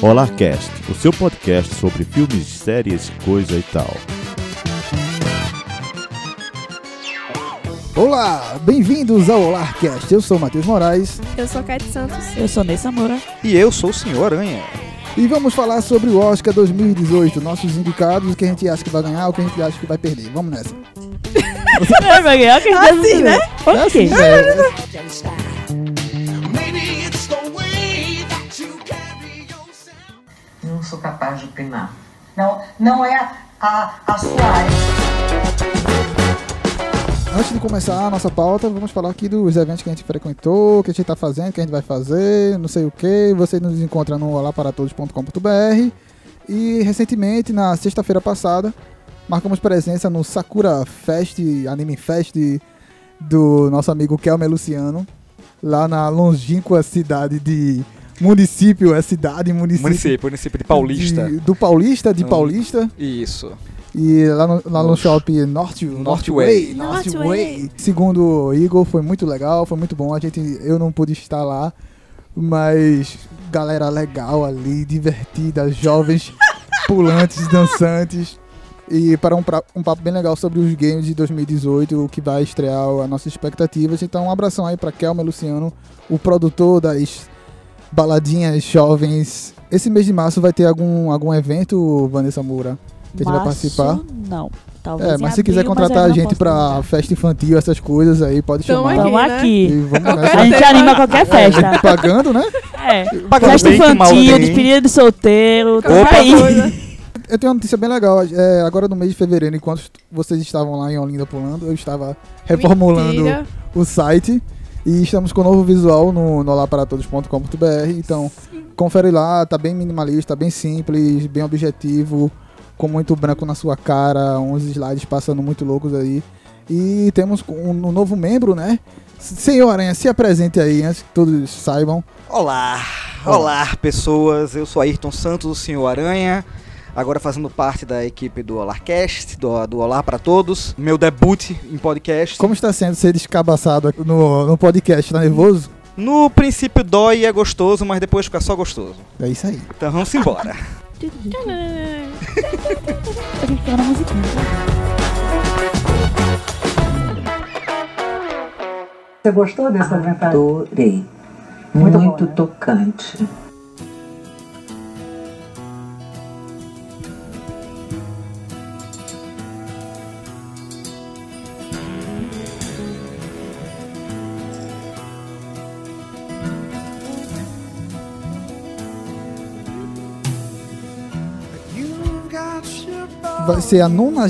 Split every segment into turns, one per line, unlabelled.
Olá Cast, o seu podcast sobre filmes, séries, coisa e tal.
Olá, bem-vindos ao Olarcast. Eu sou o Matheus Moraes
Eu sou a Kate Santos.
Eu sou Ney Samura.
E eu sou o Senhor Aranha.
e vamos falar sobre o Oscar 2018, nossos indicados, o que a gente acha que vai ganhar, o que a gente acha que vai perder. Vamos nessa.
É, vai ganhar que
Assim, né?
É assim,
Ok.
é,
Maybe it's the way that you carry yourself.
Não sou capaz de opinar. Não, não é a, a, a sua área.
antes de começar a nossa pauta, vamos falar aqui dos eventos que a gente frequentou, o que a gente tá fazendo, o que a gente vai fazer, não sei o que. Você nos encontra no olaparatodos.com.br e recentemente, na sexta-feira passada, marcamos presença no Sakura Fest, Anime Fest do nosso amigo Kelmer Luciano, lá na longínqua cidade de município, é cidade, município.
Município, município de Paulista.
de- do Paulista, de
Hum.
Paulista.
Isso.
E lá no, lá no
Nossa.
shopping Norte,
Northway.
Northway.
Segundo o Igor, foi muito legal, foi muito bom. A gente, eu não pude estar lá, mas galera legal ali, divertida, jovens, pulantes, dançantes. E para um, pra- um papo bem legal sobre os games de 2018, o que vai estrear as nossas expectativas. Então, um abração aí para Kelma Luciano, o produtor das baladinhas jovens. Esse mês de março vai ter algum, algum evento, Vanessa Moura? Que a gente vai
Março,
participar.
Não. Talvez
É,
em
mas se quiser
abril, mas
contratar
aí
a
não
gente
posso
pra
lembrar.
festa infantil, essas coisas aí, pode
Tamo
chamar.
Tamo
Aqui, né?
aqui.
E vamos
Qualquer
A
começar.
gente anima qualquer festa.
É, pagando, né?
É.
Pagando
Festa
bem, que mal
infantil,
tem.
despedida de solteiro. Tá tudo
Opa!
aí.
Eu tenho uma notícia bem legal. É, agora no mês de fevereiro, enquanto est- vocês estavam lá em Olinda pulando, eu estava reformulando
Mentira.
o site. E estamos com o novo visual no, no olaparatodos.com.br. Então, confere lá, tá bem minimalista, bem simples, bem objetivo, com muito branco na sua cara, uns slides passando muito loucos aí. E temos um, um novo membro, né? Senhor Aranha, se apresente aí antes que todos saibam.
Olá. Olá, pessoas. Eu sou Ayrton Santos, o Senhor Aranha. Agora fazendo parte da equipe do Olarcast, do, do Olar para Todos. Meu debut em podcast.
Como está sendo ser descabaçado aqui no, no podcast? Tá nervoso?
No princípio dói e é gostoso, mas depois fica só gostoso.
É isso aí.
Então vamos embora.
Eu tenho que pegar uma tá musiquinha.
Você gostou dessa vantagem? Adorei. Muito, tocante.
vai ser a 90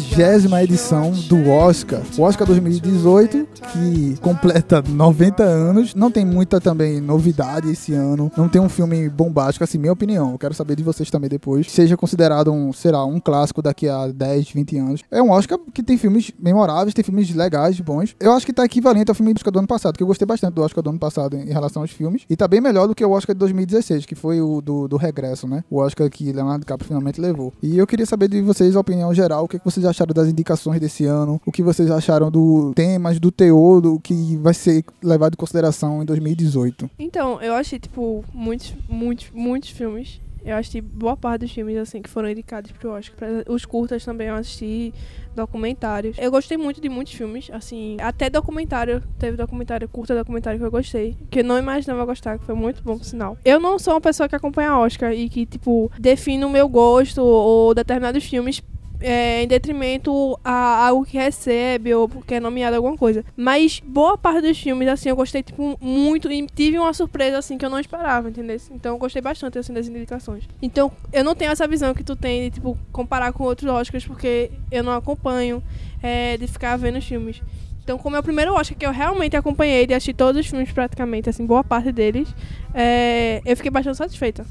edição do Oscar. O Oscar 2018, que completa 90 anos. Não tem muita também novidade esse ano. Não tem um filme bombástico, assim, minha opinião. Eu quero saber de vocês também depois. Seja considerado um, sei lá, um clássico daqui a 10, 20 anos. É um Oscar que tem filmes memoráveis, tem filmes legais, bons. Eu acho que tá equivalente ao filme do Oscar do ano passado, que eu gostei bastante do Oscar do ano passado em em relação aos filmes. E tá bem melhor do que o Oscar de 2016, que foi o do, do regresso, né? O Oscar que Leonardo DiCaprio finalmente levou. E eu queria saber de vocês a opinião geral, o que que vocês acharam das indicações desse ano, o que vocês acharam do temas, do teor, do que vai ser levado em consideração em 2018.
Então, eu achei, tipo, muitos, muitos, muitos filmes. Eu assisti boa parte dos filmes, assim, que foram indicados pro Oscar. Pra- Os curtas também eu assisti, documentários. Eu gostei muito de muitos filmes, assim, até documentário. Teve documentário, curta documentário que eu gostei. Que eu não imaginava gostar, que foi muito bom, por sinal. Eu não sou uma pessoa que acompanha Oscar e que, tipo, define o meu gosto ou determinados filmes é, em detrimento a algo que recebe ou porque é nomeado alguma coisa. Mas boa parte dos filmes, assim, eu gostei tipo, muito e tive uma surpresa, assim, que eu não esperava, entendeu? Então eu gostei bastante, assim, das indicações. Então eu não tenho essa visão que tu tem de, tipo, comparar com outros Oscars porque eu não acompanho, é, de ficar vendo os filmes. Então, como é o primeiro Oscar que eu realmente acompanhei, de assistir todos os filmes praticamente, assim, boa parte deles, é, eu fiquei bastante satisfeita.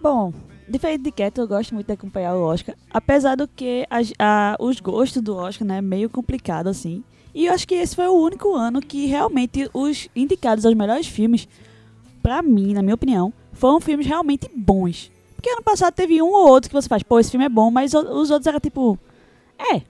Bom, diferente de Cat, eu gosto muito de acompanhar o Oscar. Apesar do que as- a- os gostos do Oscar, né, é meio complicado, assim. E eu acho que esse foi o único ano que realmente os indicados aos melhores filmes, pra mim, na minha opinião, foram filmes realmente bons. Porque ano passado teve um ou outro que você faz, pô, esse filme é bom, mas o- os outros eram tipo. É,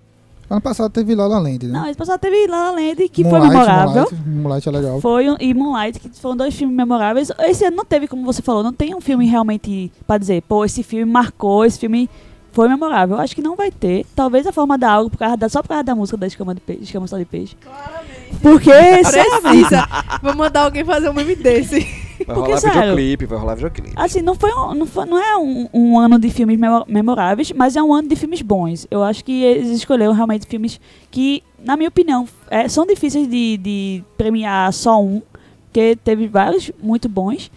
Ano passado teve La La Land, né?
Não, esse passado teve La La Land, que foi
Moonlight,
memorável.
Moonlight, Moonlight é legal.
Foi um, e Moonlight, que foram dois filmes memoráveis. Esse ano não teve, como você falou, não tem um filme realmente pra dizer, pô, esse filme marcou, esse filme foi memorável. Acho que não vai ter. Talvez a forma da algo, por causa da, só por causa da música da Escama de Peixe, Escama Só de Peixe. Porque, sério,
Precisa. Vou mandar alguém fazer um meme desse.
Vai
Porque,
rolar
sério.
videoclipe, vai rolar videoclipe.
assim, não, foi um, não, foi- não é um, um ano de filmes memo- memoráveis, mas é um ano de filmes bons. Eu acho que eles escolheram realmente filmes que, na minha opinião, é, são difíceis de, de premiar só um, porque teve vários muito bons.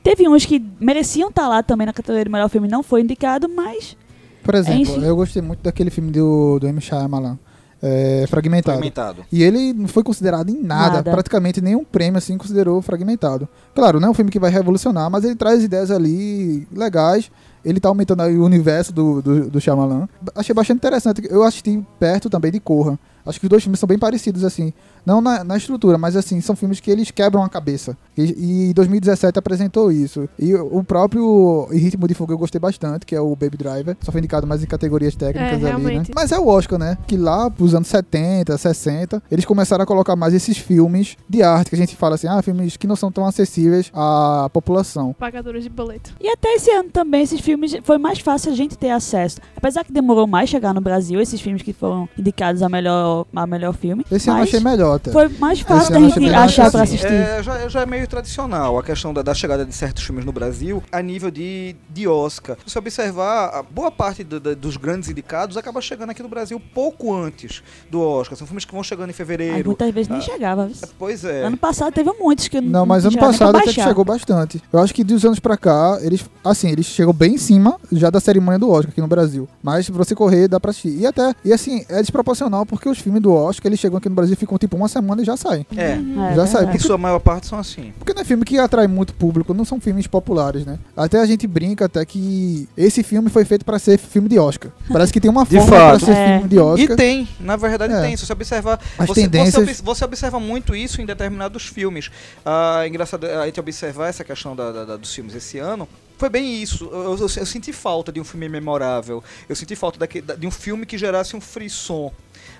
Teve uns que mereciam estar lá também na categoria de melhor filme, não foi indicado, mas
Por exemplo,
Enfim.
eu gostei muito daquele filme do, do M. Shyamalan, é, Fragmentado.
Fragmentado.
E ele não foi considerado em nada,
Nada.
praticamente nenhum prêmio assim considerou fragmentado. Claro, não é um filme que vai revolucionar, mas ele traz ideias ali legais. Ele tá aumentando aí o universo do, do, do Shyamalan. Ba- Achei bastante interessante. Eu assisti perto também de Corra. Acho que os dois filmes são bem parecidos, assim. Não na, na estrutura, mas assim, são filmes que eles quebram a cabeça. E, e 2017 apresentou isso. E o próprio Ritmo de Fogo eu gostei bastante, que é o Baby Driver. Só foi indicado mais em categorias técnicas
É,
ali, né?
realmente.
Mas é o Oscar, né? Que lá pros anos 70, 60, eles começaram a colocar mais esses filmes de arte, que a gente fala assim, ah, filmes que não são tão acessíveis à população.
Pagadores de boleto.
E até esse ano também, esses filmes, foi mais fácil a gente ter acesso. Apesar que demorou mais chegar no Brasil, esses filmes que foram indicados a melhor, a melhor filme.
Esse ano eu
mas
achei melhor, até.
Foi mais fácil
ano
da
eu
gente
achei melhor
achar
que
pra
assim.
assistir.
É, já, já é meio tradicional a questão da, da chegada de certos filmes no Brasil a nível de, de Oscar. Se você observar, a boa parte do- da- dos grandes indicados acaba chegando aqui no Brasil pouco antes do Oscar. São filmes que vão chegando em
Aí
fevereiro.
muitas vezes nem
Ah,
chegava.
Pois é.
Ano passado teve muitos que
Não, mas ano
chegaram nem Uhum, né? pra
passado até que
baixar.
chegou bastante. Eu acho que dos anos pra cá, eles, assim, eles chegam bem em cima já da cerimônia do Oscar aqui no Brasil. Mas se você correr, dá pra assistir. E até, e assim, é desproporcional porque os filmes do Oscar, eles chegam aqui no Brasil, ficam tipo uma semana e já saem.
É,
É,
Já
é
saiu.
em
verdade.
sua maior parte são assim.
Porque não é filme que atrai muito público, não são filmes populares, né? Até a gente brinca até que esse filme foi feito pra ser filme de Oscar. Parece que tem uma
De
forma pra
fato.
ser
É.
filme de Oscar.
E tem, na verdade
É.
tem. Se você observar,
As
você,
tendências-
você, obs- você observa muito isso em determinados filmes. Ah, é engraçado a gente observar essa questão da- da- da- dos filmes esse ano. Foi bem isso. Eu, eu- eu senti falta de um filme memorável. Eu senti falta daque- da- de um filme que gerasse um frisson.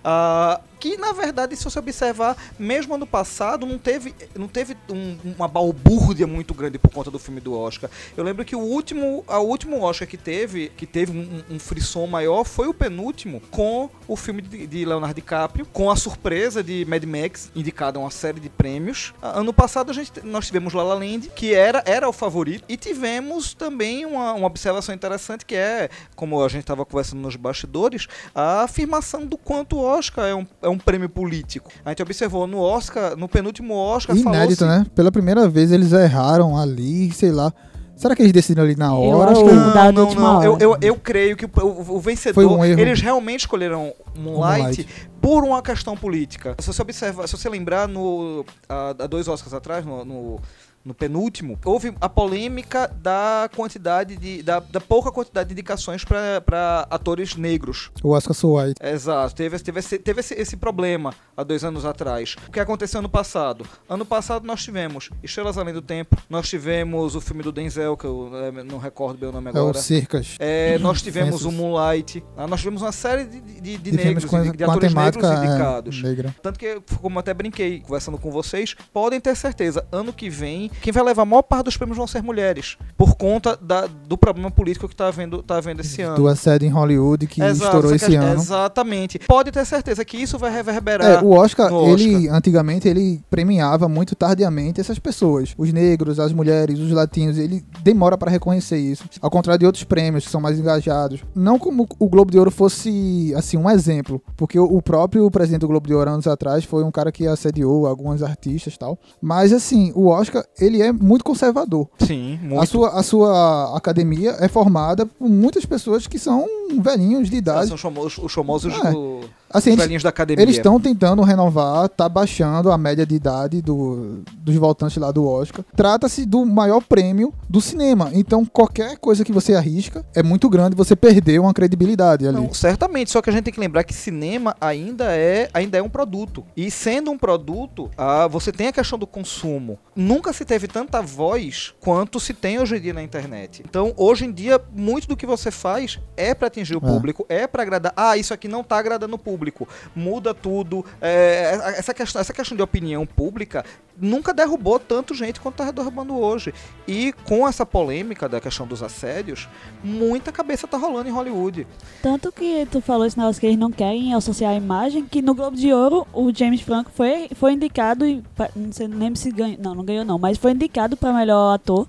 Ah, que na verdade, se você observar, mesmo ano passado não teve, não teve um- uma balbúrdia muito grande por conta do filme do Oscar. Eu lembro que o último, a último Oscar que teve, que teve um, um- um frisson maior, foi o penúltimo com o filme de, de Leonardo DiCaprio, com a surpresa de Mad Max indicada a uma série de prêmios. A- Ano passado a gente, nós tivemos La La Land, que era, era o favorito, e tivemos também uma, uma observação interessante que é, como a gente estava conversando nos bastidores, a afirmação do quanto o Oscar é um, é um prêmio político. A gente observou no Oscar, no penúltimo Oscar,
Inédito,
falou-se-
né? Pela primeira vez eles erraram ali, sei lá. Será que eles decidiram ali na hora?
acho que
ou-
não. mudaram na última hora.
Eu, eu, eu creio que o, o- o
Foi
vencedor,
um erro.
eles realmente escolheram Moonlight,
Moonlight.
por uma questão política. Se você observa, se você lembrar, no, há, há dois Oscars atrás, no, no- no penúltimo, houve a polêmica da quantidade de. da, da pouca quantidade de indicações para atores negros.
O Oscar So White.
Exato, teve, esse- teve, esse, teve esse, esse problema há dois anos atrás. O que aconteceu ano passado? Ano passado nós tivemos Estrelas Além do Tempo, nós tivemos o filme do Denzel, que eu eh, não recordo bem o nome
É o
agora.
Cercas.
É, nós tivemos o
Francis.
Moonlight, ah, nós tivemos uma série de, de, de
De filmes
negros,
com,
de, de
com a
atores negros
temática é,
indicados.
negra.
Tanto que, como eu até brinquei conversando com vocês, podem ter certeza, ano que vem, quem vai levar a maior parte dos prêmios vão ser mulheres, por conta da- do problema político que está havendo, tá havendo esse ano.
Do assédio em Hollywood que
Exato,
estourou
essa
esse
questão-
ano.
Exatamente. Pode ter certeza que isso vai reverberar.
É, o Oscar,
no
ele antigamente ele premiava muito tardiamente essas pessoas, os negros, as mulheres, os latinos, ele demora pra reconhecer isso. Ao contrário de outros prêmios que são mais engajados, não como o Globo de Ouro fosse assim um exemplo, porque o- o próprio presidente do Globo de Ouro anos atrás foi um cara que assediou algumas artistas, e tal. Mas assim, o Oscar, ele é muito conservador.
Sim, muito.
A sua, a sua academia é formada por muitas pessoas que são velhinhos de
Ah,
idade.
São os famosos, os famosos
É.
o-
Assim,
os
eles
velhinhos da academia.
eles estão tentando renovar, tá baixando a média de idade do- dos voltantes lá do Oscar. Trata-se do maior prêmio do cinema. Então, qualquer coisa que você arrisca é muito grande, você perdeu uma credibilidade ali.
Não, Então, certamente, só que a gente tem que lembrar que cinema ainda é, ainda é um produto. E sendo um produto, ah, você tem a questão do consumo. Nunca se teve tanta voz quanto se tem hoje em dia na internet. Então, hoje em dia, muito do que você faz é pra atingir o
É.
público, é pra agradar. Ah, isso aqui não tá agradando o público, muda tudo. É, essa, questão, essa questão de opinião pública nunca derrubou tanto gente quanto está derrubando hoje. E com essa polêmica da questão dos assédios, muita cabeça tá rolando em Hollywood.
Tanto que tu falou esse negócio que eles não querem associar a imagem, que no Globo de Ouro o James Franco foi, foi indicado, e pa- não sei nem se ganhou, não, não ganhou não, mas foi indicado pra melhor ator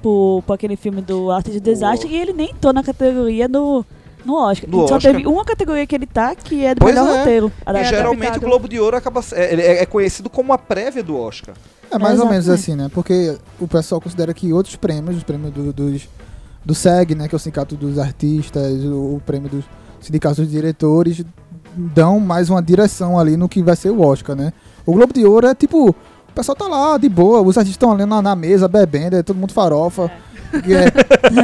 por, por aquele filme do Arte de Desastre e ele nem entrou na categoria do, no Oscar.
No
Só
Oscar.
teve uma categoria que ele tá, que é do
Pois
melhor
é.
roteiro.
e
adaptado.
geralmente o
adaptado.
Globo de Ouro acaba, é, ele é é conhecido como a prévia do Oscar.
É mais ou menos
Exatamente.
assim, né? Porque o pessoal considera que outros prêmios, os prêmios do, dos, do SEG, né? Que é o Sindicato dos Artistas, o, o prêmio dos Sindicatos dos Diretores, dão mais uma direção ali no que vai ser o Oscar, né? O Globo de Ouro é tipo. O pessoal tá lá de boa, os artistas estão ali na, na mesa bebendo, é todo mundo farofa. que é-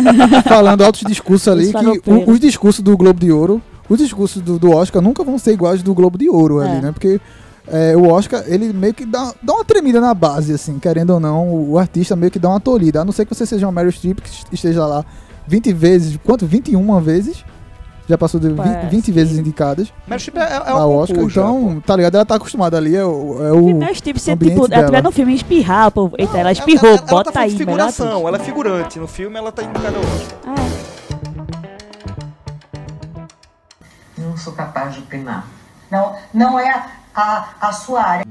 falando altos discursos ali, que
Os farofeiros.
o- os discursos do Globo de Ouro, os discursos do, do Oscar nunca vão ser iguais do Globo de Ouro ali,
É.
né? Porque é, o Oscar, ele meio que dá, dá uma tremida na base, assim, querendo ou não, o, o artista meio que dá uma tolhida. A não ser que você seja uma Meryl Streep que esteja lá 20 vezes, quanto? 21 vezes? Já passou de 20,
Parece
20 vezes
que-
indicadas
Mas tipo, é, é
a
um
Oscar,
concurso, né?
então, tá ligado? Ela tá acostumada ali, é o. É
E
o
mexe, tipo, se
ambiente
tipo, ela tiver
dela.
no filme espirrar, pô, eita,
então,
ela
Ela-
espirrou,
ela- ela tá
bota
falando
aí,
de
melhor atriz.
figuração, ela é figurante. No filme ela tá indicada ao Oscar.
Ah,
Não sou capaz de opinar. Não, não é a, a sua área.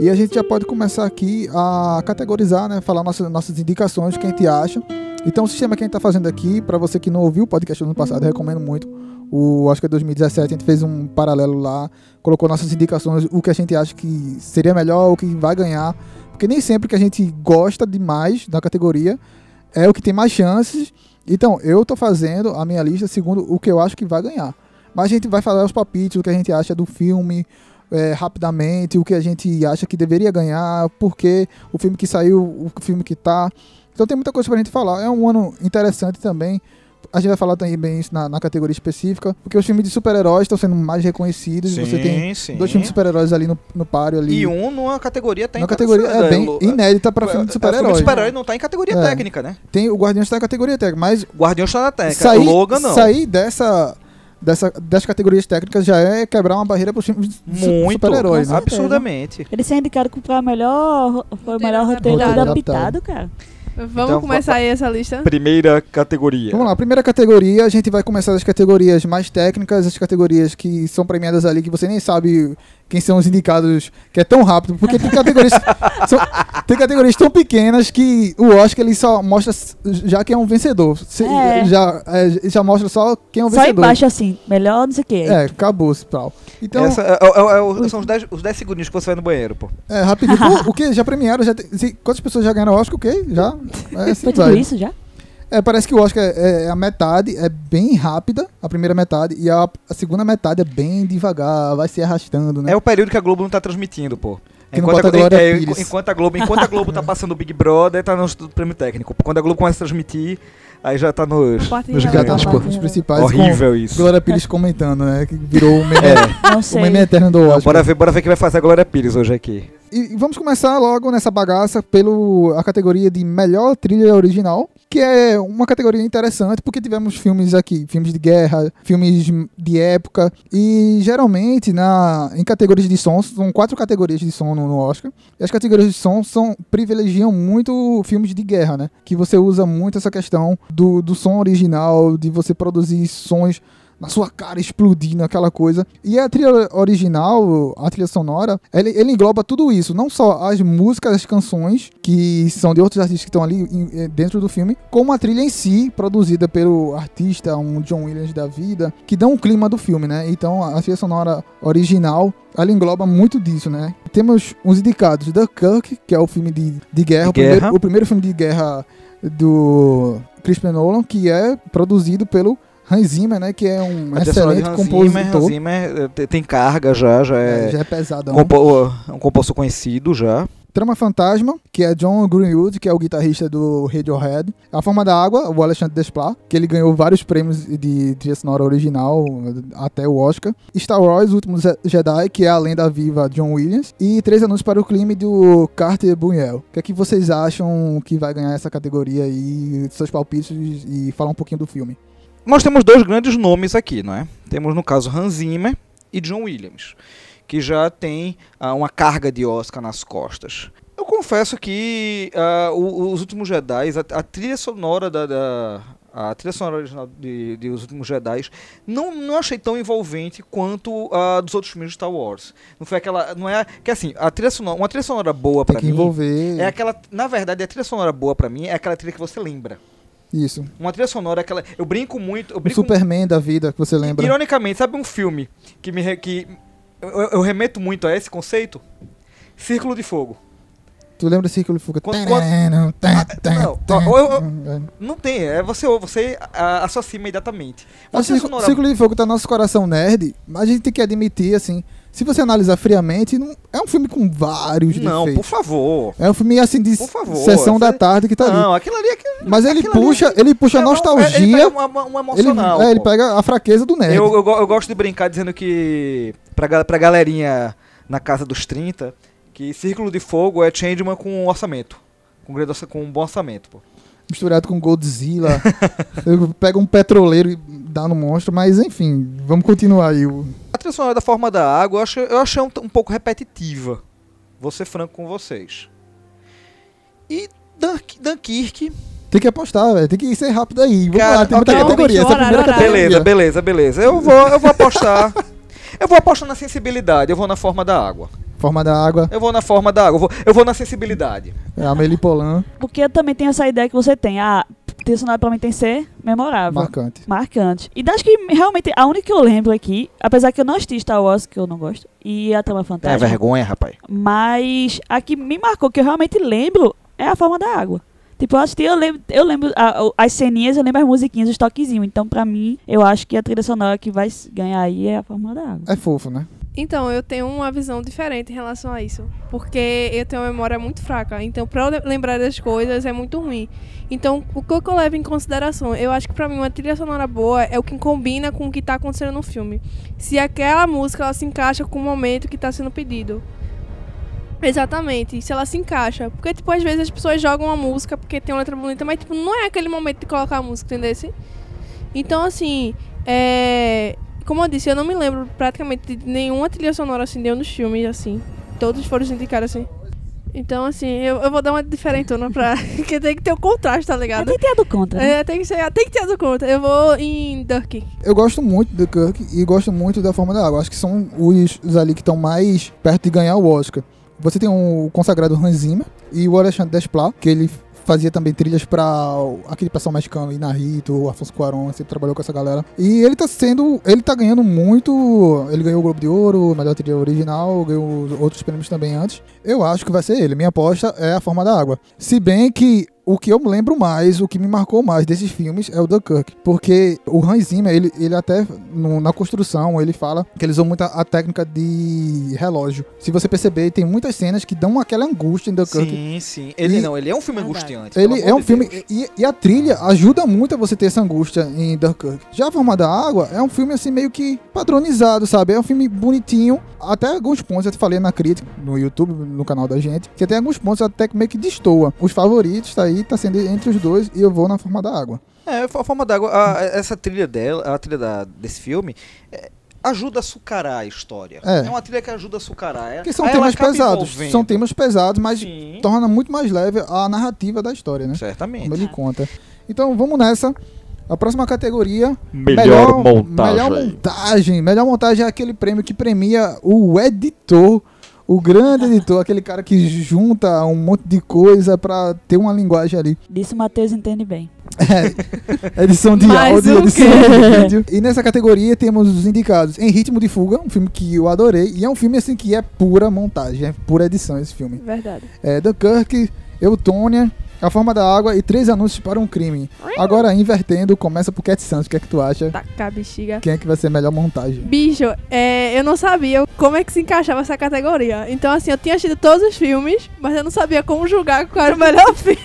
E a gente já pode começar aqui a categorizar, né? Falar nossas, nossas indicações, o que a gente acha. Então, o sistema que a gente tá fazendo aqui, para você que não ouviu o podcast do ano passado, eu recomendo muito. O, acho que é 2017, a gente fez um paralelo lá, colocou nossas indicações, o que a gente acha que seria melhor, o que vai ganhar. Porque nem sempre o que a gente gosta demais da categoria é o que tem mais chances. Então, eu tô fazendo a minha lista segundo o que eu acho que vai ganhar. Mas a gente vai falar os palpites, o que a gente acha do filme, é, rapidamente o que a gente acha que deveria ganhar, porque o filme que saiu, o filme que tá. Então tem muita coisa pra gente falar. É um ano interessante também. A gente vai falar também isso na, na categoria específica, porque os filmes de super-heróis estão sendo mais reconhecidos.
Sim,
você tem
sim.
dois filmes de super-heróis ali no, no páreo ali.
E um numa categoria tá em
na categoria é bem
Lu-
inédita pra
é,
filme de
É, filme de
super-herói. né?
super-herói não tá em categoria
É.
técnica, né?
tem o Guardiões da categoria técnica, mas
Guardiões tá na técnica.
sair,
Logan não.
sair dessa, dessa, das categorias técnicas já é quebrar uma barreira para os filmes de su-
Muito.
super-heróis, né?
absurdamente.
ele ser indicado pra melhor, foi o melhor
Roteiro
roteiro
adaptado.
adaptado, cara.
Vamos
Então,
começar
va-
aí essa lista.
Primeira categoria.
Vamos lá, primeira categoria, a gente vai começar das categorias mais técnicas, as categorias que são premiadas ali, que você nem sabe quem são os indicados, que é tão rápido, porque tem categorias, são- tem categorias tão pequenas que o Oscar ele só mostra s- já quem é um vencedor. Se-
É.
Já, é, já mostra só quem é um
Só
vencedor.
embaixo assim, melhor não sei o que.
É, acabou esse tal. Então,
Essa é- é- é- é o- são os 10 os 10 segundinhos que você vai no banheiro, pô.
é, rapidinho. o, o que? Já premiaram? Já tem- se- quantas pessoas já ganharam o Oscar? O quê? Já? É, assim
Foi tudo
vai.
isso já?
É, parece que o Oscar é, é a metade, é bem rápida, a primeira metade, e a, a segunda metade é bem devagar, vai se arrastando, né?
É o período que a Globo não tá transmitindo, pô.
Que não bota
a,
Glória
é,
Pires.
enqu- enquanto a Globo, enquanto a Globo tá passando o Big Brother, tá no Instituto do prêmio técnico. Quando a Globo começa a transmitir, aí já tá nos,
A parte
nos
de
Já tá
ganhos,
nos
pô.
pontos principais.
Horrível
Com
isso. É,
Glória Pires comentando, né? Que virou o meme,
Não
o
sei.
meme é- eterno do Oscar.
Bora ver, bora ver quem vai fazer a Glória Pires hoje aqui.
E vamos começar logo nessa bagaça pelo a categoria de melhor trilha original, que é uma categoria interessante porque tivemos filmes aqui, filmes de guerra, filmes de época e geralmente na em categorias de som são quatro categorias de som no, no Oscar. E as categorias de som são privilegiam muito filmes de guerra, né? Que você usa muito essa questão do, do som original, de você produzir sons na sua cara explodindo aquela coisa. E a trilha original, a trilha sonora, ele, ele engloba tudo isso, não só as músicas, as canções que são de outros artistas que estão ali em- eh, dentro do filme, como a trilha em si, produzida pelo artista, um John Williams da vida, que dão um clima do filme, né? Então a trilha sonora original, ela engloba muito disso, né? Temos uns indicados, Dunkirk, que é o filme de, de guerra,
De
o primeiro-
guerra.
o primeiro filme de guerra do Christopher Nolan, que é produzido pelo Hans Zimmer, né? Que é um
A trilha sonora de
excelente
Hans Zimmer, Hans
compositor.
Zimmer, eh, te- tem carga já, já
É,
é,
já é pesadão.
compo- um compositor conhecido já.
Trama Fantasma, que é John Greenwood, que é o guitarrista do Radiohead. A Forma da Água, o Alexandre Desplat, que ele ganhou vários prêmios de trilha sonora original, eh, até o Oscar. Star Wars, O Último Ze- Jedi, que é a lenda viva John Williams. E Três Anúncios para o Crime, do Carter Buñuel. O que é que vocês acham que vai ganhar essa categoria aí? Seus palpites e falar um pouquinho do filme.
Nós temos dois grandes nomes aqui, não é? Temos, no caso, Hans Zimmer e John Williams, que já tem ah, uma carga de Oscar nas costas. Eu confesso que ah, o- Os Últimos Jedi, a, a trilha sonora da... da- a trilha sonora original de, de Os Últimos Jedi não, não achei tão envolvente quanto a dos outros filmes de Star Wars. Não foi aquela... Não é... Que assim, a trilha sonora, uma trilha sonora boa
Tem
pra
que
mim...
envolver.
É aquela, na verdade, a trilha sonora boa pra mim é aquela trilha que você lembra.
Isso.
Uma trilha sonora é aquela. Eu brinco muito. Eu
O
brinco
Superman da vida, que você lembra.
Ironicamente, sabe um filme que me re- que eu, eu remeto muito a esse conceito? Círculo de Fogo.
Tu lembra do Círculo de Fuga?
Quando- quando- Ah,
Tan, tan,
não,
tan,
ó, eu-
tan.
Não tem, é você ou você a- associa imediatamente.
O
Uma trilha
É Círculo, Círculo de Fogo tá no nosso coração nerd, mas a gente tem que admitir, assim, se você analisar friamente, não, é um filme com vários
Não, por
defeitos.
favor.
É um filme, assim, de
Por favor,
sessão
essa-
da tarde que tá ali.
Não, aquilo ali é que.
Mas ele
aquilo ali é um
puxa, ele puxa a
não,
nostalgia,
Ele
ele,
pega uma, uma- uma emocional.
é, ele
pô.
pega a fraqueza do nerd.
Eu, eu, go- eu gosto de brincar dizendo que pra, ga- pra galerinha na casa dos 30, que Círculo de Fogo é Changeman com orçamento. Com, grande orça- com um bom orçamento, pô.
Misturado com Godzilla. eu pego um petroleiro e dá no monstro, mas enfim, vamos continuar aí. o-
A trilha sonora da Forma da Água eu achei, eu achei um, t- um pouco repetitiva. Vou ser franco com vocês. E Dunk- Dunkirk...
Tem que apostar, velho. Tem que ser rápido aí. Vamos
Cara,
lá, tem muita
ok.
categoria. Essa é a
Horário,
primeira
horário.
categoria.
Beleza, beleza, beleza. Eu vou, eu vou apostar... Eu vou apostar na sensibilidade, eu vou na forma da água.
Forma da água, é,
Eu vou na forma da água, eu vou, eu vou na sensibilidade.
Amelie Polan,
Porque eu também tenho essa ideia que você tem. Ah, trilha sonora pra mim tem que ser memorável.
marcante.
Marcante. E das que realmente, a única que eu lembro aqui, apesar que eu não assisti Star Wars, que eu não gosto, e a Trama
Tá,
Fantástica.
vergonha, rapaz.
Mas a que me marcou, que eu realmente lembro, é a forma da água. Tipo, eu assisti, eu lembro, eu lembro a- o- as ceninhas, eu lembro as musiquinhas, os toquezinhos. Então, pra mim, eu acho que a trilha sonora que vai s- ganhar aí é a forma da água.
É fofo, né?
Então, eu tenho uma visão diferente em relação a isso. Porque eu tenho uma memória muito fraca. Então, pra eu le- lembrar das coisas é muito ruim. Então, o que eu levo em consideração? Eu acho que pra mim uma trilha sonora boa é o que combina com o que tá acontecendo no filme. Se aquela música ela se encaixa com o momento que tá sendo pedido. Exatamente, se ela se encaixa. Porque, tipo, às vezes as pessoas jogam uma música porque tem uma letra bonita, mas, tipo, não é aquele momento de colocar a música, entendeu? Assim, Então, assim, é, como eu disse, eu não me lembro praticamente de nenhuma trilha sonora assim de um dos filmes, assim. Todos foram indicados assim. Então, assim, eu, eu vou dar uma diferentona pra. Porque tem que ter o contraste, tá
Eu
ligado?
nem tenho a do contra. né?
É, tem que ser, tem que ter do contra. Eu vou em Dunkirk.
Eu gosto muito do Kirk e gosto muito da Forma da Água. Acho que são os, os ali que estão mais perto de ganhar o Oscar. Você tem o consagrado Hans Zimmer e o Alexandre Desplat, que ele fazia também trilhas pra o- aquele pessoal mexicano, Inarrito, o Afonso Cuarón, sempre trabalhou com essa galera. E ele tá sendo, ele tá ganhando muito, ele ganhou o Globo de Ouro, melhor trilha original, ganhou os outros prêmios também antes. Eu acho que vai ser ele. Minha aposta é a forma da água. Se bem que o que eu me lembro mais, o que me marcou mais desses filmes é o Dunkirk. Porque o Hans Zimmer, ele, ele até no- na construção, ele fala que eles usam muito a, a técnica de relógio. Se você perceber, tem muitas cenas que dão aquela angústia em Dunkirk.
Sim, sim.
E-
Ele não, ele é um filme
Verdade.
angustiante. pelo
Ele
amor
é um
de
filme.
Deus.
E, e a trilha ajuda muito a você ter essa angústia em Dunkirk. Já a Forma da Água é um filme assim meio que padronizado, sabe? É um filme bonitinho. Até alguns pontos, eu te falei na crítica, no YouTube, no canal da gente, que tem alguns pontos até que meio que destoa. Os favoritos tá aí, tá sendo entre os dois, e eu vou na Forma da Água.
É, a forma d'água. a- Essa trilha dela, a trilha da- desse filme, é, ajuda a sucarar a história.
É.
uma trilha que ajuda a sucarar. É-
Porque são
aí ela
temas
acaba
pesados.
envolvendo.
São temas pesados, mas
Sim,
torna muito mais leve a narrativa da história, né? Como
certamente.
ele conta. Então vamos nessa. A próxima categoria
Melhor, montagem.
Melhor montagem. Melhor montagem é aquele prêmio que premia o editor, o grande editor, aquele cara que junta um monte de coisa pra ter uma linguagem ali.
Disso o Matheus entende bem.
É, edição de
Mais
áudio,
um
edição
quê?
de vídeo. E nessa categoria temos os indicados Em Ritmo de Fuga, um filme que eu adorei, e é um filme assim que é pura montagem, é pura edição esse filme.
Verdade.
É, Dunkirk, Eutônia, A Forma da Água e Três Anúncios para um Crime. Agora, invertendo, começa por Cat Santos, o que é que tu acha?
Tacar bexiga.
Quem é que vai ser a melhor montagem?
Bicho, é, eu não sabia como é que se encaixava essa categoria. Então, assim, eu tinha assistido todos os filmes, mas eu não sabia como julgar qual era o melhor filme.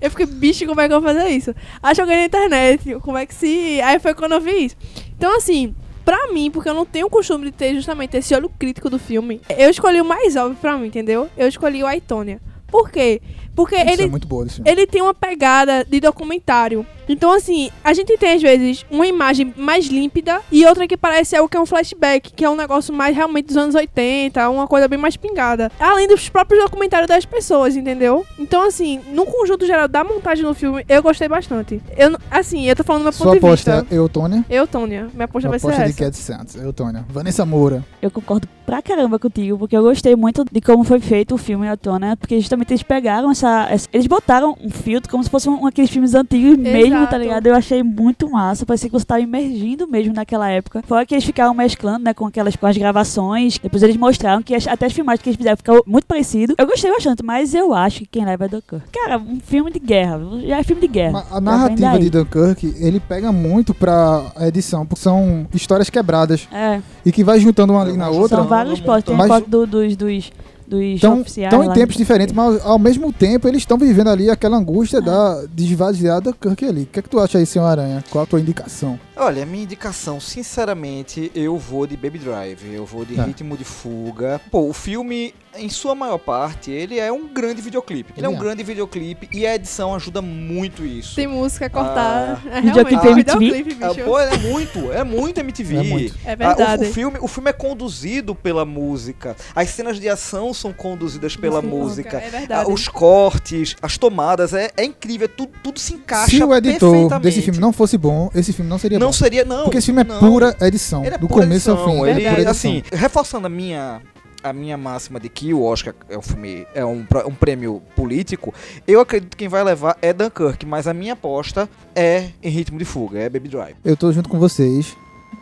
eu fiquei, bicho, como é que eu vou fazer isso? Aí joguei na internet, como é que se. Aí foi quando eu vi isso. Então, assim. Pra mim, porque eu não tenho o costume de ter justamente esse olho crítico do filme, eu escolhi o mais óbvio pra mim, entendeu? Eu escolhi o Aitonia. Por quê? Porque
Isso é
ele,
muito boa desse filme.
ele tem uma pegada de documentário. Então, assim, a gente tem às vezes uma imagem mais límpida e outra que parece algo que é um flashback, que é um negócio mais realmente dos anos 80, uma coisa bem mais pingada. Além dos próprios documentários das pessoas, entendeu? Então, assim, no conjunto geral da montagem do filme, eu gostei bastante. Eu, n- assim, eu tô falando do meu ponto
Sua
de
aposta
vista.
é Eutônia.
Eu, Tônia, minha aposta
Sua
vai ser
aposta é de
essa.
Cat Santos, Eutônia. Vanessa Moura.
Eu concordo pra caramba contigo, porque eu gostei muito de como foi feito o filme à tona, porque justamente eles pegaram essa, essa- Eles botaram um filtro como se fosse um, aqueles filmes antigos mesmo,
Exato.
tá ligado? Eu achei muito massa, parecia que você tava imergindo mesmo naquela época. Fora que eles ficaram mesclando, né, com aquelas com as gravações. Depois eles mostraram que as- até as filmagens que eles fizeram ficaram muito parecido. Eu gostei bastante, mas eu acho que quem leva é Dunkirk. Cara, um filme de guerra. Já é filme de guerra.
Tá
Ma- A
Já vem
narrativa
daí.
de Dunkirk, ele pega muito pra edição, porque são histórias quebradas
É,
e que vai juntando uma ali na
São
outra.
são vários
montão.
potes. Tem
Mas-
foto do- dos, dos, dos
Estão
oficiais.
em
lá.
tempos diferentes, mas ao mesmo tempo eles estão vivendo ali aquela angústia da desvaziada Kirk ali. O que é que tu acha aí, senhor Aranha? Qual a tua indicação?
Olha, minha indicação, sinceramente, eu vou de Baby Drive, eu vou de
Tá.
Ritmo de Fuga. Pô, o filme, em sua maior parte, ele é um grande videoclipe. Ele é um
Ele é.
grande videoclipe e a edição ajuda muito isso.
Tem música cortada.
Ah.
é
Videoclipe
realmente,
MTV?
videoclipe,
É,
bicho.
pô, é muito, é muito MTV.
É muito.
É
Ah, o-
verdade.
o, filme, o filme é conduzido pela música. As cenas de ação são conduzidas pela
Sim,
música.
É
Ah,
verdade.
os cortes, as tomadas, é, é incrível, é tudo, tudo se encaixa
Se o editor
perfeitamente.
desse filme não fosse bom, esse filme não seria
não
bom.
seria, não.
Porque esse filme é
não.
pura edição,
Ele é
do
pura
começo ao
edição,
fim.
Ele,
é pura edição.
assim, reforçando a minha a minha máxima de que o Oscar é um filme é um, pr- um prêmio político, eu acredito que quem vai levar é Dunkirk, mas a minha aposta é em Ritmo de Fuga, é Baby Drive.
Eu tô junto com vocês.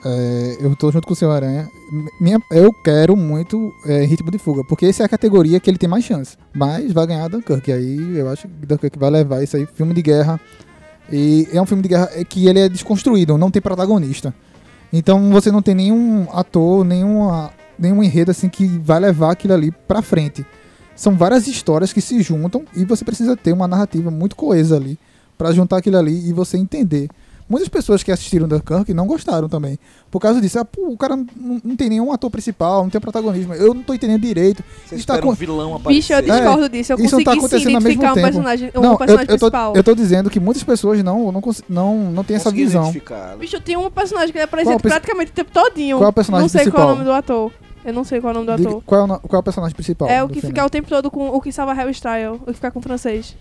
é, eu tô junto com o Senhor Aranha. M- Minha, eu quero muito é, Ritmo de Fuga, porque essa é a categoria que ele tem mais chance. Mas vai ganhar Dunkirk. Aí eu acho que Dunkirk vai levar isso aí. Filme de guerra. E é um filme de guerra é que ele é desconstruído, não tem protagonista. Então você não tem nenhum ator, nenhuma, nenhum enredo assim que vai levar aquilo ali pra frente. São várias histórias que se juntam e você precisa ter uma narrativa muito coesa ali pra juntar aquilo ali e você entender. Muitas pessoas que assistiram Dunkirk não gostaram também. Por causa disso, ah, pô, o cara não, não tem nenhum ator principal, não tem protagonismo. Eu não tô entendendo direito.
Você
Está
espera
tá com-
um vilão aparecer.
Bicho, eu discordo disso. Eu
isso não
consegui
tá
sim
acontecendo ao mesmo
identificar um
tempo.
personagem, um
não, eu-
personagem
eu, tô,
principal.
eu tô dizendo que muitas pessoas não, não, cons- não, não tem essa
Consegui
visão.
identificá-lo.
Bicho, tem um personagem que ele apareceu
Qual o perso-
praticamente o tempo todinho.
Qual é o personagem
Não sei qual é
principal?
o nome do ator. Eu não sei qual é o nome do
Diga-
ator.
qual, é o, no- qual é o personagem principal?
É o
do
que
filme?
fica o tempo todo com o que salva Harry Style, o que fica com o francês.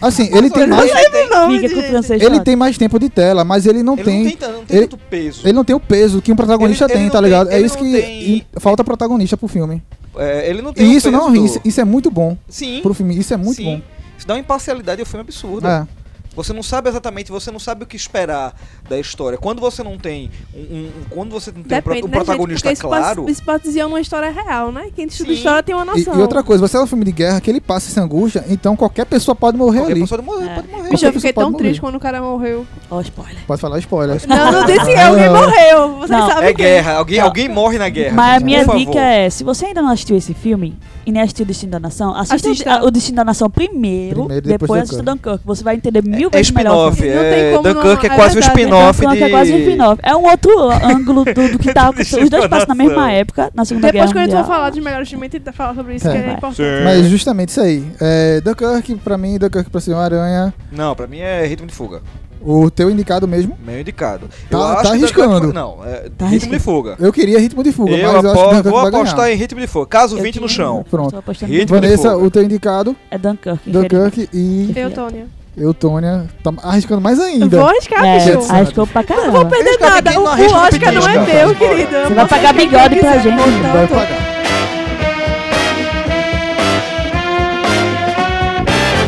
Assim, ele
é
tem mais,
Não,
Fica com o francês
ele
chato.
tem mais tempo de tela, mas ele não
Ele
tem.
não tem, tan- não tem
ele-
tanto peso.
Ele não tem o peso que um protagonista
Ele- ele
tem,
não
tá
tem-
ligado? é
ele
isso
não
que
tem-
e- falta protagonista pro filme.
É, ele não
E
tem um
isso
peso
não,
do-
isso, isso é muito bom
Sim,
pro filme, isso é muito
sim.
bom.
Isso dá uma imparcialidade ao filme absurda.
É.
Você não sabe exatamente, você não sabe o que esperar da história. Quando você não tem um, um- um- quando você não tem um pro-
Depende,
um
né,
protagonista
gente? Porque
claro,
Isso partilha uma história real, né? Quem estuda
Sim.
história tem uma
E,
noção.
e outra coisa, você é um filme de guerra que ele passa essa angústia, então qualquer pessoa pode morrer
qualquer
ali.
pessoa morre,
É.
pode morrer.
Bicho,
qualquer
eu fiquei
pessoa pode
tão triste
morrer.
quando o cara morreu.
Ó, spoiler.
Pode falar spoiler.
Não, não disse eu, alguém
Não.
morreu. Você
Não.
sabe
É
quem.
guerra, alguém, alguém morre na guerra.
Mas a
gente,
minha
por
dica
favor.
é, se você ainda não assistiu esse filme e nem assistiu o Destino da Nação, assista, o-
Assista.
a- o Destino da Nação primeiro,
Primeiro,
depois,
depois
assista o
Dunkirk.
Dunkirk. Você vai entender mil
É
vezes melhor. o
spin-off,
filme.
Não tem
é,
como
Dunkirk
não-
é
é
quase
verdade,
um spin-off
Dunkirk
de...
é quase um spin-off. É um outro ângulo do, do que tá acontecendo. Os dois
Destino da
passam na mesma
Nação.
época, na Segunda
Depois que
Guerra
a gente
Mundial.
for falar dos melhores filmes, tenta falar sobre isso,
É,
que é
vai.
importante.
Mas justamente isso aí. É, Dunkirk pra mim, Dunkirk pra Senhor Aranha,
Não, pra mim é Ritmo de Fuga.
o teu indicado mesmo.
Meio indicado.
Tá-
eu
tá
acho que
arriscando.
Não, é
Tá
Ritmo
arriscando.
de Fuga.
Eu queria Ritmo de Fuga, mas
Eu
eu acho que
apo-
Dunkirk
vou
vai
apostar
ganhar.
em Ritmo de Fuga. Caso
Eu
20 no
tenho-
chão.
Pronto.
Estou apostando
Ritmo.
muito.
Vanessa,
Fuga.
o teu indicado,
É Dunkirk. infelizmente.
Dunkirk e
Eu, Tônia.
eu, Tônia, tá arriscando mais
Eu
ainda.
vou arriscar, bicho.
É, arriscou pra caramba.
Não vou perder
Arrisca
nada.
ninguém,
O,
não arrisca
o Oscar
ninguém,
não é
cara.
meu,
Bora.
querido.
Você
Eu
vai
posso
pagar
quem
bigode
quiser,
pra gente,
portanto.
né? Vai pagar.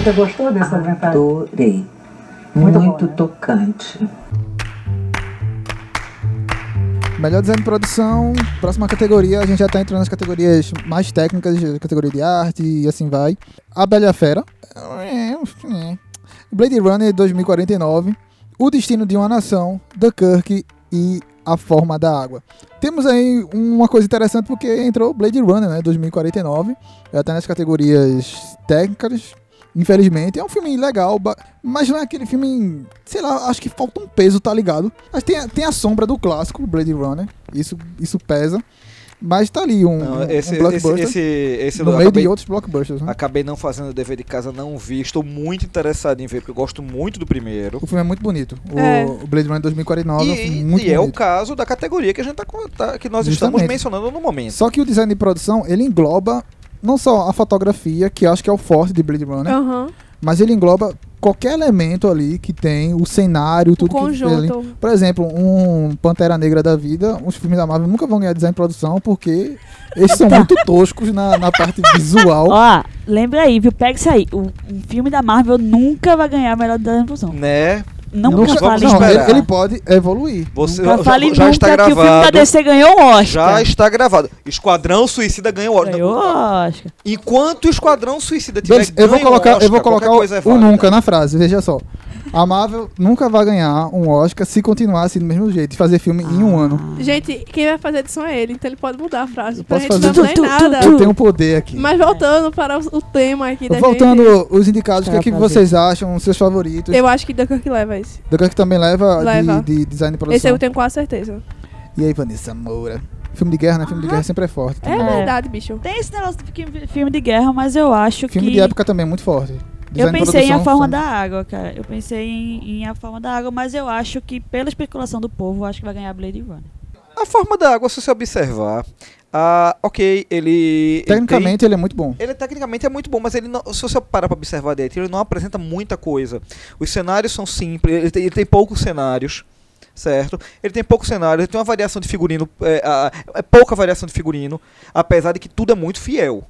Você gostou dessa mensagem?
Adorei.
Muito
Muito,
bom, né?
tocante.
Melhor design de produção, próxima categoria, a gente já tá entrando nas categorias mais técnicas, categoria de arte e assim vai. A Bela e a Fera. É, Blade Runner 2049. O Destino de uma Nação, Dunkirk e A Forma da Água. Temos aí uma coisa interessante porque entrou Blade Runner, né, 2049. Ela tá nas categorias técnicas, infelizmente. É um filme legal, ba- mas não é aquele filme, sei lá, acho que falta um peso, tá ligado? Mas tem, a- tem a sombra do clássico Blade Runner, isso, isso pesa. Mas tá ali um,
Não,
um- um
esse, esse,
blockbuster
esse, esse
no
eu
meio
acabei-
de outros blockbusters. Né?
Acabei não fazendo o dever de casa, não vi. Estou muito interessado em ver, porque eu gosto muito do primeiro.
O filme é muito bonito. O,
É.
o Blade Runner 2049 é um
E,
filme muito
e é o
bonito.
caso da categoria que a gente tá, com- tá- que nós estamos
Justamente.
mencionando no momento.
Só que o design de produção, ele engloba não só a fotografia, que eu acho que é o forte de Blade Runner,
Aham.
mas ele engloba qualquer elemento ali que tem, o cenário,
O
tudo que tem ali.
conjunto.
Por exemplo, um Pantera Negra da vida, os filmes da Marvel nunca vão ganhar design de produção porque eles são muito toscos na, na parte visual.
Ó, lembra aí, viu? Pega isso aí. O, o filme da Marvel nunca vai ganhar a melhor da produção.
Né?
Nunca
Não, vamos
fale
não, ele,
esperar.
ele pode evoluir.
Você
Nunca
já,
fale
já
nunca
está
que o filme tá da
gravado.
DC ganhou o Oscar.
Já está gravado. Esquadrão Suicida ganhou o Oscar.
ganhou o Oscar.
Enquanto o Esquadrão Suicida tiver
Deles- eu vou
ganho o
colocar, eu
Oscar,
vou
qualquer
colocar o,
coisa é
o
válida.
nunca na frase, veja só. A Marvel nunca vai ganhar um Oscar se continuar assim do mesmo jeito, de fazer filme em
Ah.
um ano.
Gente, quem vai fazer a edição é ele, então ele pode mudar a frase. Pra
posso
gente
fazer-
não tem
Tu, tu, tu,
nada.
tu.
Eu tenho um poder aqui.
Mas voltando para o o tema aqui da
Voltando
gente,
os indicados, o que, é que
Tá, prazer.
vocês acham, seus favoritos?
eu acho que Dunkirk leva esse.
Dunkirk também leva, de-
Leva.
De, design e
Esse
produção.
eu tenho quase certeza.
E aí, Vanessa Moura? Filme de guerra, né? Filme de guerra sempre é forte.
É,
também.
É.
verdade, bicho.
Tem esse negócio de fi- filme de guerra, mas eu acho
Filme
que...
de época também é muito forte.
Eu
Design e um,
pensei em A
produção
Forma
são-
da Água, cara. Eu pensei em, em A Forma da Água, mas eu acho que, pela especulação do povo, eu acho que vai ganhar Blade Runner.
A forma da água, se você observar. ah, ok, ele. ele tem-
Tecnicamente ele é muito bom.
Ele tecnicamente é muito bom, mas ele não- se você parar pra observar dele, ele não apresenta muita coisa. Os cenários são simples, ele tem, ele tem poucos cenários, certo? Ele tem poucos cenários, ele tem uma variação de figurino, é, a- é pouca variação de figurino, apesar de que tudo é muito fiel.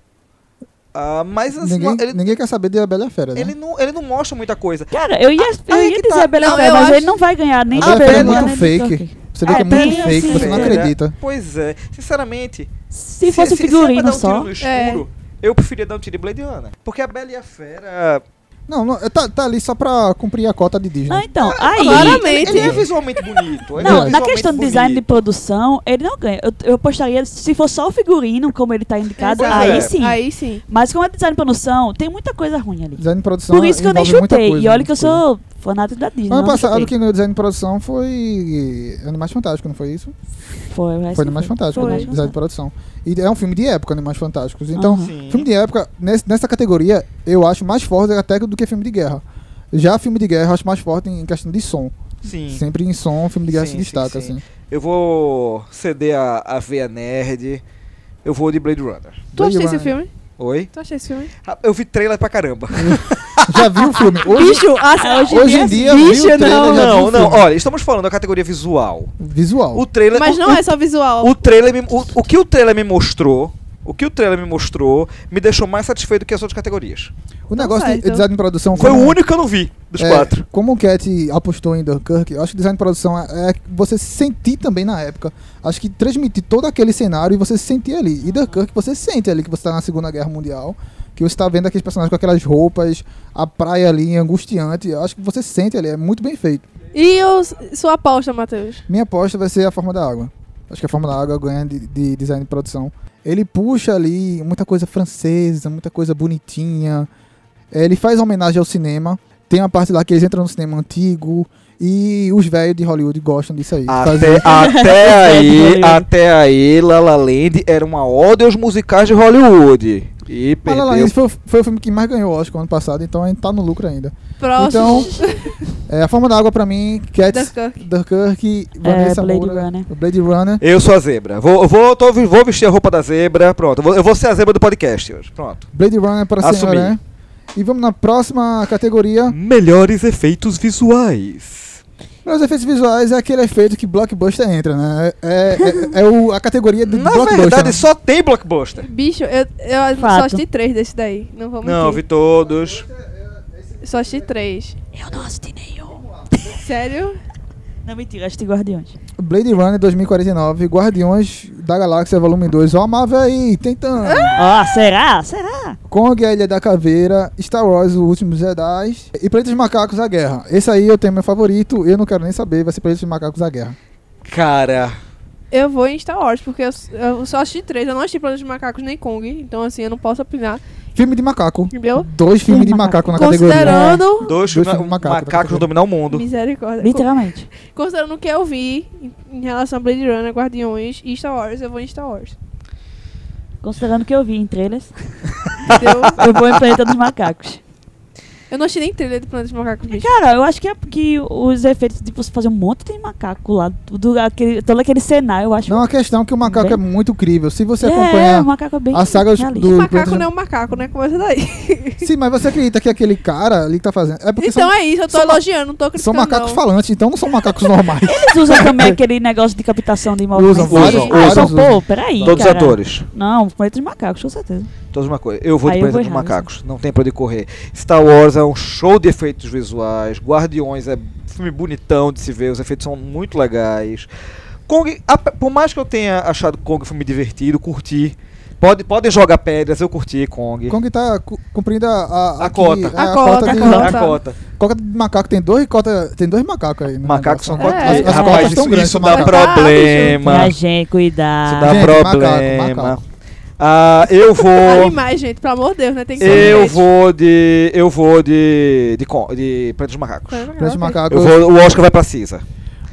Ah, mas assim,
Ninguém,
ele,
ninguém quer saber de A Bela e a Fera, né?
ele não, ele não mostra muita coisa.
Cara, eu ia, eu
aí
ia
que tá.
dizer a Bela
Não,
Fera,
eu
mas
acho-
ele não vai ganhar nem
A
de
Bela e a Fera é
Runner,
muito
nem de
fake.
Dunkirk.
Você vê
É,
que é muito
tem
fake,
assim,
você não
é.
acredita.
Pois é, sinceramente.
Se fosse
é pra
figurino
dar um
só...
Tiro no
É.
escuro, Eu preferia dar um tiro em Blade Runner. Porque a Bela e a Fera.
Não, não tá, tá ali só pra cumprir a cota um de Disney.
Não, então, aí...
claramente.
Ele é visualmente bonito. ele é
Não, na
visualmente
questão de design de
bonito.
produção, ele não ganha. Eu, eu apostaria, se for só o figurino, como ele tá indicado,
Exato.
aí
É.
sim.
Aí sim.
Mas como é design de produção, tem muita coisa ruim ali.
Design e produção
Por isso que eu nem
envolve muita
chutei.
coisa,
e olha
muita
que eu
coisa.
sou fanático da Disney.
Ano
não
passado,
chutei.
quem ganhou design de produção foi Animais Fantásticos, não foi isso?
Foi, eu acho
Foi
que
Animais Fantásticos,
Foi.
né? design de produção. E é um filme de época, Animais Fantásticos. Então,
Aham.
Sim.
filme de época, nesse- nessa categoria, eu acho mais forte até do que filme de guerra. Já filme de guerra eu acho mais forte em questão de som.
Sim.
Sempre em som, filme de guerra
Sim,
se
sim,
destaca,
sim.
assim.
Eu vou ceder a, a veia nerd. Eu vou de Blade Runner.
Tu
Blade
achou esse
Runner.
filme?
Oi?
Tu achou esse filme?
Ah, Eu vi trailer pra caramba.
Já viu o filme? Hoje,
Ah, hoje,
hoje em dia, viu o trailer,
Não,
já viu
não,
o
não.
filme.
Olha, estamos falando da categoria visual.
Visual.
O trailer.
Mas
o,
não é só visual.
o trailer me- o, o que o trailer me mostrou. O que o trailer me mostrou me deixou mais satisfeito que as outras categorias.
O negócio de
certo.
design de produção...
Foi o
como-
único que eu não vi dos
é,
quatro.
Como o Cat apostou em Dunkirk, eu acho que design de produção é, é você se sentir também na época. Acho que transmitir todo aquele cenário e você se sentir ali. E Dunkirk, você sente ali que você tá na Segunda Guerra Mundial, que você tá vendo aqueles personagens com aquelas roupas, a praia ali angustiante. Eu acho que você sente ali, é muito bem feito.
E eu, sua aposta, Matheus?
Minha aposta vai ser a forma da água. Acho que a forma da água ganha de, de design de produção. Ele puxa ali muita coisa francesa, muita coisa bonitinha. É, Ele faz homenagem ao cinema. Tem uma parte lá que eles entram no cinema antigo. E os velhos de Hollywood gostam disso aí. Fazem-
Até, até aí,
Hollywood.
até aí, La La Land era uma ode aos musicais de Hollywood. E
Ah, lá,
perdeu.
lá, esse foi, foi o filme que mais ganhou Oscar ano passado, então a gente tá no lucro ainda.
Próximo.
É, a Forma da Água pra mim, Cats,
Dunkirk.
Dunkirk, Vanessa
É, Blade
Moura,
Runner.
Blade Runner.
Eu sou a zebra. Vou, eu vou, tô- vou vestir a roupa da zebra. Pronto, eu vou, eu vou ser a zebra do podcast hoje. Pronto.
Blade Runner para a
Assumi.
senhora, né? E vamos na próxima categoria.
Melhores efeitos visuais.
Os efeitos visuais é aquele efeito que blockbuster entra, né? É, é, é o- a categoria de
Na
blockbuster.
verdade,
né?
só tem blockbuster.
Bicho, eu, eu
Fato.
só assisti três desse daí. Não vou mentir.
Não, vi todos.
Só assisti três.
Eu não assisti nenhum.
Sério?
Não, mentira, assisti Guardiões.
Blade Runner 2049, Guardiões da Galáxia Volume 2, ó, a Marvel aí, tentando.
Ó, será? Será?
Kong, a Ilha da Caveira, Star Wars, O Último Jedi e Pretos e Macacos, A Guerra. Esse aí eu tenho meu favorito, eu não quero nem saber, vai ser Pretos e Macacos, A Guerra.
Cara,
Eu vou em Star Wars, porque eu, eu só assisti três. Eu não assisti Planos de Macacos nem Kong. Então, assim, eu não posso opinar.
Filme de macaco.
Entendeu?
Dois filmes
Filme
de
de
macaco, na categoria.
Considerando.
dois,
Dois
ma-
filmes macacos,
macacos
tá
vão
vendo?
dominar o mundo.
Misericórdia.
Literalmente.
Considerando o que eu vi em- em relação a Blade Runner, Guardiões e Star Wars, eu vou em Star Wars.
Considerando o que eu vi em trailers,
Deu-
eu vou em Planeta dos Macacos.
Eu não achei nem trailer do Planeta dos Macacos, bicho.
Cara, eu acho que, é que os efeitos de você fazer um monte de macaco lá, tudo aquele, todo aquele cenário, eu acho.
Não, a questão é que o macaco
Bem-
é muito crível. Se você
é, é, o
acompanha.
macaco é bem
a saga dos-
realista.
do-
Macaco não é um macaco, né? Começa daí.
Sim, mas você acredita que aquele cara ali que tá fazendo. É porque
Então
são,
é isso, eu tô
são ma-
elogiando, não tô
são
criticando.
macacos
não.
falantes, então não são macacos normais.
Eles usam também aquele negócio de captação de imóveis.
Usam,
usam,
ah,
usam,
só,
usam.
pô, peraí.
Todos
cara.
atores.
Não, Planeta dos Macacos, com certeza.
Todos uma coisa. Eu vou de
Aí eu
Planeta
vou
dos
errar, né?
Macacos. Não tem pra onde correr. Star Wars é um show de efeitos visuais. Guardiões é filme bonitão de se ver. Os efeitos são muito legais. Kong, a- por mais que eu tenha achado Kong filme divertido, curti. Pode, podem jogar pedras, eu curti Kong.
Kong tá cu- cumprindo a, a,
A
aqui-
cota.
é,
A cota, a
de,
cota.
A cota.
Cota de macaco tem dois cota, tem dois macacos aí. no
Macacos são
negócio.
cota.
É.
As, as
Rapaz,
cotas
isso,
estão grandes.
isso
são
dá
macacos.
problema.
Mas, gente,
Isso
cuidado.
dá
Gente, macaco,
problema.
macaco.
Ah, eu vou.
Animais, gente, pelo amor de Deus, né? Tem que ser
eu
gente.
vou de. Eu vou de. De, Kong- de Planeta dos Macacos.
Planeta dos
Três
Macacos.
macacos.
Eu vou, o Oscar vai pra Cisa.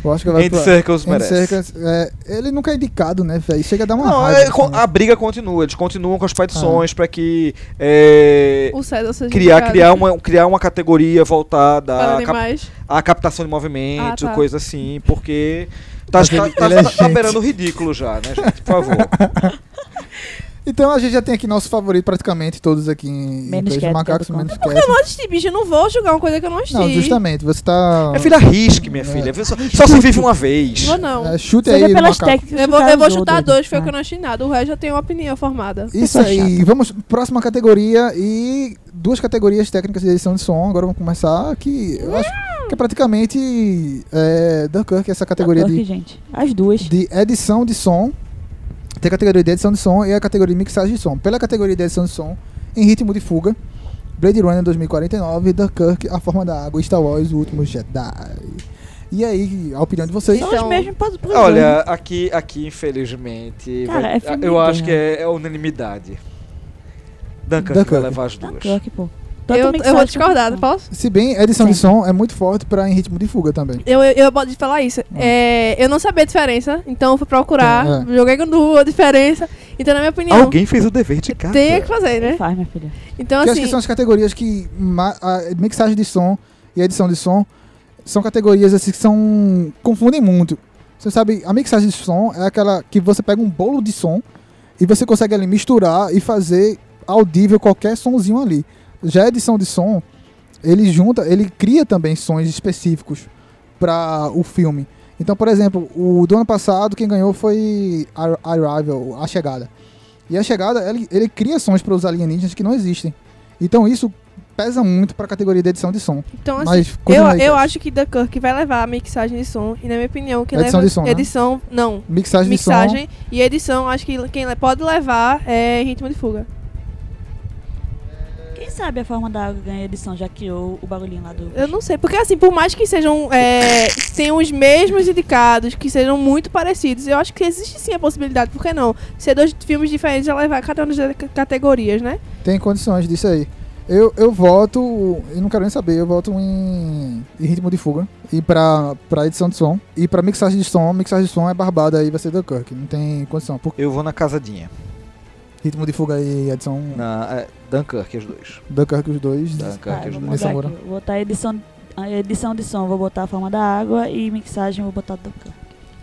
eu acho que vai
Andy
pra-
Serkis
Andy
merece.
Serkis, é, ele nunca é indicado, né, velho? Chega a dar uma
Não,
raiva.
é, con-
assim.
a briga continua. Eles continuam com as petições pra que é,
O César seja
criar,
indicado
criar, uma, criar uma categoria voltada
Para
à, cap-
animais.
à captação de movimentos,
Ah, tá.
coisa assim, porque tá,
Mas
tá,
ele-
tá-
ele é
tá- tá
gente.
beirando o ridículo já, né, gente? Por favor.
Então a gente já tem aqui nosso favorito praticamente todos aqui em
Menos
Três
Cat,
Macacos,
que é do
menos
Eu não
Cat.
assisti, bicho, eu não vou julgar uma coisa que eu não assisti.
Não, justamente, você tá...
Minha É filha, risque, minha filha. Vê Só, só se vive uma vez.
Vou não.
É, chute
Seja
aí,
pelas
macaco.
técnicas.
Eu vou, eu vou
os
chutar
outros.
dois, foi o que
Ah.
eu não achei nada. O resto já tem uma opinião formada.
Isso
Pessoa
aí, vamos, próxima categoria e duas categorias técnicas de edição de som, agora vamos começar, que eu acho que é praticamente é, Dunkirk, essa categoria
Tô aqui,
de,
Tá gente. As duas.
de edição de som, tem a categoria de edição de som e a categoria de mixagem de som. Pela categoria de edição de som, em ritmo de fuga, Blade Runner 2049, Dunkirk, A Forma da Água, Star Wars, O Último Jedi. E aí, a opinião de vocês?
São
Então,
os mesmos pos- pros
Olha, aqui, aqui infelizmente,
Cara,
vai-
é filme
eu
de
acho que
guerra.
é, é unanimidade. Duncan,
Duncan.
vai levar as
dois.
duas.
Dunkirk, Tá pô. Tanto é
Eu, eu
mixagem
vou
quanto
discordar,
som.
posso?
Se bem, edição de
Sim.
som é muito forte para em ritmo de fuga também.
Eu, eu, eu posso falar isso. É, eu não sabia a diferença, então eu fui procurar.
Hum. É,
Joguei com duas a diferença. Então, na minha opinião,
Alguém fez o dever de casa.
tem que fazer, né?
Faz, minha filha.
Então,
que eu acho
assim,
que são as categorias que ma- a mixagem de som e edição de som são categorias assim que são confundem muito. Você sabe, a mixagem de som é aquela que você pega um bolo de som e você consegue ali misturar e fazer audível qualquer sonzinho ali. Já a edição de som, ele junta, ele cria também sons específicos para o filme. Então, por exemplo, o do ano passado quem ganhou foi Ar- Arrival, A Chegada. E a chegada, ele, ele cria sons para os alienígenas que não existem. Então isso pesa muito para a categoria de edição de som.
então, assim
Mas
eu,
continua aí,
eu
Cat.
acho que Dunkirk vai levar a mixagem de som. E, na minha opinião, quem
Edição
leva
de som, né?
edição. Não,
mixagem, de som.
mixagem e edição, acho que quem le- pode levar é ritmo de fuga.
Quem sabe a forma da água ganha edição já criou o bagulhinho lá do.
Eu não sei, porque assim, por mais que sejam é, tenham os mesmos indicados, que sejam muito parecidos, eu acho que existe sim a possibilidade, por que não? Ser dois filmes diferentes já levar cada uma das c- categorias, né?
Tem condições disso aí. Eu, eu voto, eu não quero nem saber, eu voto em, em ritmo de fuga e pra, pra edição de som. E pra mixagem de som, mixagem de som é barbada aí, vai ser Dunkirk, não tem condição. Por
Eu vou na casadinha.
ritmo de fuga e edição
Na, é, Dunkirk, os dois.
Dunkirk, os dois.
Tá,
Dunkirk,
eu
os
vou
dois.
mudar
Samura.
aqui. Vou botar edição, a edição de som, vou botar a forma da água e mixagem vou botar do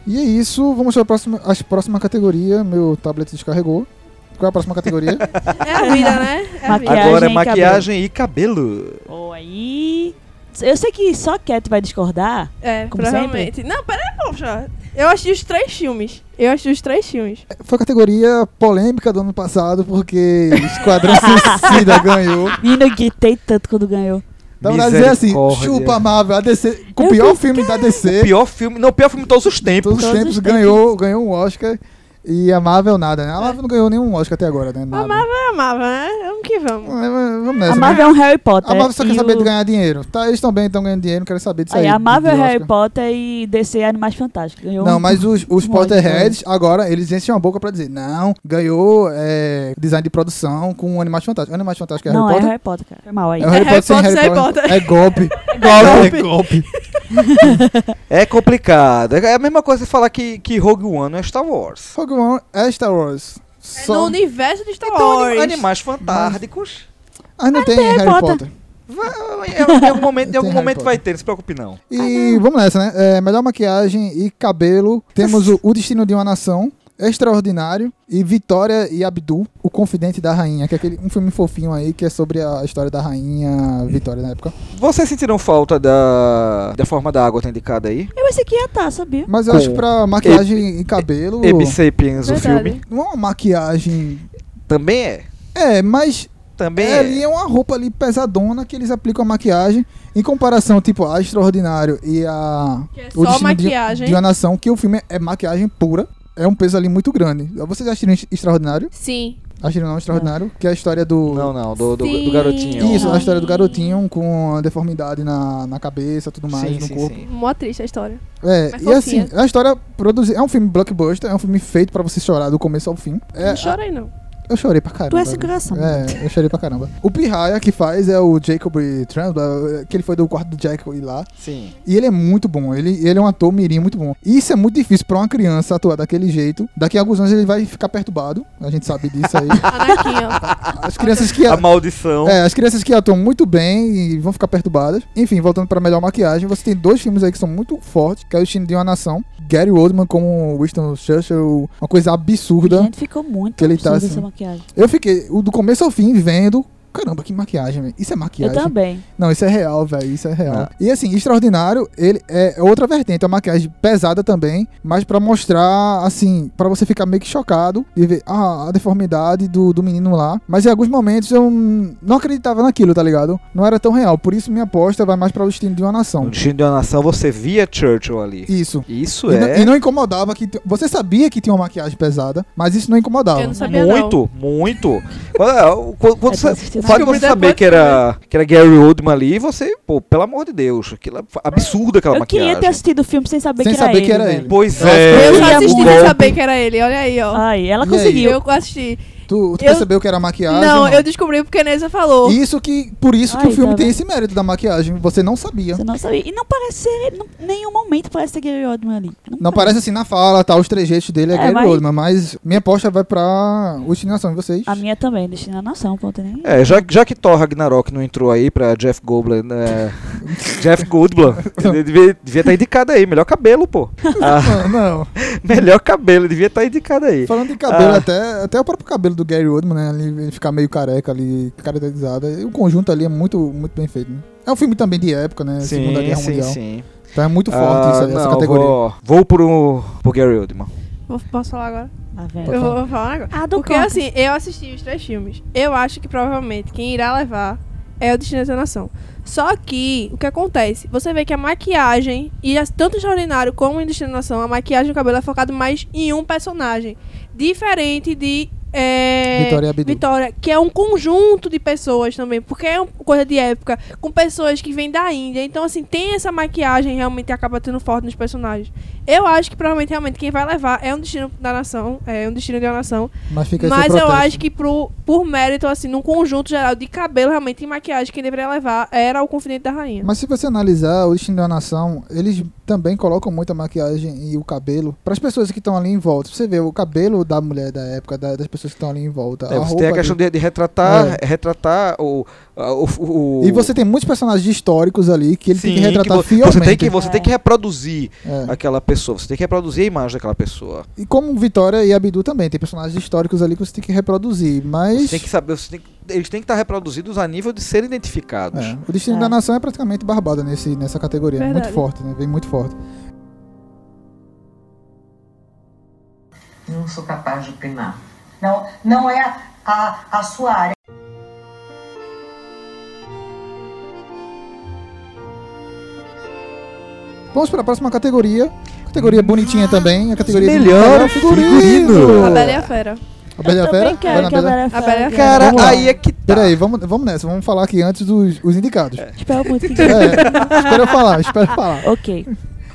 E é isso, vamos para a próxima, as próxima categoria. Meu tablet descarregou. Qual é a próxima categoria?
É a vida, né? É a vida.
Maquiagem
Agora é
e
maquiagem e cabelo.
Ou aí. Eu sei que só Cat vai discordar.
É,
Como
provavelmente. Não, pera aí, poxa. Eu assisti os três filmes. Eu assisti os três filmes.
Foi a categoria polêmica do ano passado, porque Esquadrão Suicida ganhou.
Menino, eu gritei tanto quando ganhou.
Dá pra dizer assim,
Misericórdia.
chupa Marvel, a DC, com o pior filme da DC,
Pior filme. Não, pior filme de todos os tempos.
todos os
todos
tempos,
os tempos.
ganhou, ganhou um Oscar. E a Marvel nada, né? A Marvel não ganhou nenhum Oscar até agora, né? Nada.
A Marvel é amava, né? Vamos que vamos.
É, mas Vamos nessa.
A
né?
Marvel é um Harry Potter.
A Marvel só quer
e
saber
o-
de ganhar dinheiro. Tá, eles também estão ganhando dinheiro, não quero saber disso aí.
Aí, a Marvel é
de
Harry
Oscar.
Potter e DC é Animais Fantásticos. Ganhou
Não,
um-
mas os, os
um
Potterheads, agora, eles enchem a boca pra dizer, não, ganhou é, design de produção com Animais Fantásticos. Animais Fantásticos é Harry
Não, é
Potter?
Harry Potter, cara. Foi mal aí.
É o Harry
É
Potter sem
Harry
Harry
Potter,
Potter. É golpe.
Golpe.
É golpe.
É complicado. É a mesma coisa você falar que, que Rogue One não é Star Wars.
Rogue One é Star Wars.
É
Só...
no universo de Star
Então,
Wars.
anim- animais fantásticos.
Ah, não tem,
Harry
Harry
Potter.
Potter.
vai- Em algum momento, em
Tem
algum
Harry
momento
Potter.
vai ter, não se preocupe não.
E vamos nessa, né? É, melhor maquiagem e cabelo. Temos o, o Destino de uma Nação, Extraordinário e Vitória e Abdu, O Confidente da Rainha, que é aquele, um filme fofinho aí que é sobre a história da rainha Vitória na época.
Vocês sentiram falta da, da forma da água tá indicada aí?
É, Eu pensei que ia estar, sabia?
Mas eu
Com
acho que pra maquiagem e cabelo,
Ebi Sapiens, o
Verdade.
filme.
não é uma maquiagem...
Também é.
É, mas
Também
é, ali
é.
é uma roupa ali pesadona que eles aplicam a maquiagem. Em comparação, tipo, a Extraordinário e a
Que é
O
só
Destino de-
maquiagem.
de uma Nação, que o filme é maquiagem pura. É um peso ali muito grande. Vocês já assistiram Extraordinário?
Sim.
Assistiram não Extraordinário? Que é a história do...
Não, não, do, do,
Sim.
do garotinho.
Isso,
Não.
a história do garotinho com a deformidade na, na cabeça tudo mais,
Sim,
no
sim,
corpo.
sim.
Mó triste a história.
É,
Mas
e assim,
fofinha.
a história produzida. É um filme blockbuster, é um filme feito pra você chorar do começo ao fim. É,
não chora aí, não.
eu chorei pra caramba.
Tu é sem coração.
É, eu chorei pra caramba. O Pirraia que faz é o Jacob Tremblay, que ele foi do quarto do Jacob lá.
Sim.
E ele é muito bom, ele, ele é um ator mirim muito bom. E isso é muito difícil pra uma criança atuar daquele jeito. Daqui a alguns anos ele vai ficar perturbado, a gente sabe disso aí.
Anaquinha.
As crianças que...
A maldição.
É, as crianças que atuam muito bem e vão ficar perturbadas. Enfim, voltando pra melhor maquiagem, você tem dois filmes aí que são muito fortes, que é o Destino de uma Nação, Gary Oldman como Winston Churchill, uma coisa absurda.
Gente, ficou muito
Que ele tá
absurda
assim.
essa maquiagem.
Eu fiquei o do começo ao fim vendo, caramba, que maquiagem, velho. Isso é
Eu
maquiagem.
também.
Não, isso é real, velho, isso é real.
Ah.
E assim, Extraordinário, ele é outra vertente, é uma maquiagem pesada também, mas pra mostrar, assim, pra você ficar meio que chocado e ver ah, a deformidade do, do menino lá. Mas em alguns momentos eu hum, não acreditava naquilo, tá ligado? Não era tão real, por isso minha aposta vai mais pra o destino de uma
No
nação.
destino de uma nação, você via Churchill ali.
Isso.
Isso
E, não,
é
e não incomodava que. t- Você sabia que tinha uma maquiagem pesada, mas isso não incomodava.
Eu não sabia, não.
muito, muito. Quando, ah, quando- quando
É
você,
pra assistir
só de
depois.
você saber que era, que era Gary Oldman ali, você, pô, pelo amor de Deus, aquilo é absurdo aquela
eu
maquiagem.
queria ter assistido o filme sem saber
Sem
que era
saber
ele.
que era
velho.
ele.
Pois é.
Eu
E é
já assisti
muito
sem
golpe.
saber que era ele, olha aí, ó.
Ai, ela
E
conseguiu.
Eu assisti.
Tu, tu
Eu-
percebeu que era maquiagem?
não, eu descobri porque a Nessa falou.
Isso que. Por isso que
Ai,
o filme
tá
tem
vendo?
esse mérito da maquiagem. Você não sabia.
Você não sabia. E não parece ser. Em nenhum momento parece ser Gary Oldman ali.
Não parece assim na fala, tá? Os trejeitos dele é,
É,
Gary
mas-
Oldman, mas minha aposta vai pra Destinação de vocês.
A minha também, Destino à Nação, ponto nem.
É, já, já que Thor Ragnarok não entrou aí pra Jeff Goldblum, né? Jeff Goldblum, ele devia estar indicado aí, melhor cabelo, pô. Ah,
Ah, não.
melhor cabelo, ele devia estar indicado aí.
Falando de cabelo,
Ah.
até, até o próprio cabelo do Gary Oldman, né? Ele, ele ficar meio careca ali, caracterizado. E o conjunto ali é muito, muito bem feito, né? É um filme também de época, né? Segunda
Sim,
Guerra
sim,
Mundial.
sim.
Então é muito forte isso
Ah,
aí, essa
não,
categoria.
Vou, vou pro, pro Gary Oldman.
Vou- Posso falar agora?
Tá vendo?
Pode
Eu vou vou falar agora.
Ah, do
Porque
Cocker.
assim, eu assisti os três filmes. Eu acho que provavelmente quem irá levar é o Destino da Nação. Só que, o que acontece? Você vê que a maquiagem, e as- tanto extraordinário como em Destino da Nação, a maquiagem e o cabelo é focado mais em um personagem. Diferente de. é,
Vitória e Abdu.
Vitória, que é um conjunto de pessoas também, porque é uma coisa de época, com pessoas que vêm da Índia. Então, assim, tem essa maquiagem realmente que acaba tendo forte nos personagens. Eu acho que provavelmente realmente quem vai levar é um destino da nação, é um destino de uma nação.
Mas fica esse
Mas eu
protesto.
acho que pro, por mérito, assim, num conjunto geral de cabelo, realmente, e maquiagem, quem deveria levar era o Confidente da Rainha.
Mas se você analisar o destino da nação, eles também colocam muita maquiagem e o cabelo para as pessoas que estão ali em volta. Você vê o cabelo da mulher da época, da- das pessoas que estão ali em volta.
É,
a
você
roupa
tem a questão
ali.
de, de retratar, retratar o, a- o, o-
É. E você tem muitos personagens históricos ali que ele tem
Tipo, Sim,
que retratar
vo-
fielmente.
Você tem que, você tem que reproduzir
É.
aquela pessoa, você tem que reproduzir a imagem daquela pessoa.
E como Vitória e Abdu também, tem personagens históricos ali que você tem que reproduzir, mas...
Você tem que saber, você tem que- eles têm que estar reproduzidos a nível de serem identificados.
É, O Destino
É.
da Nação é praticamente barbada nesse, nessa categoria. É Muito
Verdade.
forte, né? Vem muito forte.
Não sou capaz de opinar. Não, não é a, a, a sua área.
Vamos para a próxima categoria. Categoria bonitinha também. A categoria do
Melhor figurino.
A Bela e a Fera.
A Bela e a Fera?
é também quero
Vai na
que a
Bela-
Bela
A Bela é
Fera.
Cara,
Vamos lá.
aí é que tá.
Peraí, vamos, vamos nessa, vamos falar aqui antes dos os indicados. É.
Espero muito que
espera eu falar, espera eu falar.
Ok.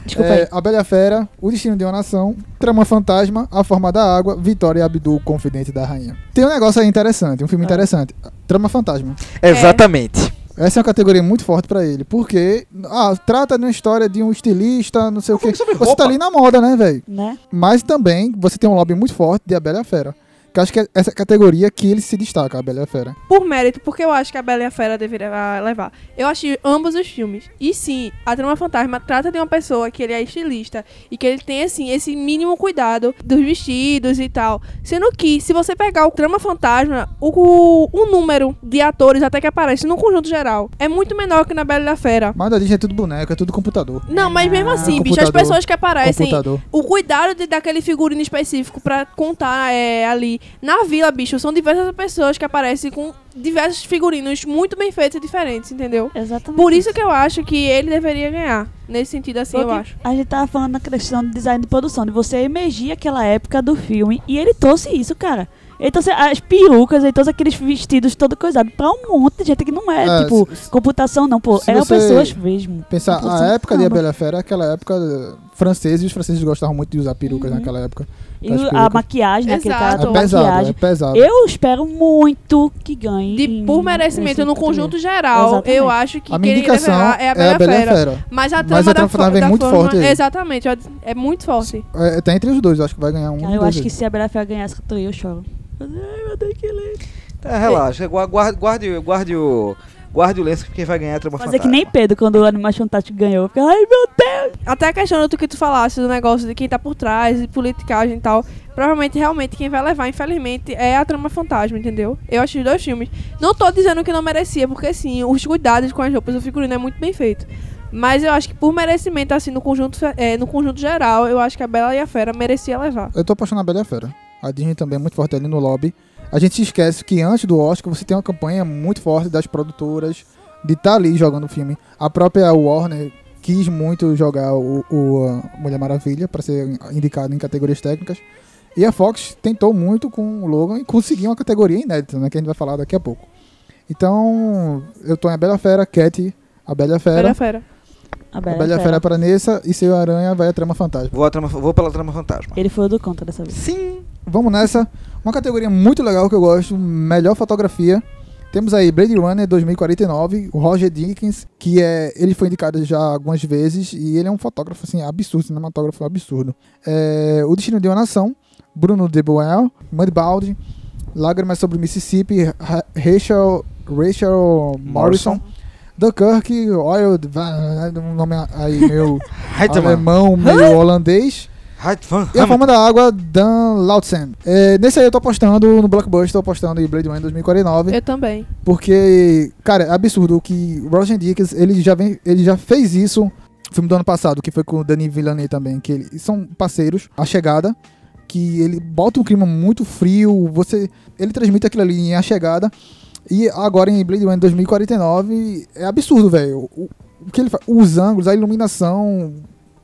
Desculpa
É,
aí.
a Bela e a Fera, O Destino de uma Nação, Trama Fantasma, A Forma da Água, Vitória e Abdu, Confidente da Rainha. Tem um negócio aí interessante, um filme
Ah.
interessante. Trama Fantasma.
Exatamente.
Essa é uma categoria muito forte pra ele, porque ah, trata de uma história de um estilista, não sei o quê.
filme sobre
Você
roupa.
tá ali na moda, né, velho?
Né?
Mas também você tem um lobby muito forte de A Bela e a Fera. Que eu acho que é essa categoria que ele se destaca, a Bela e a Fera.
Por mérito, porque eu acho que a Bela e a Fera deveria ah, levar. Eu achei ambos os filmes. E sim, a Trama Fantasma trata de uma pessoa que ele é estilista e que ele tem, assim, esse mínimo cuidado dos vestidos e tal. Sendo que, se você pegar o Trama Fantasma, o, o número de atores até que aparece no conjunto geral é muito menor que na Bela e a Fera.
Mas da Disney é tudo boneco, é tudo computador.
Não, mas mesmo assim, bicho, as
Ah, computador.
pessoas que aparecem,
Computador.
o cuidado de, daquele figurino específico pra contar é, ali. Na vila, bicho, são diversas pessoas que aparecem com diversos figurinos muito bem feitos e diferentes, entendeu?
Exatamente.
Por isso que eu acho que ele deveria ganhar. Nesse sentido, assim, eu
Porque
acho.
A gente tava falando na questão do design de produção, de você emergir aquela época do filme. E ele trouxe isso, cara. Ele trouxe as perucas, ele trouxe aqueles vestidos todo coisado pra um monte de gente que não é,
É,
tipo,
se- se-
computação não, pô.
se
Eram
você
pessoas mesmo.
Pensar,
Computação,
a época de A
caramba.
Bela e a Fera é aquela época eh, francesa, e os franceses gostavam muito de usar perucas
Uhum.
naquela época.
E
das
o- a
perucas.
maquiagem, né, naquele
Exato.
caso,
É
a
pesado,
maquiagem.
é pesado.
Eu espero muito que ganhe.
De,
em-
por merecimento,
nesse
no
categoria.
conjunto geral,
Exatamente.
eu acho que
a
quem
minha
ele
indicação
deverá é a Bela, e a
e
Fera.
Fera.
Mas a
Mas
trama
a
da,
trama
fo-
Fantasma é
da
muito
forma-
forte aí.
Exatamente, ó, é muito forte.
É, tá entre os dois, eu acho que vai
Ah,
ganhar um.
Cara, eu
dos
acho que
dois.
se a Bela Fera ganhar essa categoria, eu choro. Ai, meu Deus, que lindo.
É, relaxa, gua- guarde, guarde, guarde o. Guarde o lenço que quem vai ganhar é a Trama
Fazer
Fantástica.
que nem Pedro quando o Animais Fantásticos ganhou. Fica, ai meu Deus!
Até a questão do que tu falasse, do negócio de quem tá por trás, de politicagem e tal. Provavelmente, realmente, quem vai levar, infelizmente, é a trama fantasma, entendeu? Eu acho os dois filmes. Não tô dizendo que não merecia, porque sim, os cuidados com as roupas, o figurino é muito bem feito. Mas eu acho que por merecimento, assim, no conjunto, fe- eh, no conjunto geral, eu acho que a Bela e a Fera merecia levar.
Eu tô apostando na Bela e a Fera. A Disney também é muito forte ali no lobby. A gente se esquece que antes do Oscar você tem uma campanha muito forte das produtoras de estar ali jogando o filme. A própria Warner quis muito jogar o, o, a Mulher Maravilha para ser indicado em categorias técnicas. E a Fox tentou muito com o Logan e conseguiu uma categoria inédita, né? Que a gente vai falar daqui a pouco. Então, eu tô em A Bela Fera, Cat, A Bela
Bela e
Fera,
a Fera.
A
A
Bela,
Bela Fera para Nessa e Seu Aranha vai a Trama Fantasma.
Vou, à trama- vou pela Trama Fantasma.
Ele foi o do contra dessa vez.
Sim!
Vamos nessa. Uma categoria muito legal que eu gosto, melhor fotografia. Temos aí Blade Runner 2049, o Roger Dickens, que é ele foi indicado já algumas vezes e ele é um fotógrafo assim absurdo, cinematógrafo absurdo. É, o Destino de uma Nação, Bruno de Boel, Mudbound, Lágrimas sobre o Mississippi, Ra- Rachel Rachel Morrison, Dunkirk, Oil, um nome aí meu
Heitman.
alemão, meio holandês.
Heitman.
E a forma da água, Dan Lautzen. É, nesse aí eu tô apostando no Blockbuster, tô apostando em Blade Runner 2049.
Eu também.
Porque, cara, é absurdo que o Roger Dickens, ele já, vem, ele já fez isso no filme do ano passado, que foi com o Danny Villeneuve também, que eles são parceiros, A Chegada, que ele bota um clima muito frio, você ele transmite aquilo ali em A Chegada, e agora em Blade Runner 2049, é absurdo, velho. O, o que ele faz, os ângulos, a iluminação,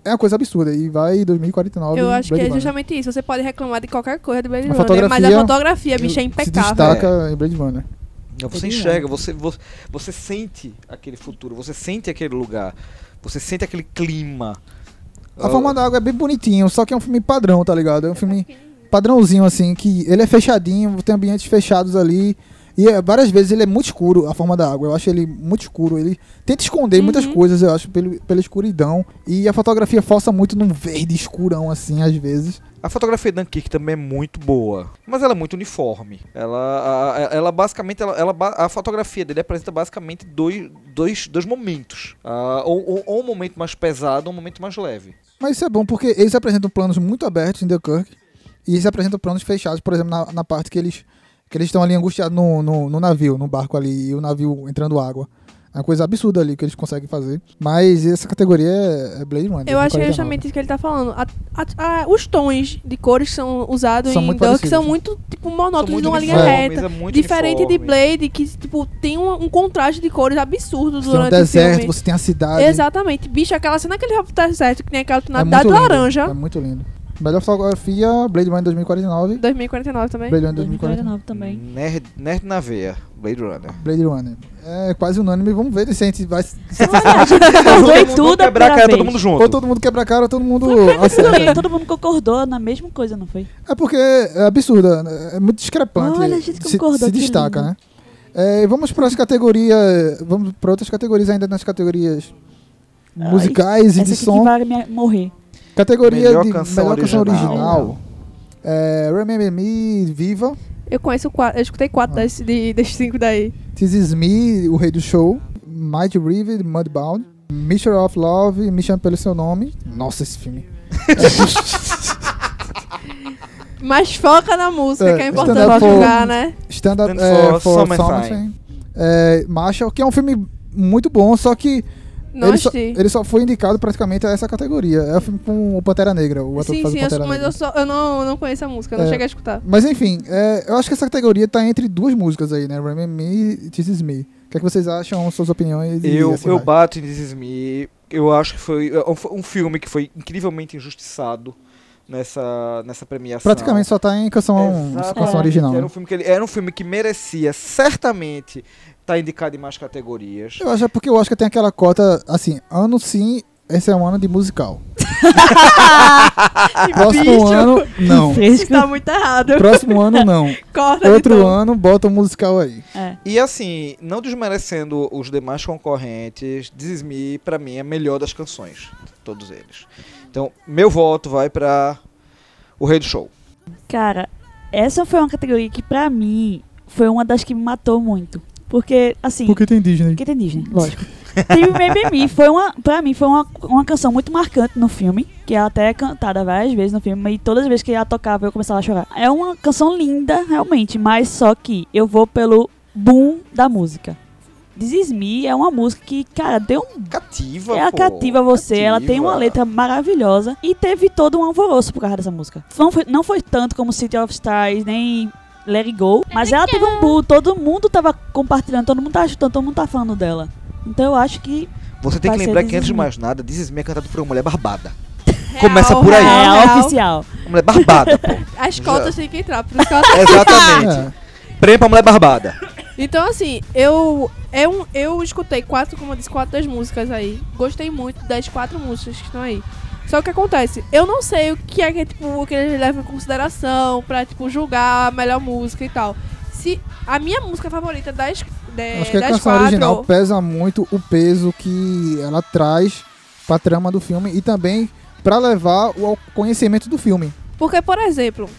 é uma coisa absurda, e vai 2049
Eu acho que
Blade
é
Runner.
justamente isso. Você pode reclamar de qualquer coisa de Blade
A
Runner, mas a
fotografia-
fotografia, bicho, é
Se
impecável.
destaca em Blade Runner.
Não, você
Ele é.
enxerga, você, você, você sente aquele futuro, você sente aquele lugar, você sente aquele clima. Ah,
A Forma da Água é bem bonitinho, só que é um filme padrão, tá ligado? É um filme padrãozinho, assim, que ele é fechadinho, tem ambientes fechados ali. E é, várias vezes ele é muito escuro, a forma da água. Eu acho ele muito escuro. Ele tenta esconder
Uhum.
muitas coisas, eu acho, pelo, pela escuridão. E a fotografia força muito num verde escurão, assim, às vezes.
A fotografia de Dunkirk também é muito boa, mas ela é muito uniforme. Ela, a- a- ela basicamente, ela, ela ba- a fotografia dele apresenta basicamente dois, dois, dois momentos. Ah, ou, ou- ou um momento mais pesado, ou um momento mais leve.
Mas isso é bom porque eles apresentam planos muito abertos em Dunkirk e eles apresentam planos fechados, por exemplo, na, na parte que eles que eles estão ali angustiados no, no, no navio, no barco ali, e o navio entrando água. É uma coisa absurda ali que eles conseguem fazer. Mas essa categoria é é Blade Runner.
Eu acho que é
49.
justamente isso que ele tá falando. A- a- a- os tons de cores que são usados
São
em
muito
Duck são
parecidos.
muito, tipo, monótonos
muito
numa linha
uniformes,
reta.
é muito
Diferente de
uniforme.
Blade, que, tipo, tem um, um contraste de cores absurdo
Você tem um
durante o
deserto,
filme.
você tem a cidade.
Exatamente. Bicho, aquela cena que ele vai pro deserto, que tem aquela
É
tonalidade
muito lindo,
laranja.
É muito lindo. Melhor fotografia, Blade Runner 2049.
2049 também.
Blade Runner 2049.
2049 também.
Nerd, nerd na veia, Blade Runner.
Blade Runner. É quase unânime. Vamos ver se a gente vai. se-
é Não foi
Vamos
tudo a
quebrar a
primeira
cara,
vez.
todo mundo junto.
Ou todo mundo quebra a cara, ou todo mundo
Tudo bem,
acerta.
Todo mundo concordou na mesma coisa, não foi?
É porque é absurda, né? é muito discrepante.
Olha, a gente
se,
concordou,
se
que
destaca,
lindo.
né? É, e vamos para as categorias, vamos para outras categorias ainda nas categorias
Ah,
Ai,
musicais e
Essa
de
aqui que
som.
vai me- morrer.
Categoria
Melhor
de
canção
melhor canção
original.
original. É, Remember Me, Viva.
Eu conheço quatro, eu escutei quatro
Ah.
das, de, desses cinco daí.
This Is Me, o rei do show. Mighty River, Mudbound. Mission of Love, Me Chame Pelo Seu Nome. Nossa, esse filme.
Mas foca na música,
É,
que é
Stand
importante
Up for-
julgar, né?
Stand Up
Stand
é,
for
for
Summertime.
Something. É, Marshall, que é um filme muito bom, só que
Não
ele só,
assisti.
ele só foi indicado praticamente a essa categoria. É o filme com o Pantera Negra, o ator que
Sim, é
faz o
sim, eu,
Pantera
mas
Negra.
eu, só, eu não, não conheço a música, eu não
É.
cheguei a escutar.
Mas enfim, é, eu acho que essa categoria tá entre duas músicas aí, né? Remember Me e This Is Me. O que, é que vocês acham, suas opiniões? e
Eu,
assim
eu
vai.
bato em This Is Me. Eu acho que foi é, um- foi um filme que foi incrivelmente injustiçado nessa, nessa premiação.
Praticamente só tá em canção,
Exatamente.
canção original.
Era
né?
um, filme que ele, era um filme que merecia certamente estar indicado em mais categorias.
Eu acho é porque eu acho que tem aquela cota, assim, ano sim, esse é um ano de musical. Próximo
bicho!
ano, não.
Isso tá muito errado.
Próximo ano, não.
Corta
Outro
então.
ano, bota um musical aí.
E assim, não desmerecendo os demais concorrentes, This Is Me, pra mim, é a melhor das canções. de Todos eles. Então, meu voto vai pra O Rei do Show.
Cara, essa foi uma categoria que pra mim foi uma das que me matou muito. Porque, assim.
Porque tem Disney.
Porque tem Disney, lógico. Teve Remember Me, foi uma, pra mim, foi uma, uma canção muito marcante no filme, que ela até é cantada várias vezes no filme, e todas as vezes que ela tocava eu começava a chorar. É uma canção linda, realmente, mas só que eu vou pelo boom da música. This Is Me é uma música que, cara, deu um
Cativa,
ela
pô.
cativa você, ela tem uma
Cativa.
letra maravilhosa e teve todo um alvoroço por causa dessa música. Não foi, não foi tanto como City of Stars, nem Let It Go,
É
mas ela teve um boom, todo mundo tava compartilhando, todo mundo tava chutando, todo mundo tá falando dela. Então eu acho que.
Você tem
Vai
que
ser
lembrar
This
que, antes
Is
de
Me.
mais nada, This Is Me é cantado por uma mulher barbada.
Real,
Começa por aí.
é
real,
a
real.
oficial.
Uma mulher barbada, pô.
As
Já.
cotas têm que entrar, por isso que ela tá
É.
Exatamente. Prêmio pra mulher barbada.
Então, assim, eu, eu, eu escutei quatro, como eu disse, quatro das músicas aí. Gostei muito das quatro músicas que estão aí. Só que o que acontece? Eu não sei o que é que, tipo, o que eles levam em consideração pra, tipo, julgar a melhor música e tal. Se a minha música favorita das, de,
Acho que a
É, das
canção
quatro...
original pesa muito o peso que ela traz pra trama do filme e também pra levar o ao conhecimento do filme.
Porque, por exemplo,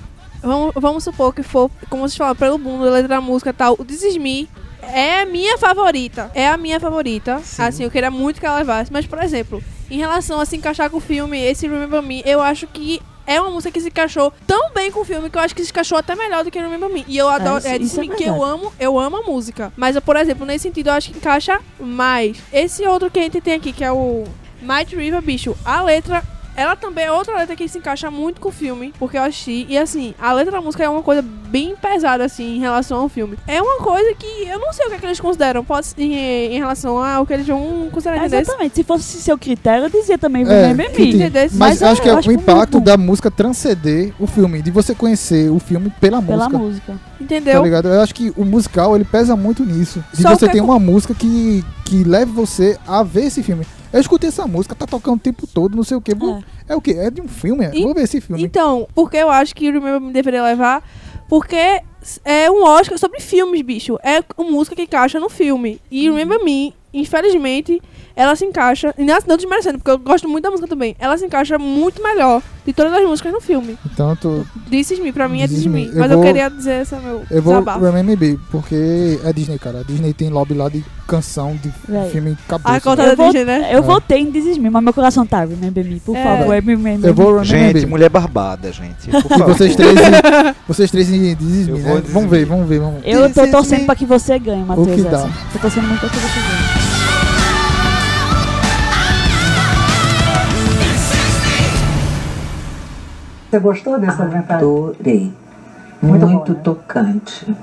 vamos, vamos supor que for, como vocês falaram, pelo mundo, letra da música e tal, o This Is Me é a minha favorita. É a minha favorita. Assim, eu queria muito que ela levasse. Mas, por exemplo, em relação a se encaixar com o filme, esse Remember Me, eu acho que é uma música que se encaixou tão bem com o filme que eu acho que se encaixou até melhor do que Remember Me. E eu adoro,
isso-
é, This
isso é
Me que eu
verdade.
amo, eu amo a música. Mas, por exemplo, nesse sentido, eu acho que encaixa mais. Esse outro que a gente tem aqui, que é o Might River, bicho, a letra ela também é outra letra que se encaixa muito com o filme, porque eu achei. E assim, a letra da música é uma coisa bem pesada, assim, em relação ao filme. É uma coisa que eu não sei o que, é que eles consideram pode, ser em, em relação ao que eles vão considerar entendeu?
É, Exatamente. Se fosse seu critério, eu dizia também
É,
Remember
que tem.
Me.
Entendeu?
Mas,
Mas
eu acho
eu
que é
acho
o
muito
impacto
bom.
da música transcender o filme, de você conhecer o filme pela
Pela
música.
música.
Tá
Entendeu?
ligado? Eu acho que o musical ele pesa muito nisso. De
Só
você
que
ter
é
uma música que, que leve você a ver esse filme. Eu escutei essa música, tá tocando o tempo todo, não sei o que. É, o que? É de um filme? é?
E-
Vou ver esse filme.
Então, por que eu acho que o Remember Me deveria levar? Porque é um Oscar sobre filmes, bicho. É uma música que encaixa no filme. E Remember Me, infelizmente, ela se encaixa. E não não desmerecendo, porque eu gosto muito da música também. Ela se encaixa muito melhor de todas as músicas no filme.
Então eu tô,
This is me, pra mim é
This
This
is
is
me.
me.
Eu
Mas eu
vou-
queria dizer esse é meu
Eu vou
desabafo.
Remember Me, porque é Disney, cara. A Disney tem lobby lá de canção, de
Véi. Ah,
filme
A
cabeça.
conta
Eu
da
vou-
Disney, né?
É.
Eu voltei em This Is Me, mas meu coração tá Remember Me. Por
É.
favor, Remember Me.
Eu vou Remember
Gente,
Me.
mulher barbada, gente. Por
E
favor.
vocês três, em- vocês três em Disney,
Eu
né?
vou em
Vamos ver,
Disney.
vamos ver, vamos ver.
Eu
This
tô
Is Me.
torcendo pra que você ganhe, Matheus.
que dá.
essa. Tô torcendo muito pra que você ganhe.
Você gostou desse documentário?
Adorei.
Muito
Muito,
bom, né?
tocante.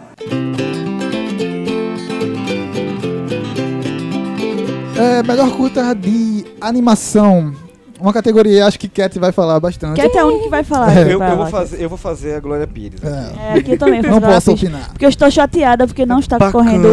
É, melhor curta de animação. Uma categoria, acho que Cat vai falar bastante.
Cat é a única que vai falar.
Eu,
Vai
eu vou
lá,
fazer, eu vou fazer a Glória Pires.
É,
É, aqui eu também. vou
não
falar assim.
posso
rapidinho.
opinar.
Porque eu estou chateada porque não está
Bacana.
correndo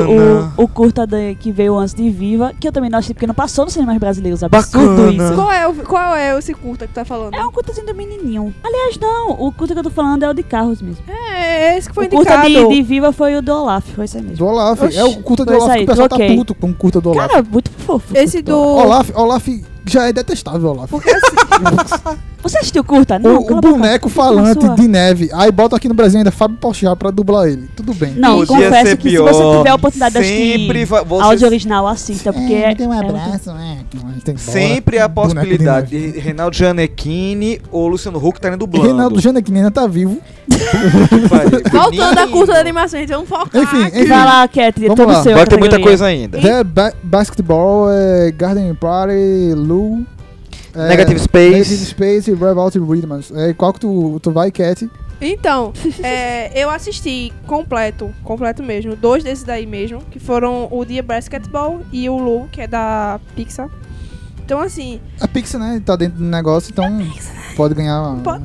o, o curta da- que veio antes de Viva, que eu também não assisti porque não passou nos cinemas brasileiros. Absurdo
Bacana.
isso.
Qual é, o, qual é esse curta que tá falando?
É um curtazinho do menininho. Aliás, não. O curta que eu tô falando é o de carros mesmo.
É, esse que foi
o curta
indicado.
de, de Viva foi o do Olaf. Foi isso aí mesmo.
Do Olaf.
Oxi,
é o curta do
foi
Olaf que
sair,
o pessoal tá
ok.
puto com o curta do Olaf.
Cara, muito fofo.
Esse do...
Olaf, Olaf já é detestável, Olaf.
Porque assim,
Você assistiu curta?
O-
Não,
o,
cala a boca.
boneco
Fica na
falante
sua.
de neve. Aí bota aqui no Brasil ainda Fábio Porchat pra dublar ele. Tudo bem.
Não,
Podia
confesso
ser
que
pior.
se você tiver a oportunidade de
Sempre
assistir
vai- você-
áudio original, assista, porque
É, me dê um
é
abraço, é. Tem bola.
Sempre a
Boneco de
possibilidade
neve.
de, Reinaldo Gianecchini ou Luciano Huck estarem dublando.
Reinaldo Janequim ainda tá vivo.
Voltando à curta da animação, gente, vamos focar.
Enfim,
aqui.
um-
enfim.
Vai lá, Cat,
Vamos
todo
lá.
seu.
Vai ter muita
categoria.
coisa ainda.
The ba Basketball, é, Garden Party, Lou. é,
Negative Space.
Negative Space e Revolt Rhythms. É, qual que tu, tu vai, Cat?
Então, é, eu assisti completo, completo mesmo, dois desses daí mesmo, que foram o The Basketball e o Lu, que é da Pixar. Então, assim,
A Pixar, né? Tá dentro do negócio, então pode ganhar.
Pode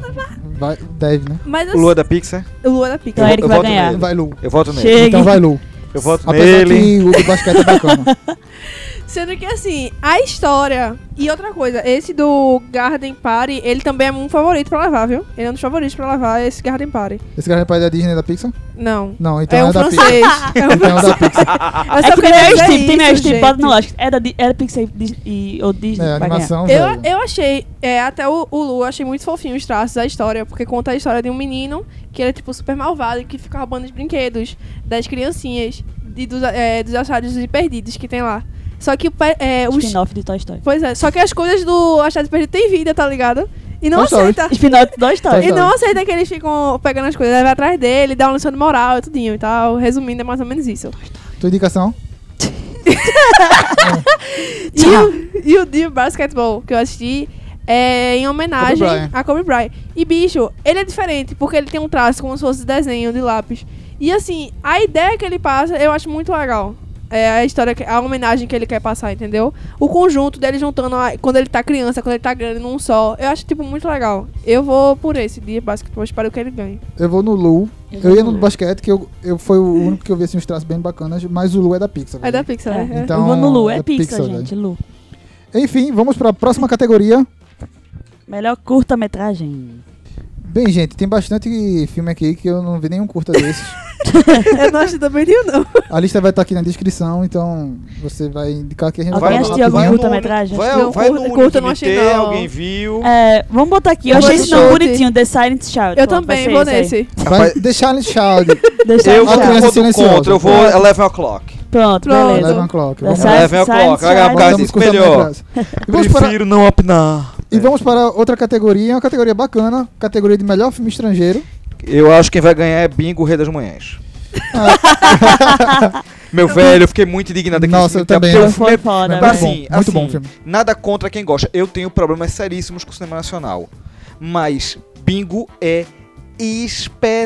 vai, deve, né?
mas
O Lua da Pixar.
assim, Lua da Pixar.
Então, Eric
Eu
vai
voto
ganhar.
nele.
Vai, Lou.
Eu voto nele.
Chega.
Então vai, Lou.
Eu voto
Apesar
nele.
que o do basquete é bacana.
Sendo que, assim, a história. E outra coisa, esse do Garden Party, ele também é um favorito pra levar, viu? Ele é um dos favoritos pra levar esse Garden Party.
Esse cara é pai da Disney é da Pixar?
Não.
Não, então
é
é,
um
da Pixar.
francês. é um
Então é
francês.
da Pixar.
Eu só
É que tem
queria
Meryl
dizer
Streep, tem Meryl
isso,
Streep, bota
gente.
na lógica. É da Di- é da Pixar e Dis- e ou Disney.
É,
vai ganhar.
animação,
Eu,
velho.
eu achei, é, até o, o Lu, eu achei muito fofinho os traços da história, porque conta a história de um menino que ele é, tipo, super malvado e que fica roubando os brinquedos das criancinhas e dos, é, dos achados e perdidos que tem lá. Só que pa- é, os.
Spin-off de Toy Story.
Pois é, só que as coisas do Achados e Perdidos têm vida, tá ligado? E não
Toy Story.
aceita.
Spin-off de Toy
Toy
Story. é
E não aceita que eles ficam pegando as coisas, aí vai atrás dele, dá uma lição de moral e tudinho e tal. Resumindo, é mais ou menos isso.
Tua indicação?
E o, e o Dear Basketball que eu assisti é em homenagem
Kobe Bryant.
a Kobe Bryant. E, bicho, ele é diferente, porque ele tem um traço como se fosse desenho de lápis. E, assim, a ideia que ele passa, eu acho muito legal. É a história, que- a homenagem que ele quer passar, entendeu? O conjunto dele juntando a- quando ele tá criança, quando ele tá grande, num só. Eu acho, tipo, muito legal. Eu vou por esse Dear Basketball, espero que ele ganhe.
Eu vou no Lu. Eu ia no do basquete, que eu, eu foi o único que eu vi assim, uns traços bem bacanas, mas o Lu é da Pixar.
É
velho.
da Pixar,
É.
né? É.
Então,
eu vou no Lu, é,
é
Pixar,
Pixar,
gente, Lu.
Enfim, vamos pra próxima categoria.
Melhor curta-metragem.
Bem, gente, tem bastante filme aqui que eu não vi nenhum curta desses. Então-
Eu não acho também nenhum, não.
A lista vai estar aqui na descrição, então você vai indicar que a gente
Alguém
vai
assistiu
rapidinho.
algum
no-
curta-metragem?
Vai,
Não,
vai
curta-
no
curta eu não
IMDb,
achei, não.
alguém viu.
É, vamos botar aqui. Eu
Eu
achei
vou
esse nome
no
bonitinho, The Silent Shout.
Eu
Pronto, vai
também
ser
vou
esse aí.
nesse.
Vai deixar Child.
The
Eu
Silent
vou-
Shout.
criança
vou
silenciosa.
contra, eu vou
Pronto.
11 o'clock.
Pronto,
Pronto.
beleza.
Eleven Clock.
The
Vamos lá.
Silent-
Eleven o'clock,
Silent
vai
Shout.
acabar
Vamos
isso
curta
melhor.
metragem. E vamos para
Prefiro não opinar.
E vamos para outra categoria, uma categoria bacana, categoria de melhor filme estrangeiro.
Eu acho que quem vai ganhar é Bingo, Rei das Manhãs. Meu velho, eu fiquei muito indignado aqui.
Nossa, eu também, né?
Foi foda,
Mas
velho.
assim,
bom, muito
assim,
bom o filme.
Nada contra quem gosta. Eu tenho problemas seríssimos com o cinema nacional. Mas Bingo é espetacular.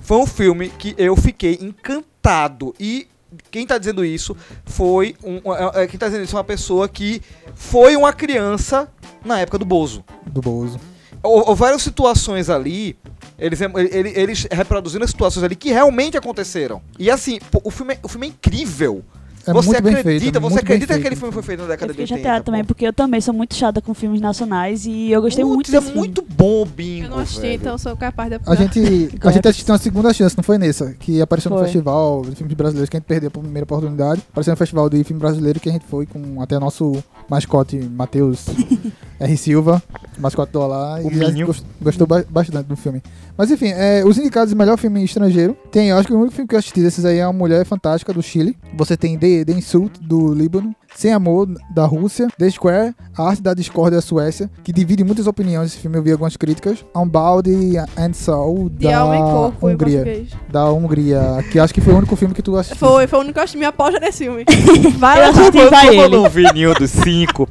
Foi um filme que eu fiquei encantado. E quem tá dizendo isso foi um. é- é- Quem tá dizendo isso é uma pessoa que foi uma criança na época do Bozo.
Do Bozo.
Hou- Houveram situações ali. Eles, ele- ele- eles reproduziram as situações ali que realmente aconteceram. E assim, pô, o, filme, é- o filme é incrível.
É
você
muito bem
acredita,
feito, é
você
muito bem
acredita que
feito.
aquele filme foi feito na
Eu
década de
fiquei
80?
chateada também,
pô?
porque eu também sou muito chata com filmes nacionais e eu gostei muito
Putz, é
desse filme.
muito bom, Bingo.
Eu não assisti,
velho.
então sou capaz de
A
apurar.
gente, a gente assistiu uma segunda chance, não foi nessa? Que apareceu no
Foi.
festival de filmes brasileiros que a gente perdeu a primeira oportunidade. Apareceu no festival de filme brasileiro que a gente foi com até nosso mascote, Matheus R. Silva, mascote do Olá.
O
e a gente
Minho.
gost- gostou ba- bastante do filme. Mas enfim, é, os indicados de melhor filme estrangeiro. Tem, eu acho que o único filme que eu assisti desses aí é A Mulher Fantástica, do Chile. Você tem The, The Insult, do Líbano. Sem Amor, da Rússia. The Square, A Arte da Discórdia, da Suécia. Que divide muitas opiniões esse filme, eu vi algumas críticas. Unbound and Soul,
De alma e
da
corpo, em
Hungria.
português.
Da Hungria, que acho que foi o único filme que tu assistiu.
Foi, foi o único que eu assisti. Minha aposta nesse filme.
Eu
Vai lá.
assisti,
Como,
vai
como eu
ele.
não vi nenhum dos cinco,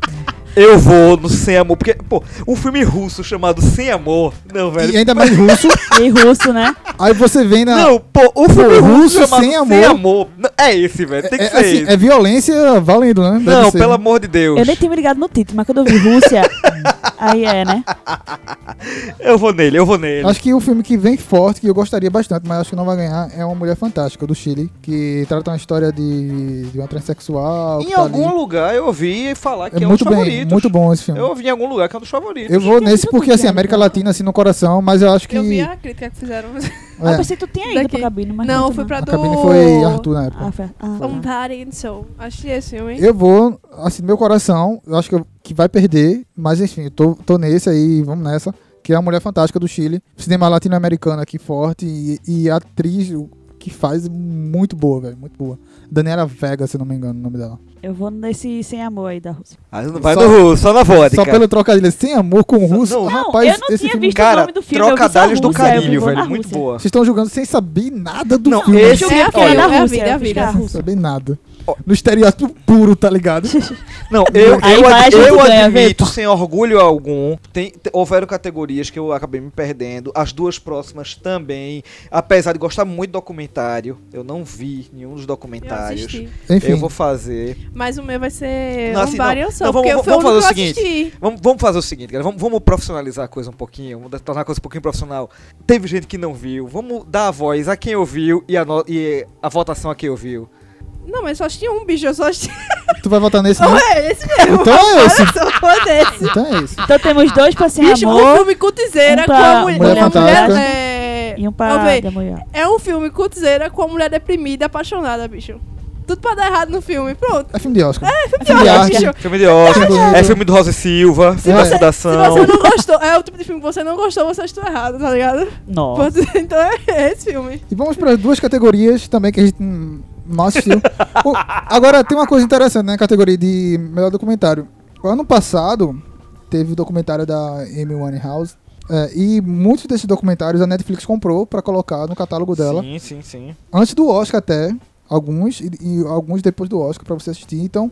eu vou no Sem Amor. Porque, pô, um filme russo chamado Sem Amor. Não, velho.
E ainda mais russo.
E russo, né?
aí você vem na...
Não, pô, o filme
Pô,
russo
russo
chamado Sem
Sem
Amor. Não, É esse, velho. Tem que
é,
ser
assim,
esse.
é violência valendo, né? Deve
não,
ser.
pelo amor de Deus.
Eu nem tinha me ligado no título, mas quando eu vi Rússia, aí é, né?
Eu vou nele, eu vou nele.
Acho que o filme que vem forte, que eu gostaria bastante, mas acho que não vai ganhar, é Uma Mulher Fantástica, do Chile, que trata uma história de, de uma transexual. que
Em
tá
algum
ali.
lugar eu ouvi falar que
É
é,
muito
um dos
bem,
favoritos.
muito bom esse filme.
Eu
Eu,
ouvi em algum lugar que é um dos favoritos.
vou nesse
eu
porque,
tô
assim,
vendo,
América
né?
Latina, assim, no coração, mas eu acho que...
Eu vi a crítica que fizeram.
Ah, Eu
é,
pensei que tu tinha ido
Daqui.
pra cabine, mas
não,
tu
fui pra
a
do...
cabine foi Arthur na época.
Ah, foi. Ah,
Somebody and Soul. Achei esse filme.
Eu vou, assim, do meu coração, eu acho que, eu- que vai perder, mas enfim, eu tô, tô nesse aí, vamos nessa. Que é a Mulher Fantástica do Chile. Cinema latino-americano aqui forte e, e a atriz o que faz muito boa, velho, muito boa. Daniela Vega, se não me engano, o nome dela.
Eu vou nesse sem amor aí da Rússia.
Ah, Vai
Só-
no russo, só na vodka.
Só pelo trocadilho, sem amor com o russo.
não,
Não,
rapaz,
eu não
esse
tinha
filme.
visto o
Cara,
nome do filme. eu vi só
trocadilhos do
Rússia, eu vi
caralho,
vou na
velho. Muito
Rússia.
boa.
Vocês estão julgando sem saber nada do
Não,
filme.
esse-
Deixa eu ver
É,
aquela
olha,
da
é a
Rússia,
vida, é a
fica
vida.
a
Não
Rússia.
saber nada.
Ó.
No estereótipo puro, tá ligado?
Não, eu,
Aí
eu,
vai, a
ad-
gente
eu
ganha,
admito,
Vitor.
sem orgulho algum, tem, te- houveram categorias que eu acabei me perdendo, as duas próximas também, apesar de gostar muito de documentário, eu não vi nenhum dos
Eu
documentários.
assisti.
Enfim.
Eu vou fazer.
Mas o meu vai ser
Não,
um
assim,
bar e
não.
eu só,
Não, vamos-
porque eu
vamos
foi o único
fazer o
que eu
seguinte.
assisti.
Vamos, vamos fazer o seguinte, galera. Vamos, vamos profissionalizar a coisa um pouquinho, vamos tornar a coisa um pouquinho profissional. Teve gente que não viu, vamos dar a voz a quem ouviu e a, no- e a votação a quem ouviu.
Não, mas só assisti um, bicho, eu só assisti.
Tu vai votar nesse
Não
mesmo?
é esse mesmo.
Então é esse.
Eu sou desse.
Então é esse.
Então temos dois pra sem
Bicho, um
amor
filme cutizeira com
um pra
a mulher.
Mulher
uma mulher,
Fantástica.
é...
e
Ó,
um pra
véi,
da mulher.
É um filme cutizeira com a mulher deprimida, apaixonada, bicho. Tudo pra dar errado no filme, pronto.
É filme de Oscar. É, filme
Que ódio,
Oscar.
bicho.
Filme de Oscar, é filme do Rosa e Silva, filme
você-
da
Se
Fundação.
Então.
você não gostou, é o tipo de filme que você não gostou, você está errado, tá ligado?
Nossa.
Pronto, Então é esse filme.
E vamos para duas categorias também que a gente hum, não assistiu. O- agora, tem uma coisa interessante, né? Categoria de melhor documentário. O ano passado, teve o documentário da Amy Winehouse. é, e muitos desses documentários a Netflix comprou para colocar no catálogo dela.
Sim, sim, sim.
Antes do Oscar até. Alguns. E, e alguns depois do Oscar para você assistir. Então,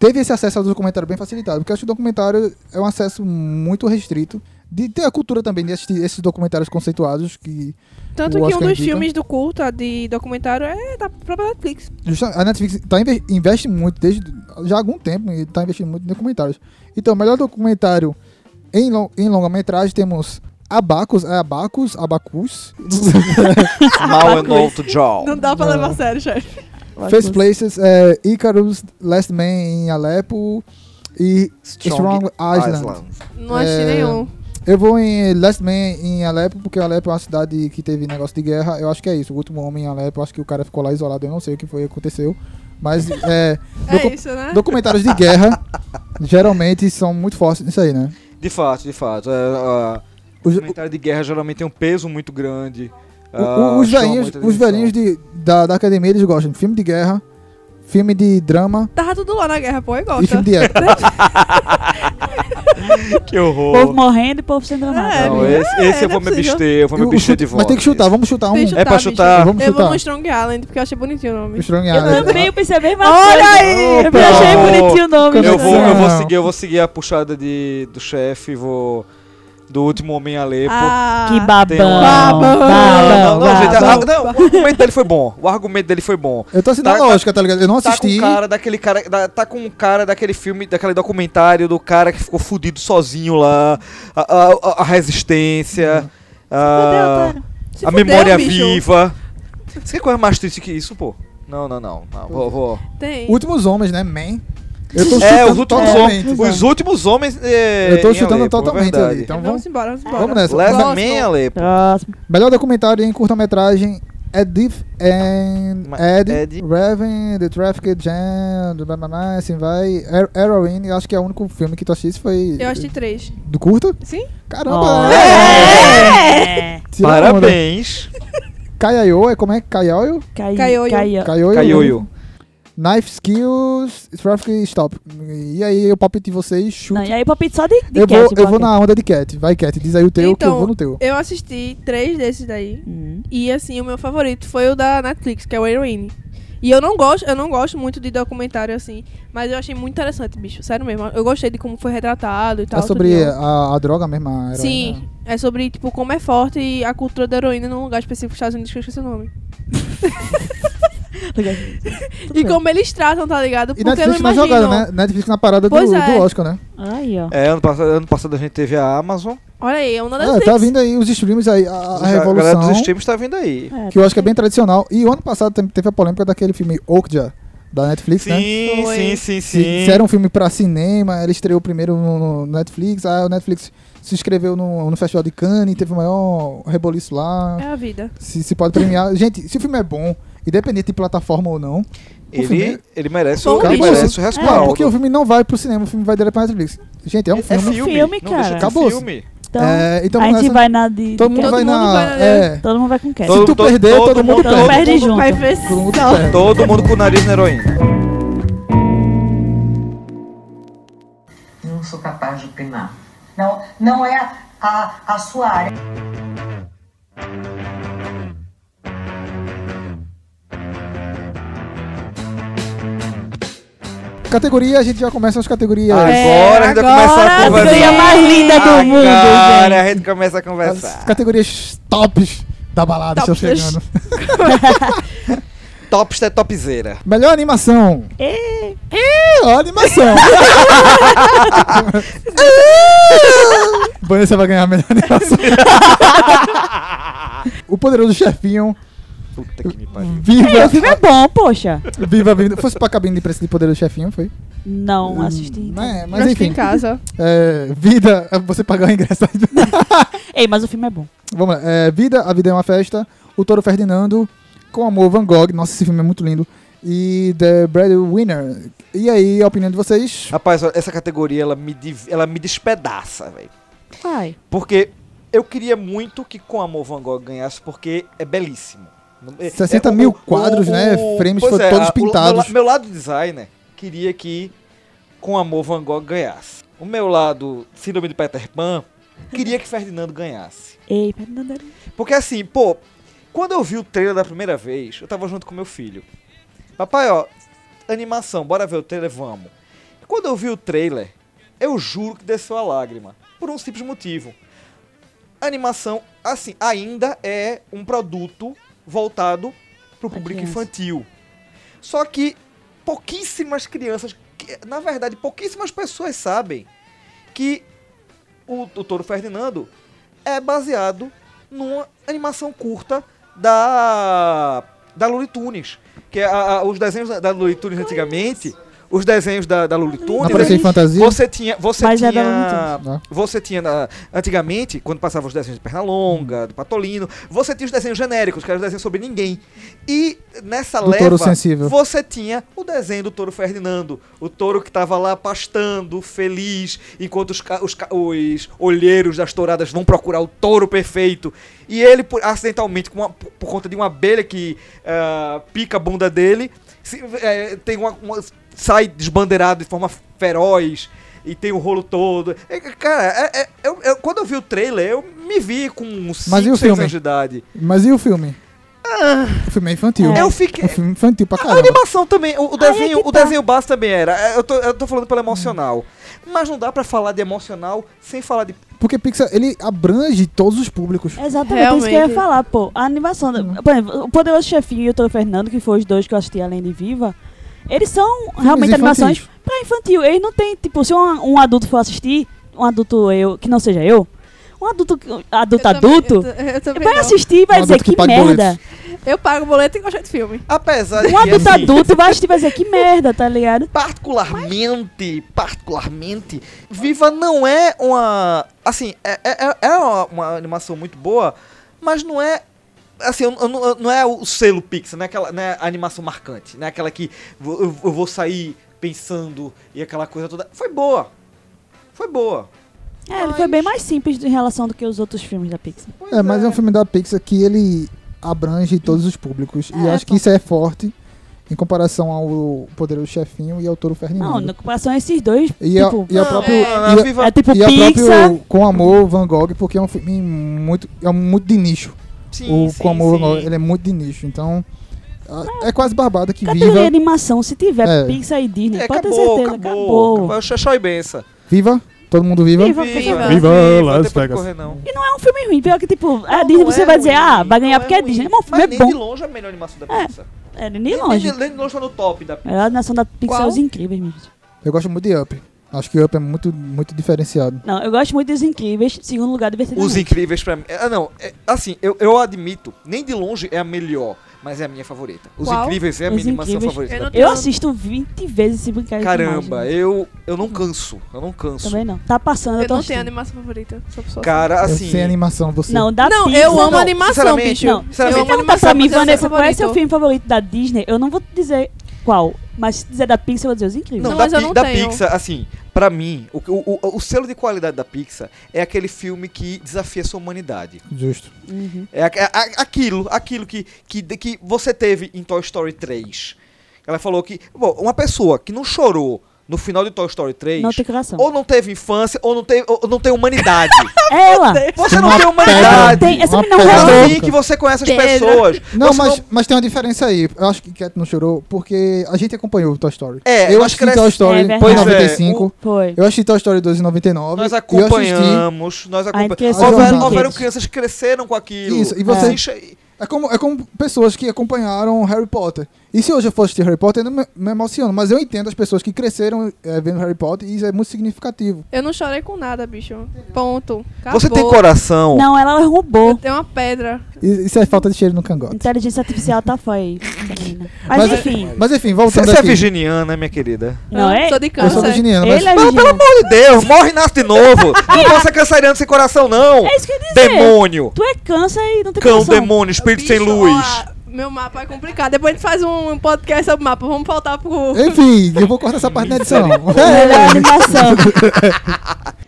teve esse acesso ao documentário bem facilitado. Porque eu acho que o documentário é um acesso muito restrito. De ter a cultura também de assistir esses documentários conceituados que
Tanto
O
que um
Oscar
dos
indica.
filmes do culto, a de documentário, é da própria Netflix.
Justa- A Netflix tá inve- investe muito desde já há algum tempo e tá investindo muito em documentários. Então, melhor documentário em, lon- em longa-metragem temos Abacus, é Abacus, Abacus,
Mal and Old Jaw.
Ah, Não dá pra
Não.
levar a sério, chefe.
First Places, é, Icarus, Last Man em Alepo e Strong, Island.
Não achei
É.
nenhum.
Eu vou em Last Man em Alepo, porque Alepo é uma cidade que teve negócio de guerra. Eu acho que é isso. O último homem em Alepo, acho que o cara ficou lá isolado. Eu não sei o que foi que aconteceu. Mas é,
É
docu-
isso, né?
documentários de guerra geralmente são muito fortes nisso aí, né?
De fato, de fato. É, é,
Os,
documentário de guerra geralmente tem um peso muito grande. Ah,
o- o- os velhinhos, os velhinhos de, da, da academia, eles gostam de filme de guerra, filme de drama
Tava tudo lá na guerra, pô, e
e
gosta.
filme de época.
Que
Povo
horror.
morrendo e povo sendo
É,
amado.
Não,
bicho.
esse, esse
É,
eu
não
vou me
é possível.
abster, eu vou me
E o
abster
chute-
de volta.
mas tem que chutar, vamos chutar um.
Tem que
É pra
bicho.
chutar.
Vamos
Eu vou
chutar.
no Strong Island, porque eu achei bonitinho o nome.
O Strong
Eu
Island.
também eu pensei a mesma coisa.
Olha aí!
Eu achei
Não.
bonitinho o nome. é.
Eu vou, eu vou
Não.
seguir, eu vou seguir a puxada de, do chefe, vou. Do último homem a ler.
Ah,
Que babão.
Tem um- Babão,
Babão.
não, não, gente, é
babão.
a- não, o argumento dele foi bom. O argumento dele foi bom.
Eu tô assinando
Tá-
a lógica, tá ligado? Eu não
Tá com
assisti.
o cara daquele cara. da- tá com o cara daquele filme, daquele documentário do cara que ficou fudido sozinho lá. A, a- a- a resistência.
Uhum.
A,
se
a
fudeu,
memória
bicho.
viva. Você quer coisa mais triste que isso, pô? Não, não, não. não vou, vou.
Tem.
Últimos homens, né? Man. Eu tô
É,
chutando
os últimos
totalmente.
homens. Os últimos homens. é,
Eu tô
em
chutando
Alepo, é
totalmente
verdade.
ali. Então vamos,
Vamos embora, vamos embora.
vamos nessa.
Last
Melhor-
Man, Alepo.
Próximo.
Melhor documentário em curta-metragem. Edith and
Ma-
Ed,
Ed.
Raven, The Traffic Jam, blá, blá, blá, assim vai. Her- Heroine, acho que é o único filme que tu assiste foi
Eu achei três.
do curta.
Sim?
Caramba!
É!
Tira a onda.
Parabéns.
Kaiaio, é como é? Kaiaio?
Caiu.
Caioio.
Caiu.
Kaiaio.
Caioio.
Knife Skills, Traffic Stop. E aí eu palpito em vocês,
Não,
é
chute.
e aí, palpite só de, de
eu, vou,
cast,
eu vou
bota.
na onda de Cat. Vai, Cat, diz aí o teu que eu
Então,
vou no teu.
Eu assisti três desses daí.
Hum.
E assim, o meu favorito foi o da Netflix, que é o Heroine. E eu não gosto, eu não gosto muito de documentário assim, mas eu achei muito interessante, bicho. Sério mesmo. Eu gostei de como foi retratado e tal.
É
tudo
sobre
mais.
a, né? a droga mesmo, a heroína.
Sim, é sobre, tipo, como é forte a cultura da heroína num lugar específico dos Estados Unidos, que eu esqueci o nome. E como eles tratam, tá ligado?
E
Porque eu não
Netflix na
imagino.
jogada, né? Netflix na parada do,
Pois é.
do Oscar, né?
Aí, ó.
É, ano passado, ano passado a gente teve a Amazon.
Olha aí, é uma
É,
Netflix.
tá vindo aí os streams aí, a, a
A galera
revolução,
dos streams tá vindo aí.
É,
que eu acho que é bem tradicional. E o ano passado também teve a polêmica daquele filme Okja, da Netflix, né?
Sim,
Foi.
sim,
Se,
sim, sim.
se era um filme pra cinema, ele estreou primeiro no, no Netflix, aí o Netflix se inscreveu no, no Festival de Cannes, teve o maior reboliço lá,
É a vida.
se, se pode premiar. Gente, se o filme é bom, independente de plataforma ou não, o filme
Ele, ele merece,
Bom
o, ele
bicho.
merece o
Não,
é respaldo.
porque o filme não vai pro cinema, o filme vai direto pra Netflix. Gente, é um
É
é filme.
filme, cara.
Não deixa de ser
Acabou-se.
filme.
Então,
É, então
a gente
nessa-
vai na de.
Todo mundo
Cat.
vai
mundo
na.
vai na-
é.
Todo mundo vai com Cat.
Se tu perder, todo mundo
todo
perde.
mundo perde junto.
Vai ver
Todo mundo
só.
perde.
Todo mundo com o nariz na heroína.
Não sou capaz de opinar. Não, não é a, a, a sua área.
Categoria, a gente já começa as categorias.
Agora a gente vai começar a
agora
conversar.
sim. A mais linda do mundo,
Agora
gente.
a gente começa a
As
conversar.
categorias tops da balada, estão
Tops.
chegando.
Topster é topzeira.
Melhor animação.
Ê,
Melhor animação. Vanessa vai ganhar a melhor animação. o poderoso chefinho.
Puta que me
Hum.
pariu.
Ei, o
Viva,
filme é bom, poxa.
viva, viva. Fosse pra cabine de preço de poderoso chefinho, foi?
Não então. assisti.
É,
Mas
mas
Assisti
enfim.
em casa.
É, vida, você pagar o ingresso.
Ei, mas o filme é bom.
Vamos lá. É, vida, a vida é uma festa. O Toro Ferdinando, com amor, Van Gogh. Nossa, esse filme é muito lindo. E The Breadwinner. E aí, a opinião de vocês?
Rapaz, olha, essa categoria ela me, div- ela me despedaça, velho.
Vai.
Porque eu queria muito que com Amor Van Gogh ganhasse, porque é belíssimo. É,
60 mil quadros, né? Frames
pois
foram
é,
todos
a- o- Meu,
pintados.
la- meu lado designer queria que com Amor Van Gogh ganhasse. O meu lado Síndrome de Peter Pan queria que Ferdinando ganhasse.
Ei, Fernando.
Porque assim, pô, quando eu vi o trailer da primeira vez, eu tava junto com meu filho. Papai, ó, animação, bora ver o trailer, vamos. Quando eu vi o trailer, eu juro que desceu a lágrima. Por um simples motivo. A animação, assim, ainda é um produto voltado pro
Pra
público
criança.
infantil. Só que pouquíssimas crianças, que- na verdade, pouquíssimas pessoas sabem que o, o Toro Ferdinando é baseado numa animação curta da da Looney Tunes, que é a- a- os desenhos da, da Looney Tunes antigamente, os desenhos da, da Looney
Não
Tunes, né?
apareceu em fantasia? Né?
você tinha, você
Mas é da
tinha,
Looney Tunes.
você tinha na- antigamente quando passava os desenhos de Pernalonga, do Patolino, você tinha os desenhos genéricos, que eram os desenhos sobre ninguém. E nessa
Do
leva
touro sensível.
você tinha o desenho do touro Ferdinando, o touro que tava lá pastando, feliz, enquanto os, ca- os, ca- os olheiros das touradas vão procurar o touro perfeito. E ele, por- acidentalmente, com uma- por por conta de uma abelha que ah, pica a bunda dele, se- eh, tem uma- uma- sai desbandeirado de forma feroz. E tem o rolo todo. É, cara, é- é- eu- eu- quando eu vi o trailer, eu me vi com uns
Mas e
5,
o
6
filme?
anos de idade.
Mas e o filme? O filme é infantil.
Eu fiquei.
É um filme infantil pra
A
caramba.
animação também, o, o desenho,
é que
o
tá.
desenho base também era. É, Eu tô, eu tô falando pelo emocional. Mas não dá pra falar de emocional sem falar de.
Porque Pixar, ele abrange todos os públicos.
Exatamente, é isso que eu
Realmente.
ia falar, pô. A animação.
Hum.
da- Por exemplo, o Poderoso Chefinho e o Toro Fernando, que foram os dois que eu assisti além de Viva, eles são realmente
infantis.
animações pra infantil. Eles não tem, tipo, se um, um adulto for assistir, um adulto eu, que não seja eu, um adulto adulto
tá
Eu também-
adulto,
eu ta- eu também
vai
não.
É assistir e vai
Um
dizer
adulto que
que,
paga
merda.
Eu pago o boleto e gosto de filme.
Apesar de
Um
que,
adulto
assim,
adulto vai assistir e vai dizer que merda, tá ligado?
particularmente, particularmente, Viva não é uma. Assim, é, é, é- é uma, uma animação muito boa, mas não é. Assim, eu- eu não- eu- não é o selo Pixar, não é aquela não é a animação marcante, não é aquela que vo- eu, eu vou sair pensando e aquela coisa toda. Foi boa. Foi boa.
É, ele foi bem mais simples em relação do que os outros filmes da Pixar.
Pois
É, mas é um filme da Pixar que ele abrange todos os públicos. e
É,
acho que isso é forte em comparação ao Poderoso Chefinho e ao Toro Ferdinando.
Não, na comparação a esses dois,
E, a-
tipo,
e a
Não,
próprio,
é,
e a-
Viva-
é tipo
e a
Pixar.
próprio Com Amor Van Gogh, porque é um filme muito, é muito de nicho.
Sim,
o
sim,
Com Amor
sim.
Van Gogh, ele é muito de nicho. Então, a- é quase barbada que
Categoria de
viva.
animação, se tiver
É.
Pixar e Disney,
É,
pode ter
acabou,
certeza,
acabou,
acabou.
acabou. Xaxó e benção.
Viva? Todo mundo viva?
Viva,
Viva.
Viva.
Las Vegas.
E não é um filme ruim, pior que tipo, a
Não,
Disney
não
você
é
vai dizer,
ruim,
ah, vai ganhar
não
porque
é
a Disney.
ruim.
Mas o filme
Mas
é
nem de
bom.
longe é a melhor animação da
É,
Pixar.
É, nem
Nem-
longe. É,
Nem, nem de longe tá no top da
A
Pixar.
melhor animação da Pixar é
Qual?
Os Incríveis mesmo.
Eu gosto muito de Up. Acho que Up é muito, muito diferenciado.
Não, eu gosto muito dos Incríveis, segundo lugar, divertidamente.
Os Incríveis pra mim... Ah, não. é- assim, eu, eu admito, nem de longe é a melhor, mas é a minha favorita. Os
Qual?
Incríveis é a
Os
minha animação
Incríveis.
favorita.
Eu
da
não
Pixar.
Eu assisto 20 vezes esse brincar de
Caramba,
imagem.
eu, eu não canso. Eu não canso.
Também não. Tá passando, eu,
Eu
tô
não tenho
assistindo.
animação favorita. Sou pessoa.
Cara,
eu
assim...
sem animação, você.
Não, da
não,
Pixar.
eu amo
Não,
animação,
sinceramente,
bicho.
Não,
sinceramente.
se
eu
você
amo
perguntar pra mim,
mas eu não
Vanessa,
sou
qual é seu
favorito.
filme favorito da Disney? Eu não vou dizer qual, mas se dizer da Pixar, eu vou dizer Os Incríveis.
Não,
Não,
da,
mas eu
Pi-
não
da
tenho.
Pixar, assim, Pra mim, o, o, o, o selo de qualidade da Pixar é aquele filme que desafia sua humanidade.
Justo.
É, a- a- a- aquilo, aquilo que, que, de- que você teve em Toy Story 3. Ela falou que, bom, uma pessoa que não chorou no final de Toy Story 3,
Não tem coração.
ou não teve infância, ou não, teve, ou não tem humanidade.
É ela!
você não
Uma
tem
Ela
humanidade.
tem, essa
Uma
menina
É
pedra.
rolou.
assim
louca.
que você conhece as
Pedra.
pessoas.
Não,
Você
mas, mas tem uma diferença aí. Eu acho que Cat não chorou porque a gente acompanhou o Toy Story.
É,
eu
nós
assisti
cresce-
Toy Story
É
em
verdade.
95.
Foi.
Eu assisti Toy Story 2 em 99.
Nós
Eu assisti.
acompanhamos, nós acompanhamos.
cresceu
Houveram,
junto.
houveram crianças que cresceram com aquilo. Assim,
Isso, e você-
Se enche-
É como, é como pessoas que acompanharam Harry Potter. E se hoje eu fosse assistir Harry Potter, eu não me, me emociono. Mas eu entendo as pessoas que cresceram eh, vendo Harry Potter e isso é muito significativo.
Eu não chorei com nada, bicho. Ponto. Acabou.
Você tem coração.
Não, ela
Eu
roubou.
tenho uma pedra.
E- Isso é falta de cheiro no cangote.
Inteligência artificial tá fora aí. essa menina. Mas,
Mas-
enfim.
Mas enfim,
Você,
voltando
você é
aqui.
virginiana, minha querida.
Não
Eu
é?
Sou de
eu sou
câncer.
virginiano, mas
Ele é
Mas, pelo
virginiano.
amor de Deus, morre e nasce de novo. Não possa canceriano sem coração, não.
É isso que eu ia dizer.
Demônio.
Tu é câncer e não tem
Cão,
coração.
demônio, espírito
Bicho,
sem luz.
ó, meu mapa é complicado. Depois a gente faz um podcast sobre mapa. Vamos faltar pro.
Enfim, eu vou cortar essa parte na edição. É,
Melhor animação.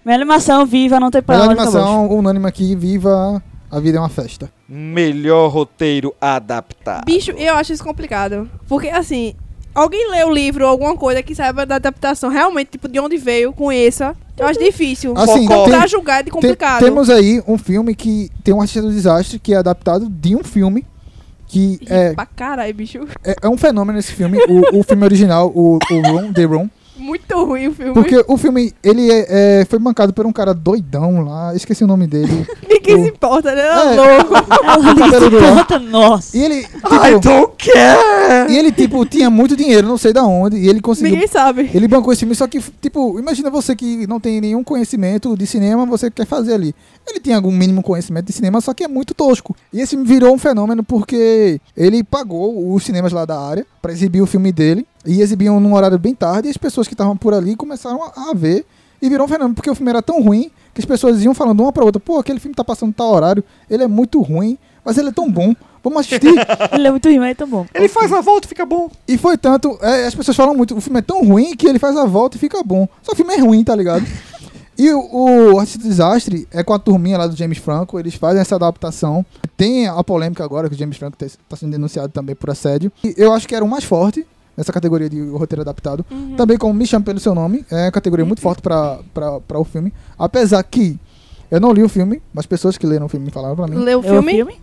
Melhor animação viva, não tem pra
Melhor
onde acabou.
animação unânime aqui, viva a vida é uma festa.
Melhor roteiro adaptado.
Bicho, eu acho isso complicado. Porque, assim, alguém lê o livro ou alguma coisa que saiba da adaptação realmente, tipo, de onde veio, conheça. Eu acho difícil.
Assim,
Então,
tem-
pra julgar é de complicado.
Te- temos aí um filme que tem um artista do desastre que é adaptado de um filme que
Ih,
é,
Pra caralho, bicho.
é, é um fenômeno esse filme, o, o filme original, o, o Room, The Room.
Muito ruim o filme.
Porque o filme, ele é, é, foi bancado por um cara doidão lá, esqueci o nome dele.
Ninguém
o-
se importa, né?
É.
Louco.
Ela
cabelo do
disse
ar.
tanta, nossa.
E ele,
I
tipo,
don't care.
e ele, tipo, tinha muito dinheiro, não sei da onde, e ele conseguiu
Ninguém sabe.
Ele bancou esse filme, só que, tipo, imagina você que não tem nenhum conhecimento de cinema, você quer fazer ali. Ele tem algum mínimo conhecimento de cinema, só que é muito tosco. E esse virou um fenômeno porque ele pagou os cinemas lá da área pra exibir o filme dele. E exibiam num horário bem tarde, e as pessoas que estavam por ali começaram a, a ver. E virou um fenômeno, porque o filme era tão ruim que as pessoas iam falando uma pra outra, pô, aquele filme tá passando tal horário, ele é muito ruim, mas ele é tão bom. Vamos assistir.
Ele é muito ruim, mas é tão bom.
Ele faz a volta e fica bom.
E foi tanto. é, as pessoas falam muito, o filme é tão ruim que ele faz a volta e fica bom. Só que o filme é ruim, tá ligado? E o, o Artista do Desastre é com a turminha lá do James Franco, eles fazem essa adaptação. Tem a polêmica agora que o James Franco te- tá sendo denunciado também por assédio. E eu acho que era o mais forte nessa categoria de roteiro adaptado.
Hum. Uhum.
Também como Me Chame Pelo Seu Nome, é uma categoria muito forte pra, pra, pra o filme. Apesar que eu não li o filme, mas pessoas que leram o filme falaram pra mim.
Lê o
É o
um filme?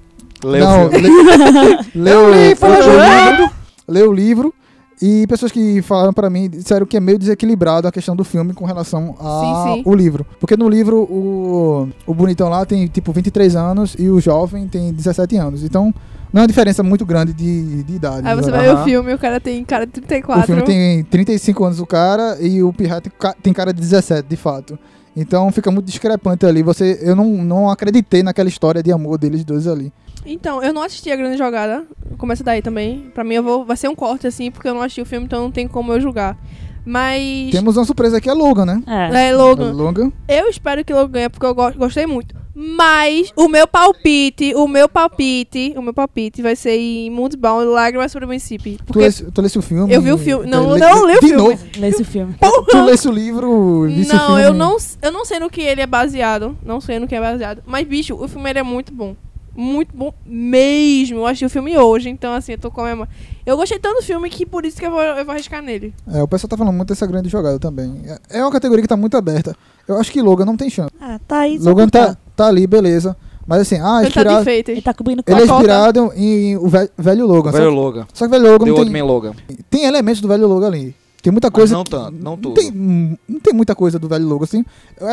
Leu
Não,
o filme.
le- leu, leu o livro, leu o livro e pessoas que falaram pra mim disseram que é meio desequilibrado a questão do filme com relação
Sim, sim.
ao livro. Porque no livro o, o bonitão lá tem tipo 23 anos e o jovem tem 17 anos. Então não é uma diferença muito grande de, de idade.
Aí você vai ver o filme o cara tem cara de
O
34.
filme tem 35 anos o cara e o pirata ca- tem cara de 17, de fato. Então fica muito discrepante ali. Você, eu não, não acreditei naquela história de amor deles dois ali.
Então, eu não assisti a grande jogada. Começa daí também. Pra mim eu vou... vai ser um corte, assim, porque eu não assisti o filme, então não tem como eu julgar. Mas.
Temos uma surpresa aqui, é Logan, né?
É.
É,
É
Logan.
Logan.
Eu espero que Logan ganhe, porque eu go- gostei muito. Mas o meu palpite, o meu palpite, o meu palpite vai ser em Moonbound Lágrimas sobre o Município.
Tu
Porque,
lesse, tu lesse o filme?
Eu vi o filme. Não,
Lê-
não, eu li o
de
filme.
Novo.
Lê esse filme.
Tu
porra,
lesse o livro, visse o
não,
filme. é
eu não, s- eu não sei no que ele é baseado. Não sei no que é baseado. Mas, bicho, o filme ele é muito bom. Muito bom mesmo. Eu achei o filme hoje, então, assim, eu tô com a mesma. Eu gostei tanto do filme que por isso que eu vou, eu vou arriscar nele.
É, o pessoal tá falando muito dessa grande jogada também. É- É uma categoria que tá muito aberta. Eu acho que Logan não tem chance.
Ah, tá aí. só
Logan tá,
cortar.
tá ali, beleza. Mas assim, ah,
é Ele tá de
inspirado.
feitas.
Ele tá cobrindo
Ele é
cota.
inspirado em o ve- velho Logan.
Velho
só,
Logan.
só que velho Logan
The
não
Old
tem,
Man Logan.
tem elementos do velho Logan ali. Tem muita coisa.
não
que-
tanto, não tudo.
Tem, não tem muita coisa do velho Logan, assim.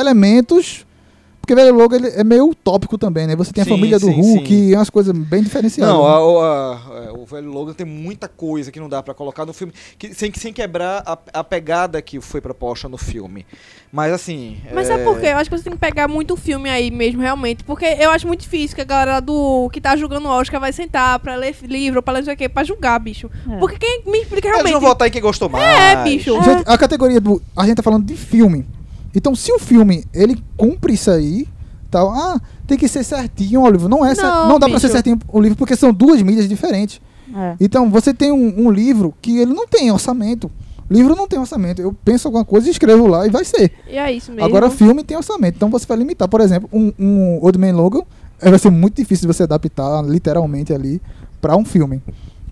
Elementos. Porque velho Logan ele é meio utópico também, né? Você tem a
Sim,
família do
sim,
Hulk,
sim.
e umas coisas bem diferenciadas.
Não,
né?
a- o- a- é, o velho Logan tem muita coisa que não dá pra colocar no filme, que, sem, sem quebrar a, a pegada que foi proposta no filme. Mas assim.
Mas sabe
é,
por quê? Eu acho que você tem que pegar muito filme aí mesmo, realmente. Porque eu acho muito difícil que a galera do que tá julgando o Oscar vai sentar pra ler livro, pra ler não sei o quê, pra julgar, bicho.
É.
Porque quem me explica
Eles
realmente.
vão votar em quem gostou mais.
É, bicho.
Então, Gente, a categoria do. A gente tá falando de filme. Então, se o filme ele cumpre isso aí, tal, ah, tem que ser certinho o livro. Não é cer-
Não,
não, dá pra ser
bicho.
certinho o livro, porque são duas mídias diferentes.
É.
Então, você tem um, um livro que ele não tem orçamento. Livro não tem orçamento. Eu penso alguma coisa e escrevo lá e vai ser.
E é isso mesmo.
Agora, filme tem orçamento, então você vai limitar. Por exemplo, um, um Old Man Logan eh, vai ser muito difícil de você adaptar literalmente ali pra um filme.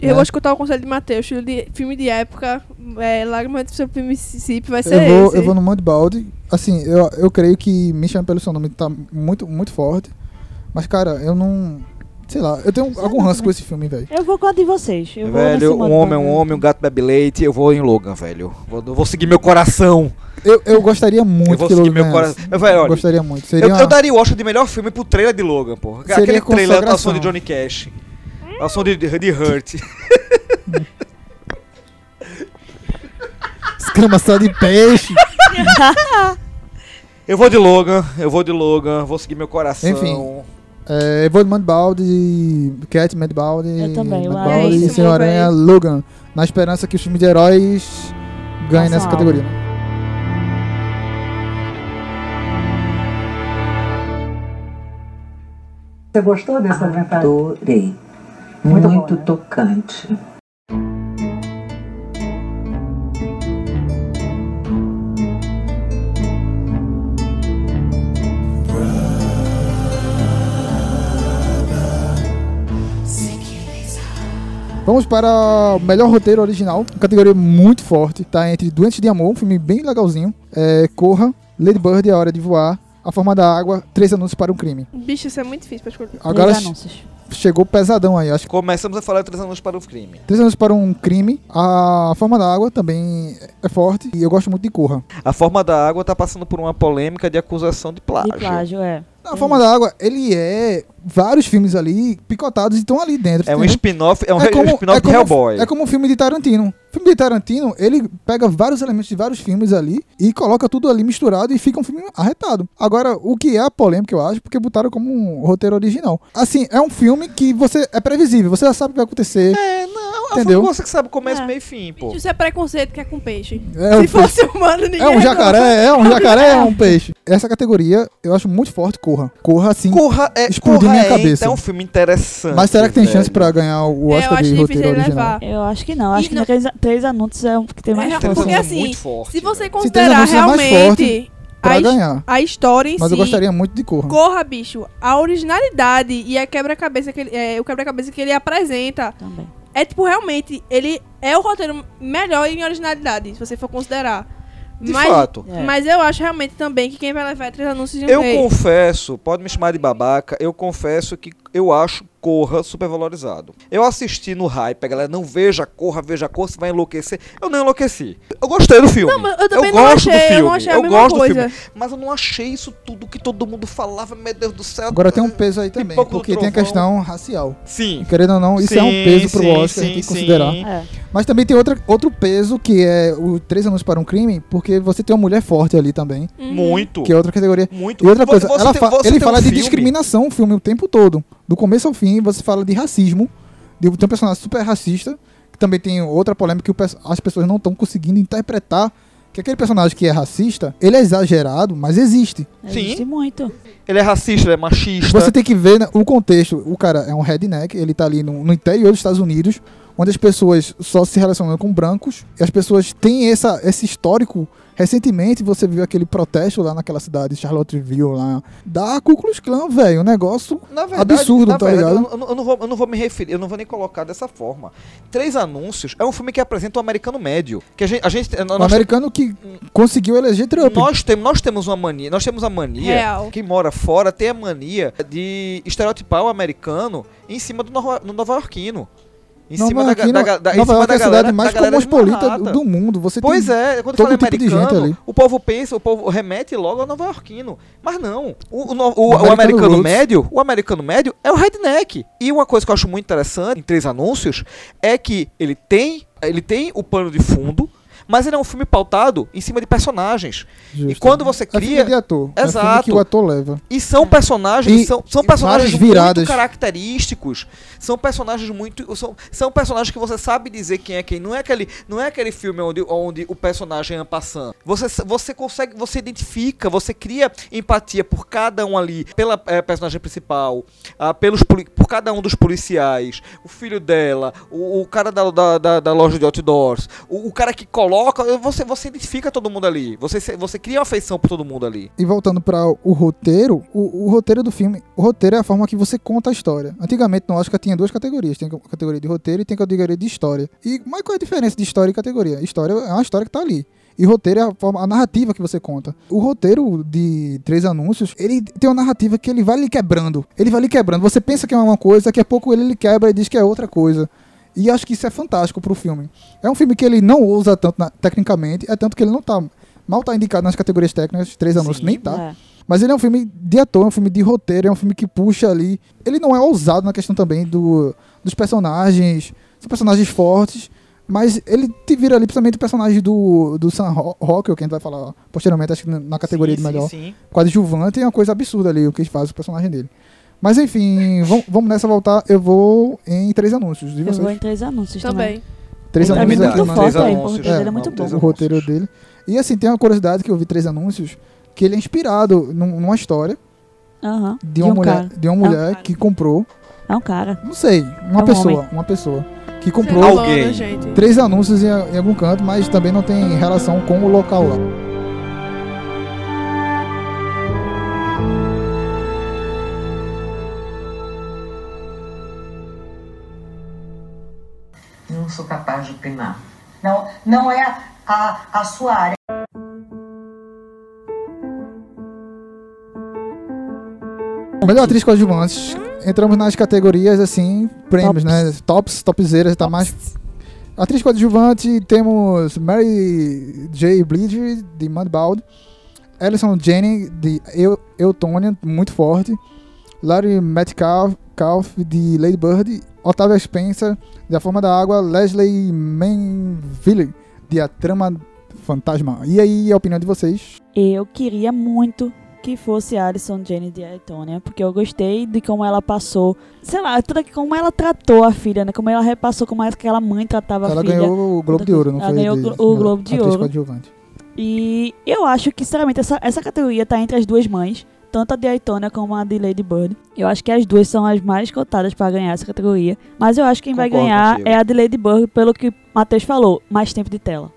eu
né?
vou escutar o conselho de Matheus. Filme de, filme de época, é, Lágrimas do Seu Mississippi, vai ser
eu vou,
esse.
eu vou no Monte Balde. Assim, eu, eu creio que Me Chame Pelo Seu Nome tá muito, muito forte. Mas, cara, eu não... Sei lá, eu
é
tenho algum ranço
né?
com esse filme, velho.
Eu vou com a de vocês. Eu vou nesse
velho, um
modo
homem é um
também.
homem, um gato bebe leite, eu vou em Logan, velho. Vou, eu vou seguir meu coração.
Eu, eu gostaria muito
eu vou
que
seguir
Logan
meu
ganhasse.
coração. Mas, velho,
Eu
olha,
gostaria muito. Seria
eu,
uma-
eu daria o Oscar de melhor filme pro trailer de Logan, porra.
Seria
Aquele trailer a
consagração.
ação de Johnny Cash. A ação de, de Hurt.
Exclamação de peixe.
Eu vou de Logan, eu vou de Logan, vou seguir meu coração.
Enfim. É, eu vou de Manbalde, Cat Manbalde,
Eu também, eu
acho. É
Manbalde,
isso,
Senhor
meu
Aranha,
velho.
Logan. Na esperança que os filmes de heróis ganhem
Façam
nessa
algo.
categoria.
Você gostou dessa metade?
Ah, Adorei.
Muito
Muito,
bom, né?
tocante.
Vamos para o melhor roteiro original, uma categoria muito forte. Tá entre Doentes de Amor, um filme bem legalzinho. É, Corra, Lady Bird, A Hora de Voar, A Forma da Água, Três Anúncios para um Crime.
Bicho, isso é muito difícil pra escolher.
Três
Agora
anúncios.
chegou pesadão aí, acho que
Começamos a falar de três anos para o crime.
Três Anúncios para um Crime. A Forma da Água também é forte e eu gosto muito de Corra.
A forma da água tá passando por uma polêmica de acusação de plágio.
De plágio, é.
A Forma da Água, ele é vários filmes ali picotados e estão ali dentro.
É um
entendeu?
spin-off, é um, re- um spin-off
é
de
como-
Hellboy.
É como um filme de Tarantino. O filme de Tarantino, ele pega vários elementos de vários filmes ali e coloca tudo ali misturado e fica um filme arretado. Agora, o que é a polêmica, eu acho, porque botaram como um roteiro original. Assim, é um filme que você é previsível, você já sabe o que vai acontecer.
É, não, é
Entendeu?
uma coisa que sabe começo,
É.
meio e fim, pô.
Bicho, isso é preconceito que né? é com peixe.
É,
Se
um-
fosse humano, ninguém
é um
ia gostar.
jacaré, é um jacaré, é um peixe. Essa categoria, eu acho muito forte, corra. Corra, assim.
Corra é,
Explodiu
Corra
minha
é,
cabeça.
então, um filme interessante.
Mas será que tem
velho.
chance pra ganhar o
É, eu
Oscar
acho
de
difícil
roteiro
ele
original?
levar.
Eu acho que não. Acho
E
que
não-
três, três anúncios é o que tem mais
É,
Três
força.
porque
Anúncios
assim,
muito forte, né?
Se você
velho.
Se três
considerar
anúncios é mais
realmente
Pra
a, his-
ganhar.
a história em
Mas
si,
eu gostaria muito de corra.
corra, bicho, a originalidade e a quebra-cabeça que ele, é, o quebra-cabeça que ele apresenta
Também.
é tipo realmente ele é o roteiro melhor em originalidade, se você for considerar.
De
mas,
fato.
É.
mas eu acho realmente também que quem vai levar é três anúncios de um
Eu
rei.
confesso, pode me chamar de babaca, eu confesso que eu acho Corra supervalorizado. Eu assisti no hype, a galera, não veja Corra, veja Corra, você vai enlouquecer. Eu não enlouqueci. Eu gostei do filme.
Não, mas eu também não
gosto do
achei,
filme.
eu não achei a mesma
gosto do
coisa.
filme. Mas eu não achei isso tudo que todo mundo falava, meu Deus do céu.
Agora tem um peso aí também,
Pipoca do
porque tem a
Trovão.
questão racial.
Sim.
Querendo ou não, isso é um
Sim,
peso pro
sim,
Oscar,
sim,
tem que
sim.
considerar.
É.
Mas também tem outra, outro peso, que é o Três Anos para um Crime, porque você tem uma mulher forte ali também,
Uhum.
Muito.
que é outra categoria.
Muito.
E outra
Vo-
coisa,
você
ela
tem-
fa-
você
ele
tem
fala
um
de
filme.
discriminação o filme o tempo todo. Do começo ao fim, você fala de racismo, de um tem um personagem super racista, que também tem outra polêmica que o pers- as pessoas não estão conseguindo interpretar que aquele personagem que é racista, ele é exagerado, mas existe.
Sim.
Existe muito.
Ele é racista, ele é machista.
Você tem que ver né, o contexto. O cara é um redneck, ele tá ali no, no interior dos Estados Unidos, onde as pessoas só se relacionam com brancos, e as pessoas têm essa, esse histórico. Recentemente você viu aquele protesto lá naquela cidade, Charlottesville, lá, da Ku Klux Klan, velho. Um negócio.
Na verdade,
Absurdo,
na
tá
verdade,
ligado?
Eu, eu- eu não vou, eu não vou me referir, eu não vou nem colocar dessa forma. Três Anúncios é um filme que apresenta o americano médio. Que a gente. A gente nós,
um americano que conseguiu eleger Trump.
nós, tem- nós temos uma mania. Nós temos a mania.
Real.
Quem mora fora tem a mania de estereotipar o americano em cima do, nova- do nova-iorquino. Em
Nova
cima da,
York,
ga- da, ga- da, em
Nova
cima
York
da
é a
galera.
cidade mais
da galera de
cosmopolita
Manhattan.
do mundo. Você
Pois
tem
é, quando
todo
fala
tipo de gente
americano,
ali.
o povo pensa, o povo remete logo ao nova-iorquino. Mas não. O, o no- o- o
Americano
americano,
Roots.
médio, o americano médio é o redneck. E uma coisa que eu acho muito interessante em três anúncios é que ele tem, ele tem o pano de fundo, mas ele é um filme pautado em cima de personagens. E
Justo.
quando você
É filme
cria.
de ator. É filme
Exato.
que o ator leva.
E são personagens,
É. E
são, são personagens
várias viradas.
muito característicos. São personagens muito. São, são personagens que você sabe dizer quem é quem. Não é aquele, não é aquele filme onde, onde o personagem é passando. Você, sa- você consegue, você identifica, você cria empatia por cada um ali, pela eh, personagem principal, ah, pelos, poli- por cada um dos policiais, o filho dela, o, o cara da, da, da- da loja de outdoors, o, o cara que coloca, você, você identifica todo mundo ali. Você, se- você cria uma afeição por todo mundo ali.
E voltando para o roteiro, o, o roteiro do filme, o roteiro é a forma que você conta a história. Antigamente no Oscar tinha duas categorias, tem a categoria de roteiro e tem a categoria de história. E mas qual é a diferença de história e categoria? História é uma história que tá ali. E roteiro é a, forma, a narrativa que você conta. O roteiro de Três Anúncios, ele tem uma narrativa que ele vai lhe quebrando. Ele vai lhe quebrando. Você pensa que é uma coisa, daqui a pouco ele lhe quebra e diz que é outra coisa. E acho que isso é fantástico pro filme. É um filme que ele não usa tanto na- tecnicamente, é tanto que ele não tá. Mal tá indicado nas categorias técnicas, três anúncios
Sim,
nem tá.
é.
Mas ele é um filme de ator, é um filme de roteiro, é um filme que puxa ali. Ele não é ousado na questão também do, dos personagens. São personagens fortes. Mas ele te vira ali, principalmente o personagem do, do Sam Ho- Rockwell, que a gente vai falar posteriormente, acho que na categoria de melhor
Sim,
coadjuvante, é uma coisa absurda ali o que faz o personagem dele. Mas enfim, vam- vamos nessa voltar. Eu vou em três anúncios. E
Eu vou em
vocês?
três anúncios também.
Também.
Três
Tá
Ele
anúncios
muito
Unanimidade.
aqui, mano.
Três
forte aí, o
anúncios,
roteiro é
é.
muito bom.
Três
o roteiro dele. E assim, tem uma curiosidade que eu vi três anúncios, que ele é inspirado num- numa história
Aham.
de uma mulher,
um cara.
de uma mulher
cara.
que comprou,
É um cara.
não sei, uma
É um
pessoa,
homem. é um
uma pessoa que
Sei lá,
comprou
Alguém.
né, gente.
três anúncios em, em algum canto, mas também não tem relação com o local lá.
Não sou capaz de opinar. Não, não é a, a sua área.
Melhor atriz coadjuvante. Entramos nas categorias assim, prêmios,
Tops.
né? Tops, topzeiras, tá mais Atriz coadjuvante, temos Mary J. Blige, de Mudbound. Alison Jenny, de Eu- Eutônia, muito forte. Larry Metcalf, Calf, de Lady Bird. Otávia Spencer, de A Forma da Água. Leslie Manville, de A Trama Fantasma. E aí, a opinião de vocês?
Eu queria muito que fosse Alison Jane de Aitonia, porque eu gostei de como ela passou, sei lá, toda- como ela tratou a filha, né? Como ela repassou, como aquela mãe tratava
Ela
a filha.
ganhou o Globo de Ouro, não
Ela
foi?
ganhou
de-
o Glo- o Globo de
atriz
Ouro.
coadjuvante.
E eu acho que, sinceramente, essa, essa categoria tá entre as duas mães, tanto a de Aitonia como a de Lady Bird. Eu acho que as duas são as mais cotadas pra ganhar essa categoria, mas eu acho que quem vai
Concordo
ganhar
contigo.
é a de Lady Bird, pelo que o Matheus falou, mais tempo de tela.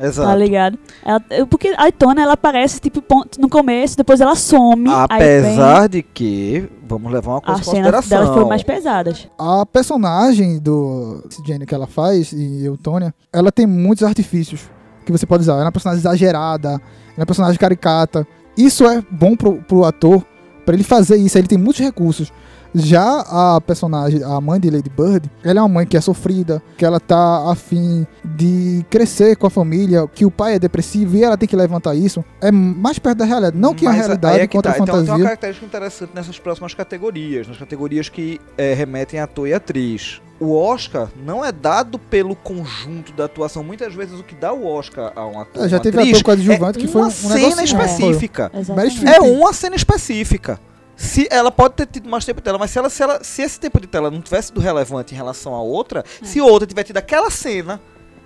Exato.
Tá ligado? Ela- eu- porque a Aitona, ela aparece, tipo, ponto, no começo, depois ela some. aí
Apesar de que, vamos levar uma
vem,
coisa
as
em
cenas
consideração.
delas foram mais pesadas.
A personagem do Jenny que ela faz, e Eutônia, ela tem muitos artifícios que você pode usar. Ela é uma personagem exagerada, ela é uma personagem caricata. Isso é bom pro, pro ator, pra ele fazer isso. Ele tem muitos recursos. Já a personagem, a mãe de Lady Bird, ela é uma mãe que é sofrida, que ela tá afim de crescer com a família, que o pai é depressivo e ela tem que levantar isso. É mais perto da realidade. Não que
Mas
a realidade
aí é que
contra
tá.
a fantasia.
Então, tem uma característica interessante nessas próximas categorias, nas categorias que eh, remetem a ator e atriz. O Oscar não é dado pelo conjunto da atuação. Muitas vezes o que dá o Oscar a um ator,
É, já
uma
teve
atriz,
ator coadjuvante
é
que foi
uma
um
cena
negocinho,
né?
específica.
Exatamente.
Meryl
É
Streep.
uma cena específica. Se ela pode ter tido mais tempo de tela, mas se, ela, se, ela- se esse tempo de tela não tivesse sido relevante em relação a outra,
É.
se outra tiver tido aquela cena,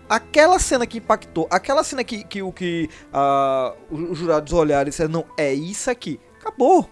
aquela cena que impactou, aquela cena que, que o que ah, os os jurados olharam e disseram, não, é isso aqui. Acabou.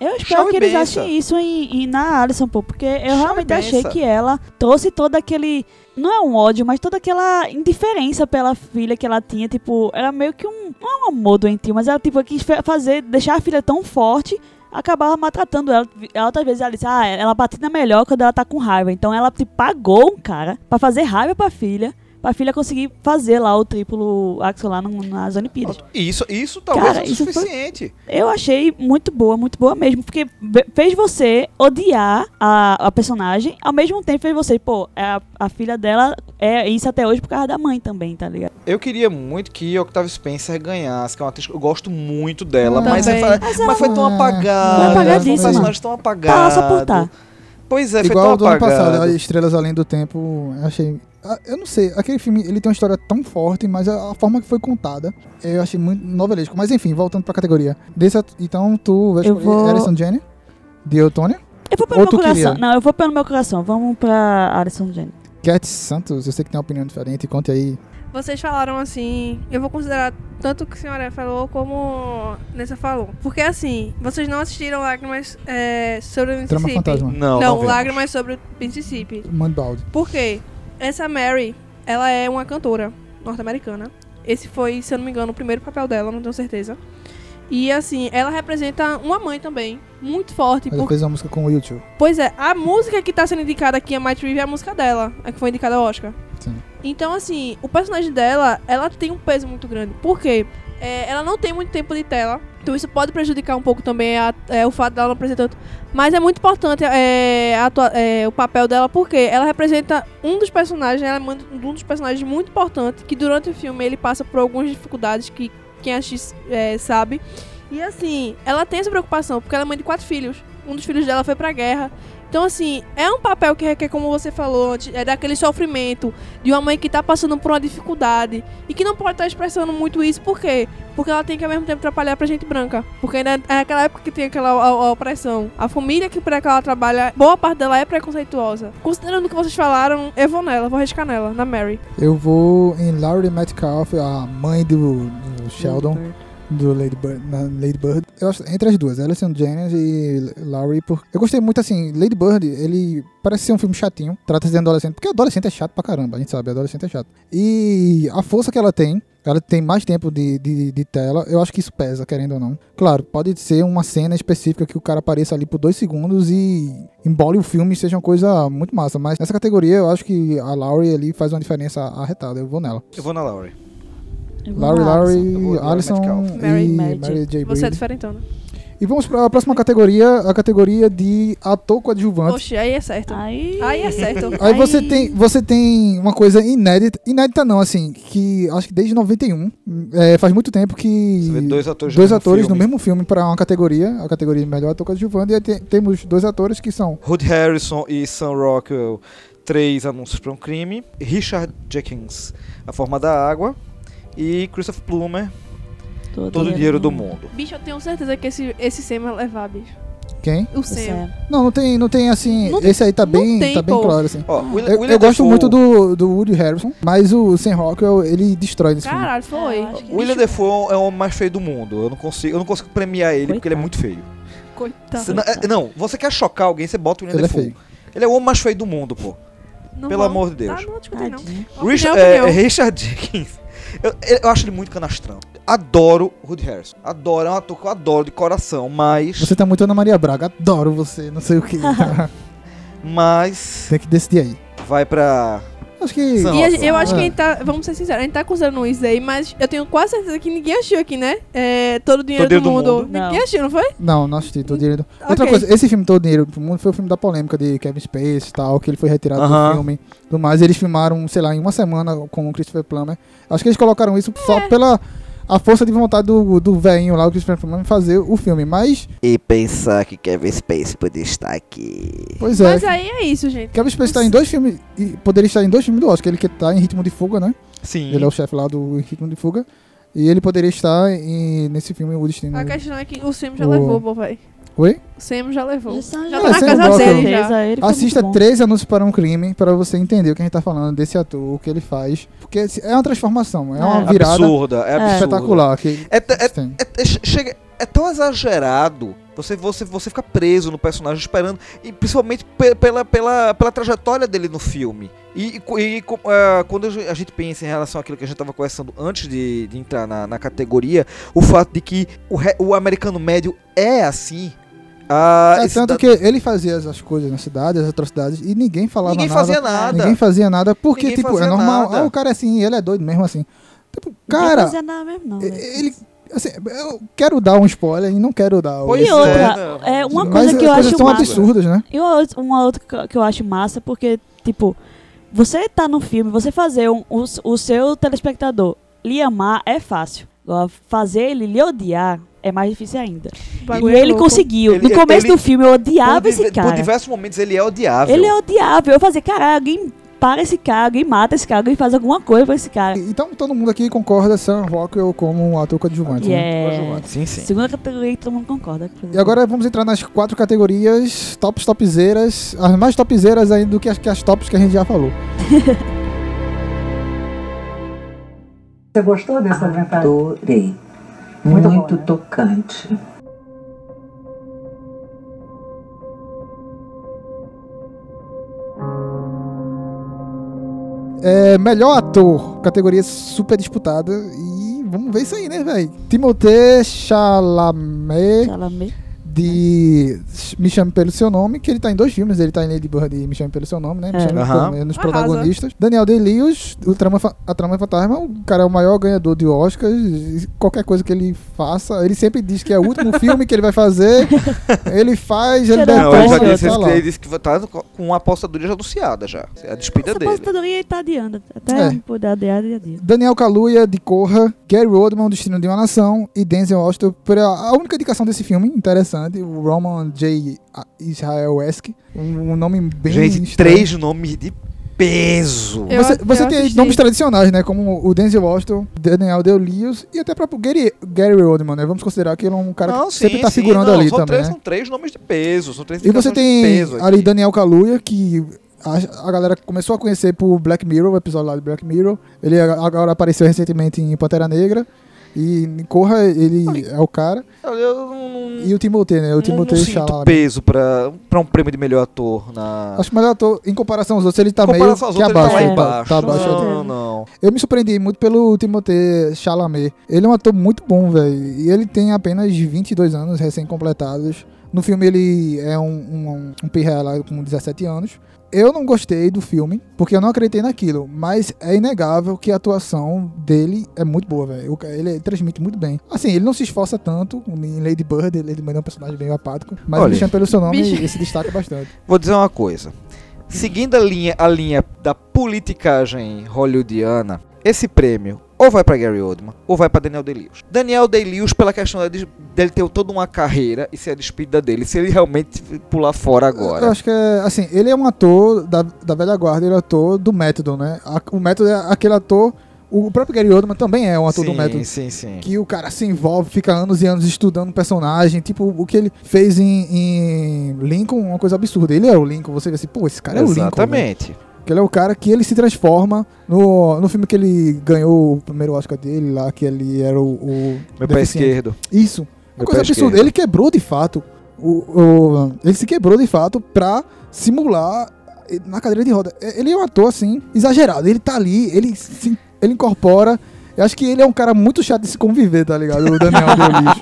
Eu espero
Chave
que eles
benção.
achem isso em, em- na Alison, pô, porque eu
Chave
realmente achei
benção.
que ela trouxe todo aquele. Não é um ódio, mas toda aquela indiferença pela filha que ela tinha. Tipo, era meio que um. Não é um amor doentio, mas ela, tipo, quis fa- fazer. Deixar a filha tão forte. Acabava maltratando ela. Ela, Outras vezes ela disse, ah, ela batida melhor quando ela tá com raiva. Então ela tipo, pagou um cara pra fazer raiva pra filha, pra filha conseguir fazer lá o triplo axel lá no- nas Olimpíadas.
Isso, isso talvez
Cara,
seja o
isso foi-
suficiente.
Eu achei muito boa, muito boa mesmo, porque ve- fez você odiar a, a personagem, ao mesmo tempo fez você, pô, é a, a filha dela é isso até hoje por causa da mãe também, tá ligado?
Eu queria muito que a Octavia Spencer ganhasse, que é uma atriz que eu gosto muito dela,
Ah,
mas,
também.
ela-
Mas
mas,
ela-
foi tão
Ah,
apagada.
foi
Foi um
apagadíssima.
personagem tão
Tá lá
apagado.
só por tá.
Pois é,
Igual
foi
do
tão
ano
apagado.
passado, a Estrelas Além do Tempo, eu achei. ah, Eu não sei, aquele filme ele tem uma história tão forte, mas a, a forma que foi contada eu achei muito novelesco. Mas enfim, voltando pra categoria. Desse, at- então tu vai
Eu
escolher
vou-
Alison Jenny, de Eutônia,
Eu vou pelo
Ou
meu
tu
coração.
queria?
Não, eu vou pelo meu coração. Vamos pra Alison Jane.
Cat Santos, eu sei que tem uma opinião diferente, conte aí.
Vocês falaram assim, eu vou considerar tanto o que a senhora falou como Nessa falou. Porque assim, vocês não assistiram Lágrimas é, sobre o Mississippi.
Trama Fantasma,
Não,
Não,
não, vemos.
Lágrimas sobre o Mississippi.
Mandbald.
Por quê? Essa Mary, ela é uma cantora norte-americana. Esse foi, se eu não me engano, o primeiro papel dela, não tenho certeza. E assim, ela representa uma mãe também, muito forte.
Ela
por-
fez uma música com o YouTube.
Pois é, a música que tá sendo indicada aqui, a Might Reeve, é a música dela, a que foi indicada ao Oscar.
Sim.
Então, assim, o personagem dela, ela tem um peso muito grande. Por quê? É, ela não tem muito tempo de tela, então isso pode prejudicar um pouco também a- é, o fato dela não apresentar tanto. Mas é muito importante é, a atua- é, o papel dela, porque ela representa um dos personagens, ela é muito- um dos personagens muito importantes, que durante o filme ele passa por algumas dificuldades que quem assiste é, sabe. E assim, ela tem essa preocupação, porque ela é mãe de quatro filhos. Um dos filhos dela foi pra guerra. Então, assim, é um papel que requer, como você falou antes, é daquele sofrimento de uma mãe que tá passando por uma dificuldade e que não pode estar expressando muito isso, por quê? Porque ela tem que ao mesmo tempo trabalhar pra gente branca. Porque ainda é aquela época que tem aquela o- o- opressão. A família que pra que ela trabalha, boa parte dela é preconceituosa. Considerando o que vocês falaram, eu vou nela, vou arriscar nela, na Mary.
Eu vou em Laurie Metcalf, a mãe do, do Sheldon, do Lady Bird, na Lady Bird. Eu acho entre as duas, Alison Jennings e Laurie. Por... Eu gostei muito, assim, Lady Bird, ele parece ser um filme chatinho. Trata-se de um adolescente, porque adolescente é chato pra caramba, a gente sabe, adolescente é chato. E a força que ela tem, ela tem mais tempo de, de, de tela, eu acho que isso pesa, querendo ou não. Claro, pode ser uma cena específica que o cara apareça ali por dois segundos e embole o filme e seja uma coisa muito massa. Mas nessa categoria, eu acho que a Laurie ali faz uma diferença arretada, eu vou nela.
Eu vou na Laurie.
Eu vou
Larry,
na Alison.
Eu
Larry,
vou de Laurie
Alison
Metcalf.
Mary,
e Mary,
Mary
J.
J.
Você é
Breed.
diferentona.
E vamos para a próxima categoria, a categoria de ator coadjuvante.
Oxe, aí é certo.
Aí...
Aí é certo.
Aí você
aí-
tem, você tem uma coisa inédita, inédita não, assim, que acho que desde 91, é, faz muito tempo que
Você vê dois atores no
dois
mesmo
atores
filme.
no mesmo filme para uma categoria, a categoria de melhor ator coadjuvante, e aí te- temos dois atores que são
Hood Harrison e Sam Rockwell, três anúncios para um crime. Richard Jenkins, A Forma da Água. E Christopher Plummer,
Todo,
Todo o Dinheiro do Mundo.
Bicho, eu tenho certeza que esse, esse Sam vai levar, bicho.
quem?
O
Isso
Sam.
é.
Não, não tem, não tem assim,
Não-
esse aí tá
não
bem,
tem,
tá bem
pô.
claro assim.
Ó, Willi-
Eu,
William
eu gosto
Dafoe-
muito do, do Woody Harrelson, mas o Sam Rockwell, ele destrói nesse filme.
Caralho, foi.
É, eu acho que-
Ah, William Defoe é o homem mais feio do mundo. Eu não consigo, eu não consigo premiar ele porque ele é
Coitado.
muito feio.
Coitado.
Você não, é- não, você quer chocar alguém, você bota o William
Tá. Ele é
Dafoe.
feio.
Ele é o homem mais feio do mundo, pô.
Não
Pelo
vamos-
amor de Deus.
Ah, não, discutir, não.
Tadinho.
Opinião,
Richard, é,
opinião.
Richard Jenkins. Eu, eu acho ele muito canastrão. Adoro Hood Harrison. Adoro, é um ator que eu adoro de coração, mas.
Você tá muito Ana Maria Braga, adoro você, não sei o que.
Mas.
Tem que decidir aí.
Vai pra.
Acho que.
E a
Sam Nossa.
gente- eu acho que a
É.
gente tá, vamos ser sinceros, a gente tá considerando isso aí, mas eu tenho quase certeza que ninguém achou aqui, né? É, todo o dinheiro
Todo
do,
dinheiro do
mundo.
mundo.
Ninguém
Não.
achou, não foi?
Não, não assisti Todo Dinheiro. do- Outra
Ok.
coisa, esse filme Todo Dinheiro pro Mundo foi o filme da polêmica de Kevin Space e tal, que ele foi retirado
Aham.
do filme. Tudo mais, eles filmaram, sei lá, em uma semana com o Christopher Plummer. Acho que eles colocaram isso
É.
só pela a força de vontade do, do velhinho lá, o Christopher Plummer, em fazer o filme. Mas,
E pensar que Kevin Space podia estar aqui.
pois
Mas
é.
aí é isso, gente.
Kevin Space tá em dois filmes, e poderia estar em dois filmes do Oscar. Ele que tá em Ritmo de Fuga, né?
Sim.
Ele é o chefe lá do Ritmo de Fuga. E ele poderia estar em- nesse filme O Destino.
A questão é que o Sam já
O-
levou, pô, vai.
Hum. Oi?
O Sam já levou.
Já são-
Já
tá na
são
casa
boas
dele,
certeza, ele foi
Assista
muito bom.
três anúncios para um crime para você entender o que a gente tá falando desse ator, o que ele faz. Porque esse- é uma transformação, é uma
É.
virada
Absurda, é absurda.
espetacular. Que
É, t- é-
tem.
é- é- che- chega, é tão exagerado. Você, você, você fica preso no personagem esperando. E principalmente pe- pela, pela, pela trajetória dele no filme. E, e co- e co- ah, quando a gente pensa em relação àquilo que a gente estava conversando antes de, de entrar na, na categoria, o fato de que o, re- o americano médio é assim. ah,
É
isso
tanto
dá-
que ele fazia as- as coisas na cidade, as atrocidades, e ninguém falava
ninguém
nada.
fazia nada.
Ninguém fazia nada, porque,
Ninguém
tipo,
fazia
é normal.
nada.
Ah, o cara é assim, ele é doido mesmo assim. Tipo,
Não
cara,
fazia nada mesmo, não, né? velho.
ele. assim, eu quero dar um spoiler e não quero dar. o-
Pois
E outra,
não.
é uma
Mas
coisa que eu
as coisas
acho
são
massa.
absurdas, né?
E uma outra- uma outra que eu- que eu acho massa, porque, tipo, você tá no filme, você fazer um- o, s- o seu telespectador lhe amar é fácil. Agora, fazer ele lhe odiar é mais difícil ainda.
O
E
bagulho é
ele
louco.
conseguiu.
Ele-
no começo
ele-
do filme eu odiava
por,
esse
diver-
cara.
por diversos momentos ele é odiável.
Ele é odiável. Eu fazia, caralho, alguém para esse cara, alguém mata esse cara, alguém faz alguma coisa pra esse cara.
Então todo mundo aqui concorda Sam Rockwell como um ator coadjuvante. né?
Yeah.
é Sim, sim.
é Segunda categoria que todo mundo concorda.
E agora vamos entrar nas quatro categorias tops, topzeiras, as mais topzeiras ainda do que as, que as tops que a gente já falou.
Você gostou desse documentário?
Ah, Adorei.
Muito
Muito,
bom, né?
tocante.
É, melhor ator, categoria super disputada. E vamos ver isso aí, né, velho? Timothée Chalamet,
Chalamet.
de Me Chame Pelo Seu Nome, que ele tá em dois filmes. Ele tá em Lady Bird e Me Chame Pelo Seu Nome, né? Me
É.
Chame
Aham.
pelo- nos
Arrasa.
protagonistas. Daniel Day-Lewis, o Trama Fa- A Trama é Fantasma. O cara é o maior ganhador de Oscars. e Qualquer coisa que ele faça, ele sempre diz que é o último filme que ele vai fazer. Ele faz, ele
Tirou
dá
Não,
Não, ele já
porra,
disse,
tá
ele disse que tá no- com a apostadoria já anunciada já. É A despedida
Essa
dele.
aposentadoria tá adiando. Até
É.
poder adiar, adiar, adiar.
Daniel Kaluuya de Corra, Gary Oldman, O Destino de uma Nação e Denzel Washington para a única indicação desse filme interessante, o Roman J. Israelski, um, um nome bem
Gente,
estranho.
três nomes de peso.
Eu-
Você, você tem
assisti.
nomes tradicionais, né? Como o Denzel Washington, Daniel Day-Lewis e até próprio Gary, Gary Oldman, né? Vamos considerar que ele é um cara
não,
que
sim,
sempre tá
sim,
figurando
não,
ali
são
também,
Três,
né?
São três nomes de peso, são três
E você
indicações de
tem
peso
ali
aqui.
Daniel Kaluuya, que a, a galera começou a conhecer por Black Mirror, o episódio lá de Black Mirror. Ele a- agora apareceu recentemente em Pantera Negra. E em Corra, ele é o cara.
Eu, eu não,
E o Timothée, né? O
não, não
Timothée
sinto
Chalamet.
peso pra, pra um prêmio de melhor ator na...
Acho que o melhor ator, em comparação aos outros, ele tá
Em
meio
comparação aos
que
outros,
abaixo.
ele
né?
tá
Tá-
lá embaixo.
tá abaixo.
Não, não.
Eu me surpreendi muito pelo Timothée Chalamet. Ele é um ator muito bom, velho. E ele tem apenas 22 anos recém-completados. No filme ele é um, um, um pirra lá com 17 anos. Eu não gostei do filme, porque eu não acreditei naquilo. Mas é inegável que a atuação dele é muito boa, velho. O ca- Ele transmite muito bem. Assim, ele não se esforça tanto em Lady Bird. Lady Bird é um personagem bem apático. Mas
Olha.
ele chama pelo seu nome
Bicho.
e se destaca bastante.
Vou dizer uma coisa. Seguindo a linha, a linha da politicagem hollywoodiana, esse prêmio ou vai pra Gary Oldman ou vai pra Daniel Day-Lewis. Daniel Day-Lewis, pela questão de- dele ter toda uma carreira e ser a despedida dele, se ele realmente pular fora
Eu
agora.
acho que é, assim, ele é um ator da, da velha guarda, ele é ator do método, né? A- o método é aquele ator. O próprio Gary Oldman também é um ator do método.
sim, sim.
Que o cara se envolve, fica anos e anos estudando o personagem. Tipo, o que ele fez em, em Lincoln, uma coisa absurda. Ele é o Lincoln, você vê assim, pô, esse cara é o Lincoln. né?
Exatamente.
Que ele é o cara que ele se transforma no, no filme que ele ganhou o primeiro Oscar dele lá, que ele era o. o
Meu pé
deficiente. né?
esquerdo.
Isso. Uma
Meu
coisa
pé
absurda.
esquerdo.
Ele quebrou de fato. O, o- ele se quebrou de fato pra simular eh, na cadeira de roda. Eh, Ele é um ator, assim, exagerado. Ele tá ali, ele, se- ele incorpora. Eu acho que ele é um cara muito chato de se conviver, tá ligado? O Daniel Day-Lewis.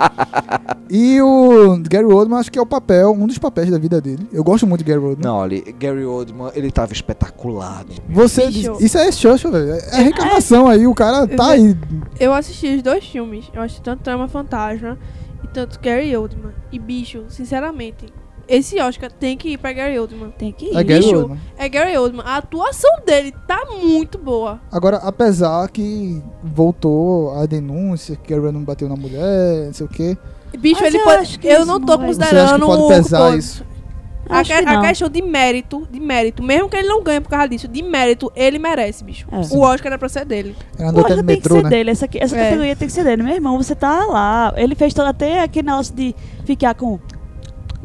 E o Gary Oldman, acho que é o papel, um dos papéis da vida dele. Eu gosto muito de Gary Oldman.
Não, olha, Gary Oldman, ele tava espetacular.
Você,
Bicho.
diz- isso é Xuxa, velho. É reencarnação aí. O cara tá aí.
Eu assisti os dois filmes. Eu assisti tanto Trama Fantasma e tanto Gary Oldman. E, bicho, sinceramente, esse Oscar tem que ir pra Gary Oldman.
Tem que
É
ir.
Gary
Bicho.
Oldman.
É Gary Oldman. A atuação dele tá muito boa.
Agora, apesar que voltou a denúncia que Gary não bateu na mulher, não sei o quê.
Bicho,
Mas
ele
eu
pode-
acho que
Eu
isso
não
não
tô
vai-
Você acha que
considerando
pode
o-
pesar
o-
isso?
A,
Acho
que-
que
a
não.
questão de mérito, de mérito, mesmo que ele não ganhe por causa disso, de mérito, ele merece, bicho.
É.
O Oscar era pra ser dele.
Ela andou
Poxa,
até no
tem
metrô,
que ser
né?
dele. Essa, aqui- essa
É.
categoria tem que ser dele. Meu irmão, você tá lá. Ele fez todo, até aquele negócio de ficar com,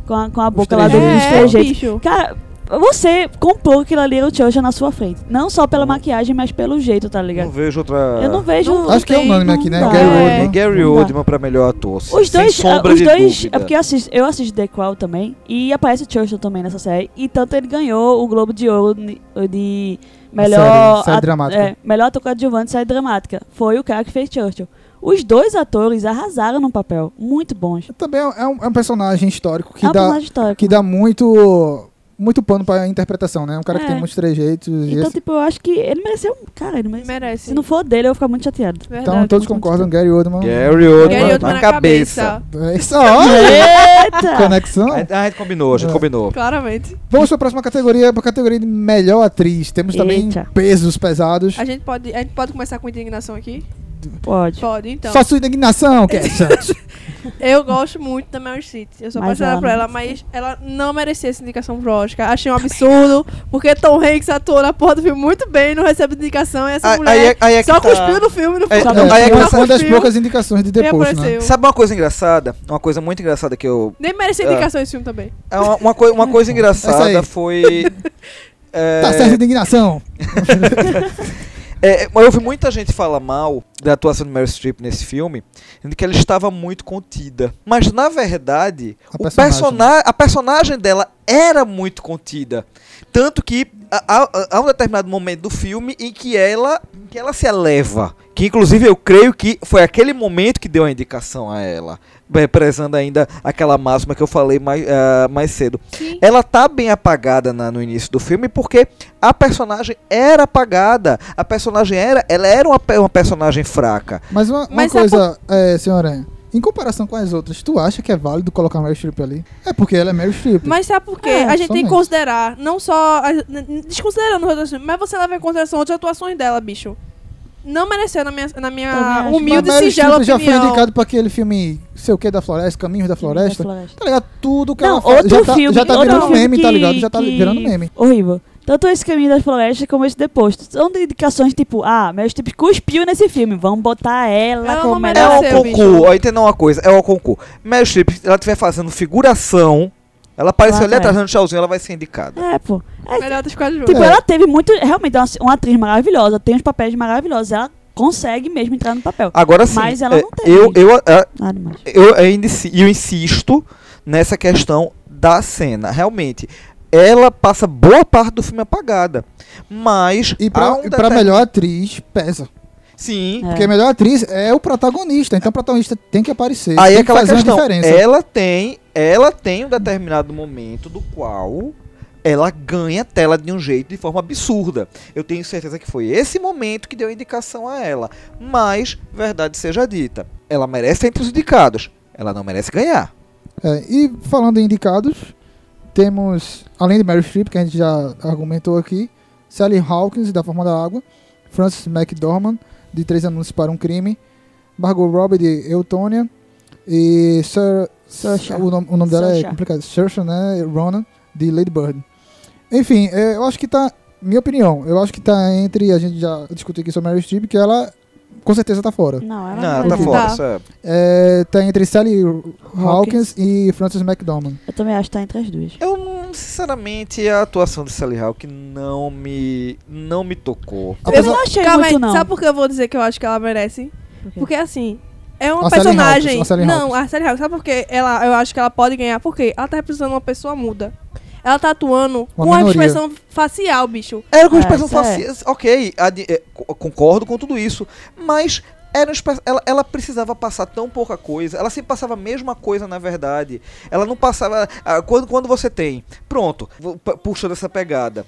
com, a, com a boca lá do
trejeitos,
dos
né?
É,
trejeitos.
bicho.
Cara, você comprou aquilo ali, o Choja, na sua frente. Não só pela maquiagem, mas pelo jeito, tá
Não
ligado?
vejo outra.
Eu não vejo...
Não-
Acho que é o nome
Não
aqui, né?
dá.
Gary
É.
É
Oldman.
Gary
Não dá.
Oldman pra melhor ator.
Os dois, ah,
sem sombra
os
de
dois,
dúvida.
é porque eu assisto, eu assisto The Crown também e aparece o Churchill também nessa série. E tanto ele ganhou o Globo de Ouro de, de melhor
série, série
at-
dramática.
é, melhor ator coadjuvante série dramática. Foi o cara que fez Churchill. Os dois atores arrasaram no papel, muito bons.
Também é um, é um personagem histórico que
é um
dá,
personagem histórico.
que dá muito, muito pano pra interpretação, né? Um cara que
É.
tem muitos trejeitos. e
Então,
esse-
tipo, eu acho que ele mereceu. um, Cara, ele mereceu.
Merece.
Se não for dele, eu vou ficar muito chateado.
Verdade.
então todos concordam, Gary Oldman.
Gary
Gary
Oldman
Oldman
na cabeça.
É isso aí.
Eita!
Conexão.
A gente- a gente combinou, a gente
É.
combinou.
Claramente.
Vamos pra próxima categoria, pra categoria de melhor atriz. Temos também
Eita.
pesos pesados.
A gente, pode, a gente pode começar com indignação aqui?
Pode.
Pode, então.
Só sua indignação, Kesha.
Eu gosto muito da Meryl Streep. Eu sou
Mas
apaixonada
ela
por
não
ela, mas ela não merecia essa indicação pro Oscar. Achei um absurdo, porque Tom Hanks atuou na porta do filme muito bem, não recebe indicação, e essa
Aí-
mulher
aí é- aí é que
só
tá.
cuspiu no filme, não
Aí-
só
não,
cuspiu,
aí é que
Foi
tá.
uma das
cuspiu,
poucas indicações de
nem
depois, né?
apareceu.
Sabe uma coisa engraçada? Uma coisa muito engraçada que eu.
Nem merecia
Ah.
indicação esse filme também.
é Uma, uma, coi- uma coisa
Essa
engraçada
aí.
foi. É,
Tá certo, Tá indignação.
é, mas eu ouvi muita gente falar mal da atuação de Meryl Streep nesse filme, de que ela estava muito contida. Mas na verdade,
A
o
personagem.
persona- a personagem dela era muito contida. Tanto que há- há, há um determinado momento do filme em que ela, em que ela se eleva. Que inclusive eu creio que foi aquele momento que deu a indicação a ela. Bem, Prezando ainda aquela máxima que eu falei mais, ah, mais cedo.
Sim.
Ela tá bem apagada na- no início do filme porque a personagem era apagada. A personagem era. Ela era uma, pe- uma personagem fraca.
Mas uma, uma
Mas a
coisa, é, senhora, em comparação com as outras, tu acha que é válido colocar Meryl Streep ali? É porque ela é Meryl Streep.
Mas sabe por quê?
É,
a gente tem
somente.
que considerar, não só. as- n- n- Desconsiderando os outros, mas você leva em consideração outras atuações dela, bicho. Não mereceu na minha, na
Também
minha
acho.
Mas
humilde e
Meryl
singela
Streep já
opinião.
foi indicado pra aquele filme, sei o que, da floresta, Caminhos da Floresta. Tá ligado? Tudo que
Não,
ela
outro
já tá,
filme.
Já tá
outro
virando
filme
meme, tá
que-
ligado? Já tá
que-
virando meme.
Horrível. Tanto esse caminho das florestas como esse deposto. São de indicações tipo, ah, Meryl Streep cuspiu nesse filme, vamos botar ela
Ela não
como
É
Ela
o
nasceu, bicho.
concurso. Ó, entenda uma coisa: é o concurso. Meryl Streep, se ela estiver fazendo figuração, ela apareceu
Ela
ali
vai.
atrás dando tchauzinho, ela vai ser indicada.
É, pô.
Melhor dos quadros
Tipo,
É.
ela teve muito. Realmente, é uma, uma atriz maravilhosa, tem uns papéis maravilhosos. Ela consegue mesmo entrar no papel.
Ah.
Agora sim.
Mas ela
é,
não teve.
Eu, eu, é,
Nada mais.
eu, ainda insi- eu insisto nessa questão da cena. Realmente, ela passa boa parte do filme apagada. Mas.
E pra,
há um
e pra
deter-
melhor atriz, pesa.
Sim.
Porque a melhor atriz é o protagonista. Então o protagonista tem que aparecer.
Aí
tem
é
que
aquela
fazer
questão.
uma diferença.
Ela tem, ela tem um determinado momento do qual ela ganha tela de um jeito de forma absurda. Eu tenho certeza que foi esse momento que deu a indicação a ela. Mas, verdade seja dita, ela merece estar entre os indicados. Ela não merece ganhar.
É, e falando em indicados, temos, além de Meryl Streep, que a gente já argumentou aqui, Sally Hawkins, da Forma da Água, Frances McDormand, de Três Anúncios para um Crime, Margot Robbie, de Eutônia, e Sir,
Saoirse.
o, nome, o nome dela
Saoirse.
é complicado, Saoirse, né, Ronan, de Lady Bird. Enfim, é, eu acho que tá, minha opinião, eu acho que tá entre, a gente já discutiu aqui sobre Meryl Streep, que ela com certeza tá fora.
Não, ela
Não, ela tá
merece.
fora.
Tá.
sabe?
É, tá entre Sally Hawkins e Frances McDormand.
Eu também acho que tá entre as duas.
Eu, não- sinceramente, a atuação de Sally Hawk não me, não me tocou.
Eu não achei
Calma
muito,
aí,
não.
sabe por que eu vou dizer que eu acho que ela merece?
Por quê?
Porque assim, é uma
A Sally
personagem.
Hawkins, a Sally
não,
Hawkins.
a Sally Hawkins, sabe por que ela, eu acho que ela pode ganhar? Porque ela tá representando uma pessoa muda. Ela tá atuando
Uma
com a
minoria.
expressão facial, bicho.
Era com
É,
expressão
isso é.
facial. Ok, adi- é, co- concordo com tudo isso. Mas era uma express- ela, ela precisava passar tão pouca coisa. Ela sempre passava a mesma coisa, na verdade. Ela não passava. ah, Quando, quando você tem. Pronto, vou pu- puxando essa pegada.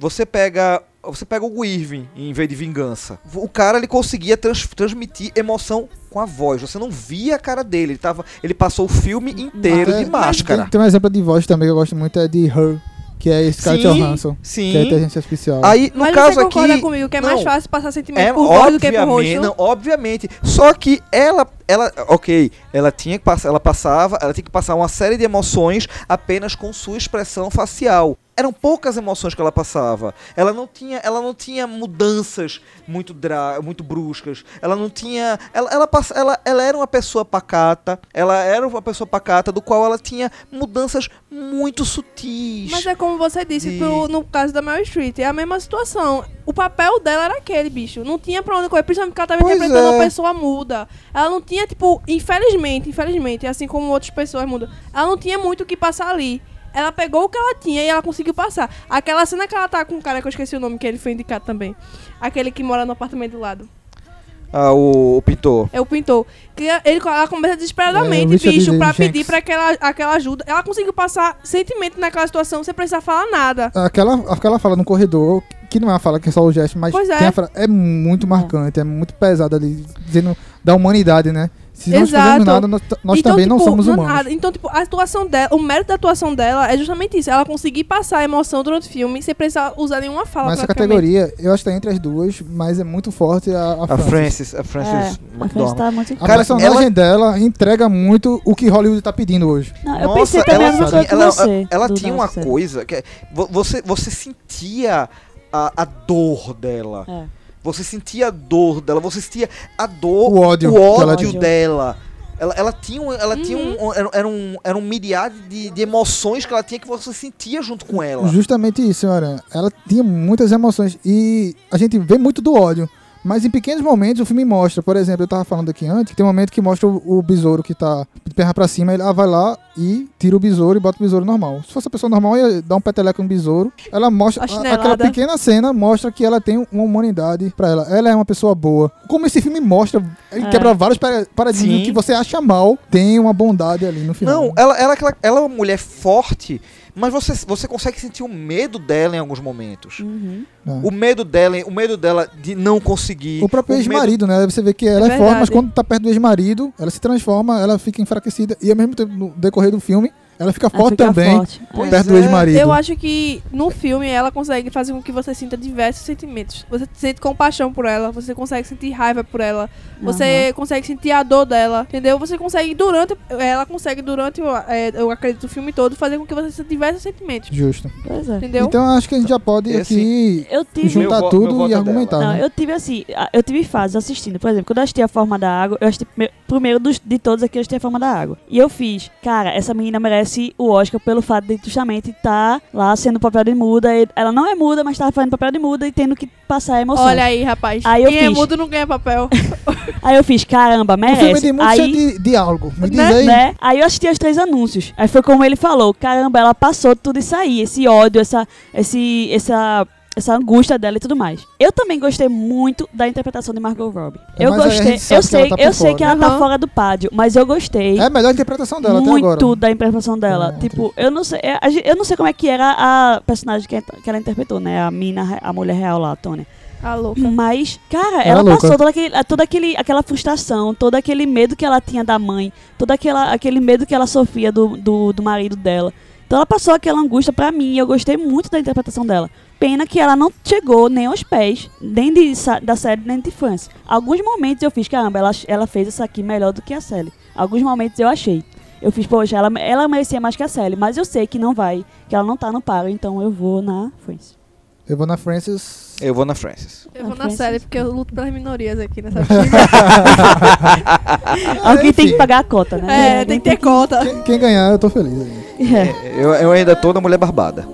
Você pega. Você pega o Irving em vez de vingança. O cara ele conseguia trans- transmitir emoção com a voz. Você não via a cara dele. Ele, tava, ele passou o filme inteiro
É,
de
Tem,
máscara.
tem um exemplo de voz também que eu gosto muito, é de Her, que é Scarlett
Sim,
Johansson, que é
Sim.
inteligência artificial.
Aí, no
Mas
caso
você concorda
aqui.
comigo que é
não.
mais fácil passar sentimento
É,
por voz do que por
obviamente,
rosto?
não, obviamente. Só que ela, ela, ok, ela tinha que passar, ela passava, ela tinha que passar uma série de emoções apenas com sua expressão facial. Eram poucas emoções que ela passava. Ela não tinha, ela não tinha mudanças muito dra muito bruscas. Ela não tinha, ela, ela, passa- ela, ela era uma pessoa pacata. Ela era uma pessoa pacata do qual ela tinha mudanças muito sutis.
Mas é como você disse
De-
pro- no caso da Meryl Street, é a mesma situação. O papel dela era aquele, bicho. Não tinha pra onde correr, principalmente porque ela tava
Pois
interpretando uma
é.
pessoa muda. Ela não tinha, tipo, infelizmente, infelizmente, assim como outras pessoas mudam, ela não tinha muito o que passar ali. Ela pegou o que ela tinha e ela conseguiu passar. Aquela cena que ela tá com um cara que eu esqueci o nome, que ele foi indicado também. Aquele que mora no apartamento do lado.
Ah, o, o pintor.
É o pintor. Que ele, ela começa
É, o
desesperadamente,
Richard
bicho, pra
Jenks.
pedir pra aquela, aquela ajuda. Ela conseguiu passar sentimento naquela situação sem precisar falar nada.
Aquela, aquela fala no corredor, que não é uma fala que é só o gesto, mas
Pois é. Hum.
tem a fala- é muito marcante, é muito pesada ali, dizendo da humanidade, né? Se nós
Exato.
fazemos nada, nós, t- nós
Então,
também não
tipo,
somos
não
humanos.
nada. Então, tipo, a atuação dela, o mérito da atuação dela é justamente isso. Ela conseguir passar a emoção durante o filme sem precisar usar nenhuma fala.
Mas essa
praticamente.
categoria, eu acho que tá entre as duas, mas é muito forte a, a,
A
Frances.
Frances, a Frances
É, a Frances
McDormand.
tá muito...
A
Cara,
personagem
ela-
dela entrega muito o que Hollywood tá pedindo hoje.
Não, eu pensei também a mesma coisa
tinha-
que
ela-
você.
ela
do
tinha uma
Darkseid.
coisa que é- vo- você, você sentia a, a dor dela.
É.
Você sentia a dor dela, você sentia a dor,
O ódio
o
que
ódio
ela
tinha.
dela. Ela, ela tinha, um- ela tinha
Uhum.
um, era, era um, era um miriade de, de emoções que ela tinha que você sentia junto com ela.
Justamente isso, senhora. Ela tinha muitas emoções e a gente vê muito do ódio. Mas em pequenos momentos o filme mostra, por exemplo, eu tava falando aqui antes, tem um momento que mostra o, o besouro que tá de perna pra cima, ele ah, vai lá e tira o besouro e bota o besouro normal. Se fosse a pessoa normal, ia dar um peteleco no besouro. Ela mostra,
A
a-
chinelada.
aquela pequena cena mostra que ela tem uma humanidade pra ela. Ela é uma pessoa boa. Como esse filme mostra, ele
É.
quebra vários para- paradigmas
Sim.
que você acha mal, tem uma bondade ali no final.
Não, ela, ela, é aquela- ela é uma mulher forte, mas você, você consegue sentir o medo dela em alguns momentos.
Uhum.
O medo dela, o medo dela de não conseguir.
O próprio
medo-
ex-marido, né? Você vê que ela é,
É
forte, mas
verdade.
quando tá perto do ex-marido, ela se transforma, ela fica enfraquecida. E ao mesmo tempo, no decorrer do filme, ela fica
Ela
forte
fica
também,
forte.
Pois
perto do
é.
ex-marido.
Eu acho que no filme ela consegue fazer com que você sinta diversos sentimentos. Você sente compaixão por ela, você consegue sentir raiva por ela, você consegue sentir a dor dela, entendeu? Você consegue durante, ela consegue durante, o- é, eu acredito, o filme todo, fazer com que você sinta diversos sentimentos,
Justo.
Pois é.
entendeu?
Então acho que a gente já pode
Esse-
aqui
Eu tive.
Meu
juntar
vo- meu
tudo
voto
e
é
argumentar.
Não,
né?
eu tive assim, a- eu tive fases assistindo. Por exemplo, quando eu assisti A Forma da Água, eu assisti prime- primeiro dos, de todos aqui, eu assisti A Forma da Água. E eu fiz, cara, essa menina merece o Oscar pelo fato de justamente estar lá sendo papel de muda. E Ela não é muda, mas tá fazendo papel de muda e tendo que passar a emoção.
Olha aí, rapaz.
Aí eu
Quem é
fiz.
mudo não ganha papel.
Aí eu fiz, caramba,
O filme
merece.
tem muito cheio
Aí,
de diálogo. Me diz
né,
aí.
né? Aí eu assisti os três anúncios. Aí foi como ele falou, caramba, ela passou tudo isso aí, esse ódio, essa, esse, essa, essa angústia dela e tudo mais. Eu também gostei muito da interpretação de Margot Robbie.
É,
Eu
mas aí a
gostei,
gente sabe
eu
que ela
sei,
tá por
eu sei
fora,
que ela tá
Aham.
fora do pádio, mas eu gostei.
É a melhor interpretação dela até agora.
Muito da interpretação dela.
É,
tipo, eu não sei. é, a gen- Eu não sei como é que era a personagem que que ela interpretou, né? A mina, re- a mulher real lá, a Tony.
A louca.
Mas, cara,
Era
ela
louca.
passou toda, aquele, toda aquele, aquela frustração, todo aquele medo que ela tinha da mãe, todo aquela, aquele medo que ela sofria do, do, do marido dela. Então ela passou aquela angústia pra mim e eu gostei muito da interpretação dela. Pena que ela não chegou nem aos pés, nem de, sa- da série, nem de fãs. Alguns momentos eu fiz, caramba, ela, ela fez essa aqui melhor do que a série. Alguns momentos eu achei. Eu fiz, poxa, ela, ela merecia mais que a série, mas eu sei que não vai, que ela não tá no paro, então eu vou na frente.
Eu vou na Francis.
Eu vou na Frances.
Eu vou
Ah,
na
Francis.
série porque eu luto pelas minorias aqui nessa
Alguém tem que
enfim.
pagar a cota, né?
É, tem que ter conta.
Quem, quem ganhar, eu tô feliz.
É.
Eu, eu ainda tô na mulher barbada.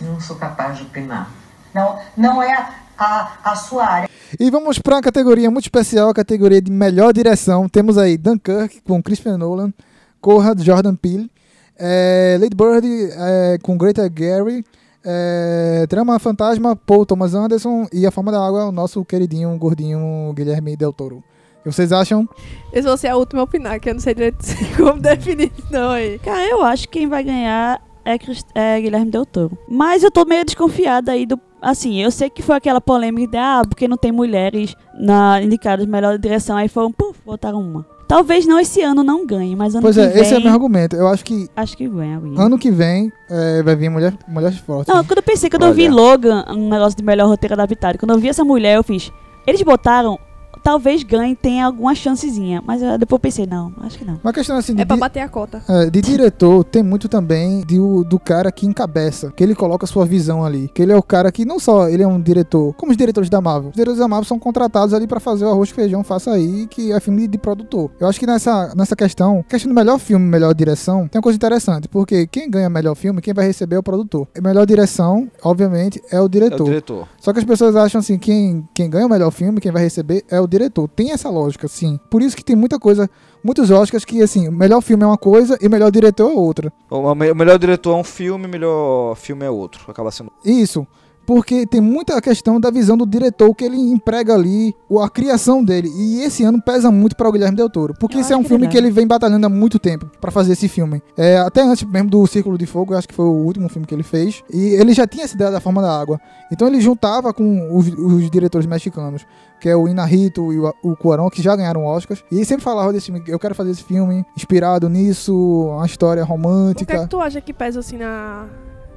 Não sou capaz de opinar. Não, não é a, a sua área.
E vamos pra uma categoria muito especial, a categoria de melhor direção. Temos aí Dunkirk com Christopher Nolan, Corra de Jordan Peele, eh, Lady Bird eh, com Greta Gary, eh, Trama Fantasma, Paul Thomas Anderson e A Forma da Água, o nosso queridinho gordinho Guilherme Del Toro. O que vocês acham?
Eu vou ser a última a opinar, que eu não sei direito como definir isso não aí.
Cara, eu acho que quem vai ganhar é, Crist- é Guilherme Del Toro. Mas eu tô meio desconfiada aí do. Assim, eu sei que foi aquela polêmica de ah, porque não tem mulheres na indicadas melhor direção. Aí foram, puf, botaram uma. Talvez não esse ano não ganhe, mas ano
pois
que
é,
vem.
esse é o meu argumento. Eu acho que
Acho que ganha alguém.
ano que vem eh, vai vir mulher, mulher forte.
Não, quando eu pensei, quando eu vi
Olha.
Logan, um negócio de melhor roteiro adaptado, quando eu vi essa mulher, eu fiz. Eles botaram, talvez ganhe, tenha alguma chancezinha. Mas eu- depois eu pensei, não, acho que não.
Uma questão assim de,
É pra
di-
bater a cota.
É, de diretor tem muito também de o- do cara que encabeça, que ele coloca sua visão ali, que ele é o cara que não só ele é um diretor, como os diretores da Marvel. Os diretores da Marvel são contratados ali pra fazer o arroz e feijão, faça aí, que é filme de produtor. Eu acho que nessa, nessa questão, questão do melhor filme, melhor direção, tem uma coisa interessante, porque quem ganha melhor filme, quem vai receber é o produtor. E melhor direção, obviamente, é o
É o
diretor.
diretor.
Só que as pessoas acham assim, quem, quem ganha o melhor filme, quem vai receber é o diretor. Tem essa lógica, sim. Por isso que tem muita coisa, muitos Oscars que, assim, o melhor filme é uma coisa e o melhor diretor é outra.
O, o me- o melhor diretor é um filme, o melhor filme é outro. Acaba sendo.
Isso. Porque tem muita questão da visão do diretor que ele emprega ali, ou a criação dele. E esse ano pesa muito para o Guilherme Del Toro. Porque
Eu
esse é
acho
um
que
filme
ele
que ele vem batalhando há muito tempo para fazer esse filme. É, até antes mesmo do Círculo de Fogo, eu acho que foi o último filme que ele fez. E ele já tinha essa ideia da forma da água. Então ele juntava com os, os diretores mexicanos, que é o Inarrito e o, o Cuarón, que já ganharam Oscars. E ele sempre falava desse filme, eu quero fazer esse filme inspirado nisso, uma história
O que é
romântica.
que tu acha que pesa assim na...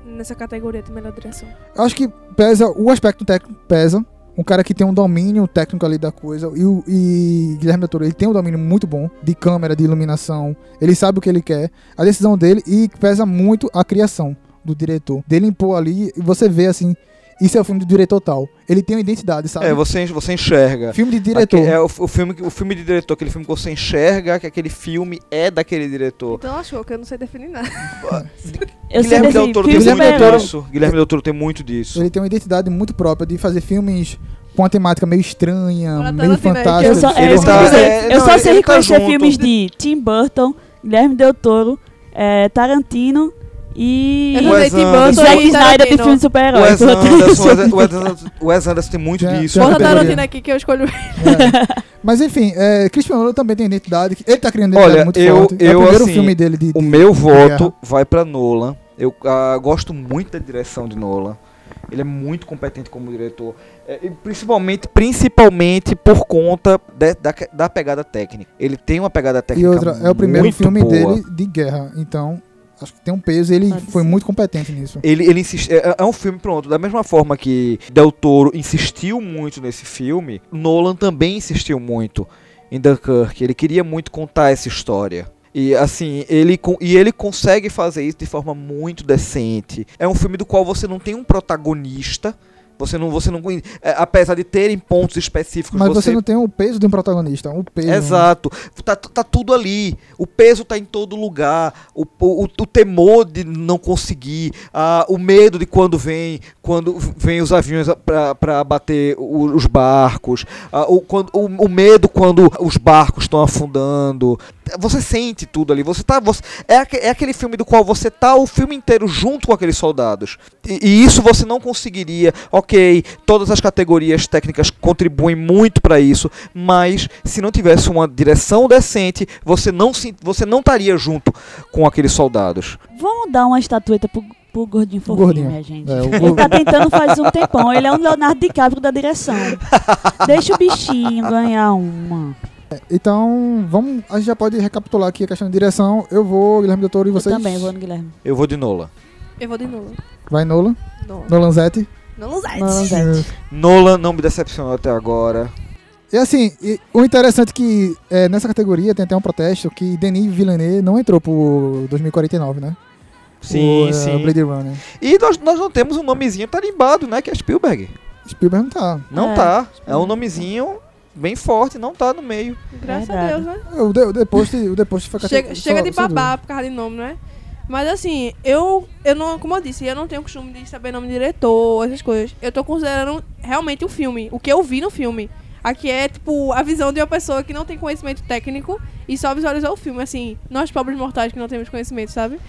nessa categoria de melhor direção?
Eu acho que pesa, o aspecto técnico pesa. Um cara que tem um domínio técnico ali da coisa. E, o- e Guilherme Del Toro, ele tem um domínio muito bom de câmera, de iluminação. Ele sabe o que ele quer. A decisão dele e pesa muito a criação do diretor. Dele impor ali e você vê assim. isso é o filme do diretor tal. Ele tem uma identidade, sabe?
É, você, você enxerga.
Filme de Tá. diretor.
Aque- é o, o filme, que- o filme de diretor, aquele filme que você enxerga que aquele filme é daquele diretor.
Então achou que eu não sei definir nada.
Então, Eu sei
Guilherme
desse
Del Toro tem
filme
muito
super-herói.
disso. Guilherme Del Toro tem muito disso.
Ele tem uma identidade muito própria de fazer filmes com uma temática meio estranha,
Olha, tá
meio
na finesse.
fantástica.
Eu só, é,
Ele
isso que eu
tá-
ia dizer.
é,
eu
não,
só sei
ele tá
reconhecer
junto.
filmes de Tim Burton, Guilherme Del Toro, é, Tarantino e.
Eu
Wes
sei Tim
Anderson.
e
Burton
ah, Zack
e
Snyder de filme
Tarantino.
de super-herói.
Wes
Pronto.
Anderson, Wes- Wes Anderson- Wes Anderson tem muito
Já-
disso.
já-
Bota
categoria.
Tarantino aqui que eu escolho.
É. Mas enfim, é, Christian Nolan também tem identidade. que- Ele tá criando
Olha,
identidade muito
eu-
forte. é
eu,
o primeiro
assim,
filme dele de,
O
de-
meu voto
guerra.
vai pra Nolan. Eu ah, gosto muito da direção de Nolan. Ele é muito competente como diretor, É, e principalmente, principalmente por conta de- da, da pegada técnica. Ele tem uma pegada
E
técnica
outra, é o primeiro
muito
filme
boa.
dele de guerra. Então, acho que tem um peso. Ele
Pode
foi
ser.
muito competente nisso.
Ele, ele insiste, é, é um filme pronto. Da mesma forma que Del Toro insistiu muito nesse filme, Nolan também insistiu muito em Dunkirk. Ele queria muito contar essa história. E assim, ele con- e ele consegue fazer isso de forma muito decente. É um filme do qual você não tem um protagonista. Você não, você não, conhe- é, apesar de terem pontos específicos,
Mas você... não tem o peso de um protagonista. O peso.
Exato. Tá, tá tudo ali. O peso tá em todo lugar. O, o, o temor de não conseguir. ah, o medo de quando vem, quando vem os aviões pra, pra bater o- os barcos. ah, o, quando, o, o medo quando os barcos estão afundando. Você sente tudo ali. Você tá. Você, é, aque- é aquele filme do qual você tá o filme inteiro junto com aqueles soldados. E, e isso você não conseguiria. Ok, todas as categorias técnicas contribuem muito para isso, mas se não tivesse uma direção decente, você não se, você não estaria junto com aqueles soldados.
Vamos dar uma estatueta pro, pro gordinho fofinho,
Gordinho.
minha gente.
É, o-
Ele tá tentando faz um tempão. Ele é um Leonardo DiCaprio da direção. Deixa o bichinho ganhar uma.
Então, vamos. A gente já pode recapitular aqui a questão de direção. Eu vou, Guilherme Doutor, e vocês.
Eu também vou no Guilherme.
Eu vou de Nola.
Eu vou de Nolan.
Vai Nolan.
Nolan.
Nolan Zetti.
Nolan
No
Zete.
Lanzetti.
Nola não me decepcionou até agora.
E assim, e o interessante é que é, nessa categoria tem até um protesto que Denis Villeneuve não entrou pro 2049, né?
Sim,
o, é,
sim.
Blade Runner.
E nós, nós não temos um nomezinho tarimbado, né? Que é Spielberg.
Spielberg não tá.
Não
É.
tá. É um nomezinho bem forte, não tá no meio.
Graças a
Verdade.
Deus, né?
O, de, o depois, o depois foi
Chega,
cate-
chega
só-
de
só
babar por causa de nome, né? Mas assim, eu, eu não, como eu disse, eu não tenho costume de saber nome de diretor, essas coisas. Eu tô considerando realmente o filme, o que eu vi no filme. Aqui é, tipo, a visão de uma pessoa que não tem conhecimento técnico e só visualizou o filme, assim, nós pobres mortais que não temos conhecimento, sabe?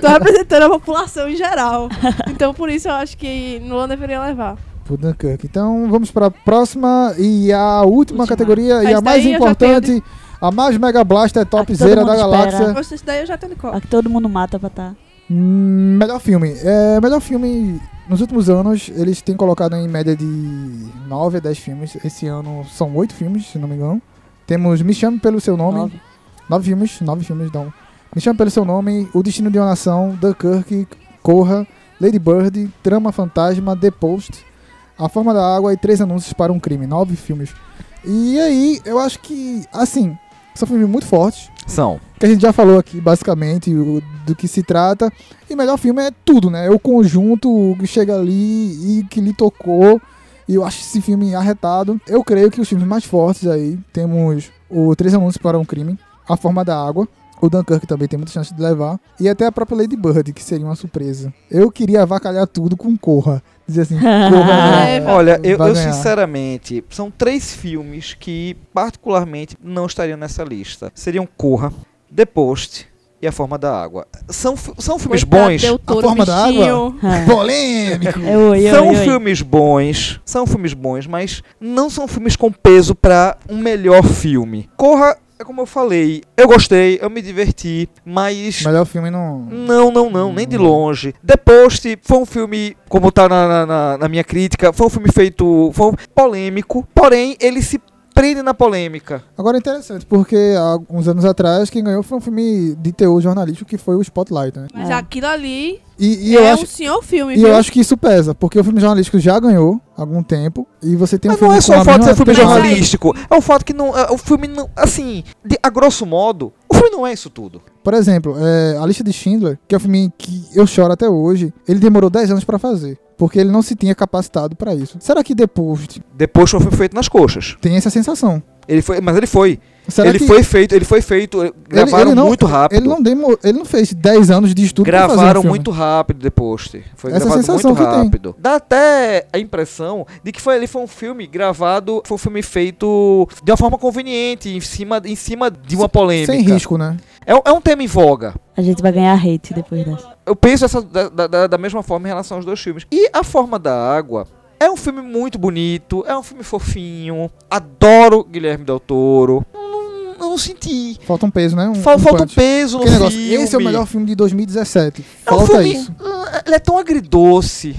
Tô representando a população em geral. Então por isso eu acho que Nolan deveria levar.
dois. Pro Dunkirk. Então vamos pra próxima e a última
Última.
categoria e
Essa
a mais
daí eu já tenho
importante, a mais mega blaster
todo
topzera da
mundo
galáxia.
espera.
Vocês daí eu já tenho de cor.
Ah,
A que todo mundo mata pra tá.
Hum, melhor filme. É, melhor filme. Nos últimos anos, eles têm colocado em média de 9 a 10 filmes. Esse ano são 8 filmes, se não me engano. Temos Me Chame Pelo Seu Nome.
Nove.
9 filmes, 9 filmes dão. Me Chame Pelo Seu Nome, O Destino de uma Nação, Dunkirk, Corra, Lady Bird, Trama Fantasma, The Post, A Forma da Água e Três Anúncios para um Crime. 9 filmes. E aí, eu acho que, assim, são filmes muito fortes
São.
que a gente já falou aqui basicamente o- do que se trata. E melhor filme é tudo, né? É o conjunto que chega ali e que lhe tocou. E eu acho esse filme arretado. Eu creio que os filmes mais fortes aí temos o Três Anúncios para um Crime, A Forma da Água, o Dunkirk também tem muita chance de levar, e até a própria Lady Bird, que seria uma surpresa. Eu queria avacalhar tudo com Corra. Dizer assim,
Né,
Corra.
É,
Olha, eu,
vai
eu
ganhar.
sinceramente, são três filmes que particularmente não estariam nessa lista. Seriam Corra, The Post e A Forma da Água. São, fi- são filmes
Coitado,
bons.
Del Toro,
forma da
bichinho.
Polêmico!
É oi, oi,
são um
oi.
filmes bons, são filmes bons, mas não são filmes com peso pra um melhor filme. Corra, é como eu falei, eu gostei, eu me diverti, mas
melhor filme não.
não, não, não, nem de longe. The Post foi um filme, como tá na, na- na- na minha crítica, foi um filme feito. Foi um- polêmico, porém ele se prende na polêmica.
Agora é interessante, porque há uns anos atrás quem ganhou foi um filme de teor jornalístico que foi o Spotlight, né?
Mas
É.
aquilo ali
E, e eu
é
acho,
um senhor filme,
e
viu?
eu acho que isso pesa, porque o filme jornalístico já ganhou há algum tempo e você tem um
Mas
filme
não é
com
só
a
o fato de ser
mesma
filme
Mas aí-
temática.
jornalístico. É o fato que não. é, o filme não. Assim, de- a grosso modo, o filme não é isso tudo.
Por exemplo, é, a lista de Schindler, que é um filme que eu choro até hoje, ele demorou 10 anos pra fazer. porque ele não se tinha capacitado pra isso. Será que depois
Depois foi feito nas coxas.
tem essa sensação?
Ele foi, mas ele foi.
Será
ele
que
foi feito, ele foi feito. Gravaram
ele não-
muito rápido.
ele não demo, ele não fez 10 anos de estudo pra fazer um
gravaram
filme.
muito rápido depois. T. Foi
Essa
gravado
sensação
muito
que tem.
rápido. Dá até a impressão de que foi, ele foi um filme gravado, foi um filme feito de uma forma conveniente, em cima, em cima de uma polêmica.
sem risco, né?
É, um- é um tema em voga.
A gente vai ganhar hate depois dessa.
Eu penso essa, da, da- da- da mesma forma em relação aos dois filmes. E A Forma da Água é um filme muito bonito, é um filme fofinho. Adoro Guilherme Del Toro. Não, não, não senti.
Falta um peso, né? Um,
Fal-
um
falta um
punch.
peso no
Aquele negócio,
filme.
Esse é o melhor filme de 2017.
É um
Falta
filme-
isso.
Ele é tão agridoce.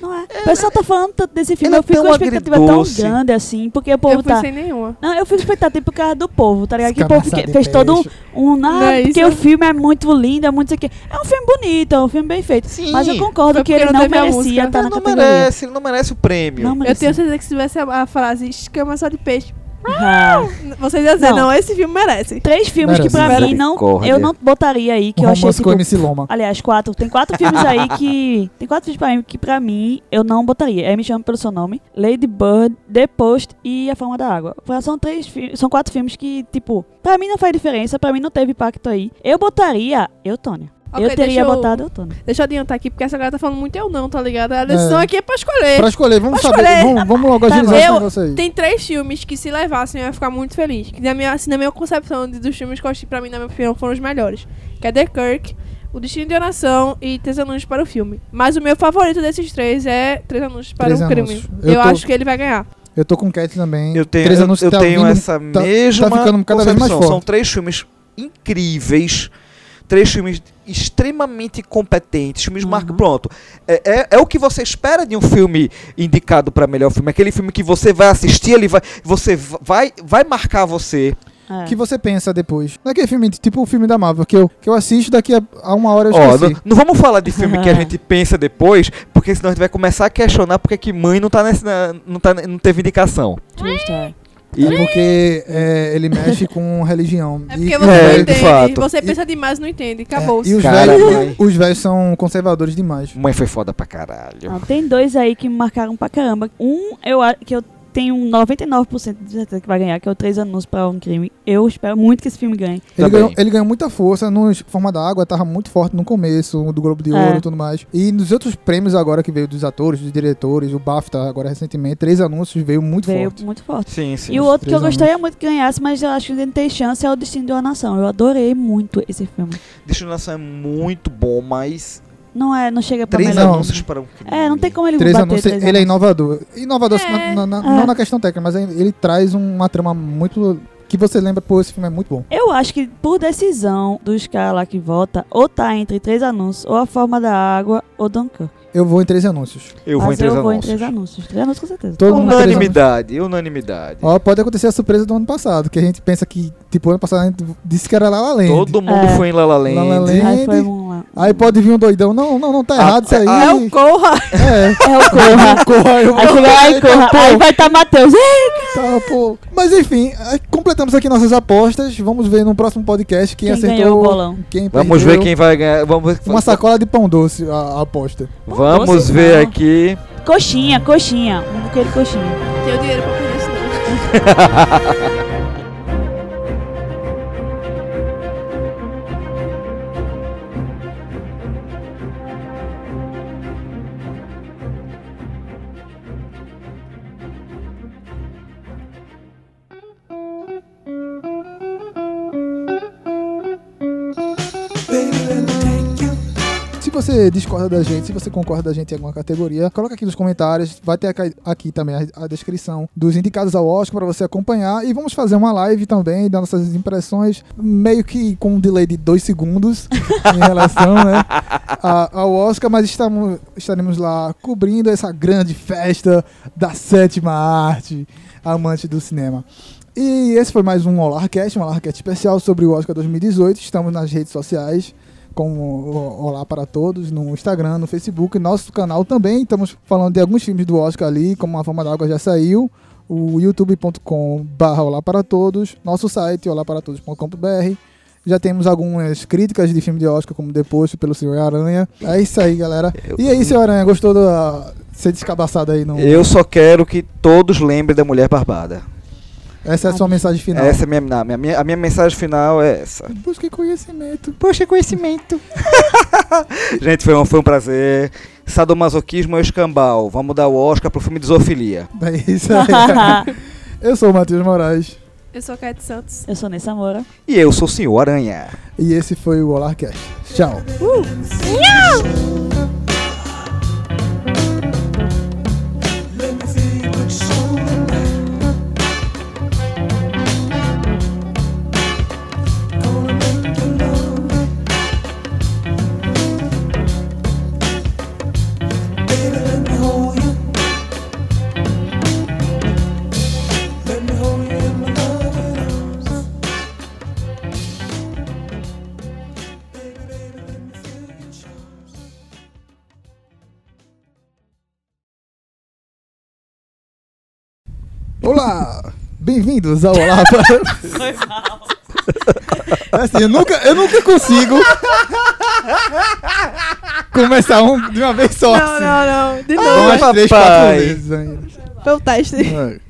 Não é? O pessoal
né?
tá falando tanto desse filme,
Ele é
eu fico com
tão
a expectativa
agridoce.
tão grande, assim, porque o povo
Eu fui
tá.
sem nenhuma.
Não, eu fico com expectativa por causa do povo, tá ligado? Que o
Descamaçado
povo que
de
fez todo
peixe.
um. um
Não
ah,
é
porque
isso?
o filme é muito lindo, é muito isso aqui. É um filme bonito, é um filme bem feito.
Sim.
Mas eu concordo
Foi porque
que ele
não
não
teve a
merecia
música.
estar
Ele
Tá na
não
categoria.
merece, ele não merece o prêmio.
Não
Eu
merecia.
tenho certeza que se tivesse a, a frase escama só de peixe,
Ah.
vocês iam dizer,
Não.
não, esse filme merece.
Três filmes que pra
Merece.
mim não.
Misericórdia.
Eu não botaria aí, que
Um
eu achei
romance
tipo,
com MC Loma.
Aliás, quatro. Tem quatro filmes aí que. Tem quatro filmes pra mim que pra mim eu não botaria. É Me Chama Pelo Seu Nome, Lady Bird, The Post e A Forma da Água. Pra- São três filmes. São quatro filmes que, tipo, pra mim não faz diferença, pra mim não teve impacto aí. Eu botaria Eutônia.
Ok,
eu teria
deixa eu-
botado Eutônia.
Deixa eu adiantar aqui, porque essa galera tá falando muito eu não, tá ligado? A decisão
É.
aqui é pra escolher.
Pra escolher, vamos
Pra
saber.
escolher.
Vamos, vamos logo agilizar esse
Eu-
negócio aí.
Tem três filmes que se levassem eu ia ficar muito feliz. Que na minha, assim, na minha concepção de- dos filmes que eu achei pra mim, na minha opinião, foram os melhores. Que é The Kirk, O Destino de Oração e Três Anúncios para o Filme. Mas o meu favorito desses três é Três Anúncios para
Três
o
Anúncios.
Crime.
Eu
Eu,
tô-
acho que ele vai ganhar.
Eu tô com Cat também.
Eu tenho,
Três
eu,
anos
eu
tá
tenho
vindo-
essa
tá
mesma
ficando cada vez mais
concepção. São
forte.
três filmes incríveis, três filmes extremamente competentes, filmes
Uhum.
marca pronto. É, é, é o que você espera de um filme indicado para melhor filme, aquele filme que você vai assistir, ele vai, você va- vai, vai marcar você.
É.
que você pensa depois. Não é aquele filme, tipo o filme da Marvel, que eu, que eu assisto daqui a, a uma hora eu
Ó,
esqueci.
não, não vamos falar de filme que a gente pensa depois, porque senão a gente vai começar a questionar porque que mãe não tá nesse, na- não tá, não teve indicação.
Justo, é.
É porque é, ele mexe com religião.
É porque
E-
você
É,
não
de
entende.
fato.
Você
E-
pensa demais e não entende.
é,
Acabou-se.
e os
Cara,
velhos,
mãe.
os velhos são conservadores demais.
Mãe foi foda pra caralho.
Não, Ah, tem dois aí que me marcaram pra caramba. Um, eu a- que eu tenho um 99% de certeza que vai ganhar, que é o Três Anúncios para um Crime. Eu espero muito que esse filme ganhe.
Ele
Também.
ganhou, ele ganhou muita força nos Forma da Água, tava muito forte no começo, o do Globo de Ouro
É.
e tudo mais. E nos outros prêmios agora que veio dos atores, dos diretores, o BAFTA tá agora recentemente, três anúncios veio muito
Veio
forte.
muito forte.
Sim, sim.
E o outro que eu
três
gostaria muito que ganhasse, mas eu acho que ainda não tem chance, é o Destino de uma Nação. Eu adorei muito esse filme.
Destinação é muito bom, mas
Não é, não chega pra
Três
melhor.
anúncios para um crime.
É, não tem como ele
Três
bater
anúncios,
três
ele é
anúncios.
inovador. Inovador assim,
É.
na- na-
É.
não na questão técnica, mas ele, ele traz um, uma trama muito. que você lembra, pô, esse filme é muito bom.
Eu acho que por decisão dos caras lá que vota, ou tá entre três anúncios, ou a forma da água, ou Dunkirk.
Eu vou em três anúncios.
Eu vou
Mas
em três
eu vou em
anúncios.
três anúncios. Três anúncios com certeza.
Todo mundo em três anúncios.
Unanimidade, unanimidade.
Ó, pode acontecer a surpresa do ano passado, que a gente pensa que, tipo, ano passado a gente disse que era La La Land.
Todo mundo
É.
foi em La La Land.
La La Land.
Aí foi um lá.
Aí pode vir um doidão, não, não, não, tá
Ah,
errado isso aí.
ah,
É o Corra.
É,
É o Corra.
corra, eu
Aí,
vou-
chega, ai,
Eita,
corra.
pô,
Aí vai tá Matheus.
tá, pô. Mas enfim, aí completamos aqui nossas apostas. Vamos ver no próximo podcast quem,
Quem
acertou.
ganhou o bolão.
Quem
Vamos ver
perdeu.
quem vai ganhar. Vamos,
Uma sacola de pão doce, a, a aposta.
vamos
Nossa,
ver
não.
aqui.
Coxinha, coxinha. Um buquê de coxinha.
Tenho dinheiro pra fazer isso, não.
Se você discorda da gente, se você concorda da gente em alguma categoria, coloca aqui nos comentários. Vai ter aqui- aqui também a, a descrição dos indicados ao Oscar para você acompanhar. E vamos fazer uma live também das nossas impressões, meio que com um delay de dois segundos em relação né, a- ao Oscar, mas estamos, estaremos lá cobrindo essa grande festa da sétima arte, amante do cinema. E esse foi mais um OlarCast, um OlarCast especial sobre o Oscar 2018. Estamos nas redes sociais como o Olá para Todos, no Instagram, no Facebook, nosso canal também. Estamos falando de alguns filmes do Oscar ali, como A Forma da Água já saiu, o youtube.com barra Olá para Todos, nosso site olaparatodos.com.br Já temos algumas críticas de filme de Oscar, como Deposto pelo Senhor Aranha. É isso aí, galera.
Eu-
E aí, Senhor Aranha, gostou da ser descabaçado aí no.
Eu só quero que todos lembrem da Mulher Barbada.
Essa é a sua mensagem final.
Essa é a minha, na- minha- minha, a minha mensagem final é essa.
Busque conhecimento.
Poxa, conhecimento. Gente, foi um, foi um prazer. Sadomasoquismo é o escambau. Vamos dar o Oscar pro filme de zoofilia.
É isso aí. Eu sou o Matheus Moraes
Eu sou a Kate Santos.
Eu sou Nessa Moura.
E eu sou o Senhor Aranha.
e esse foi o Olarcast. Tchau. Olá! Bem-vindos ao Olá para... É assim, eu nunca, eu nunca consigo começar um de uma vez só.
Não,
assim.
não, não. De
Umas
novo.
Ah,
três, quatro
papai.
vezes ainda.
Foi o teste.
Vai.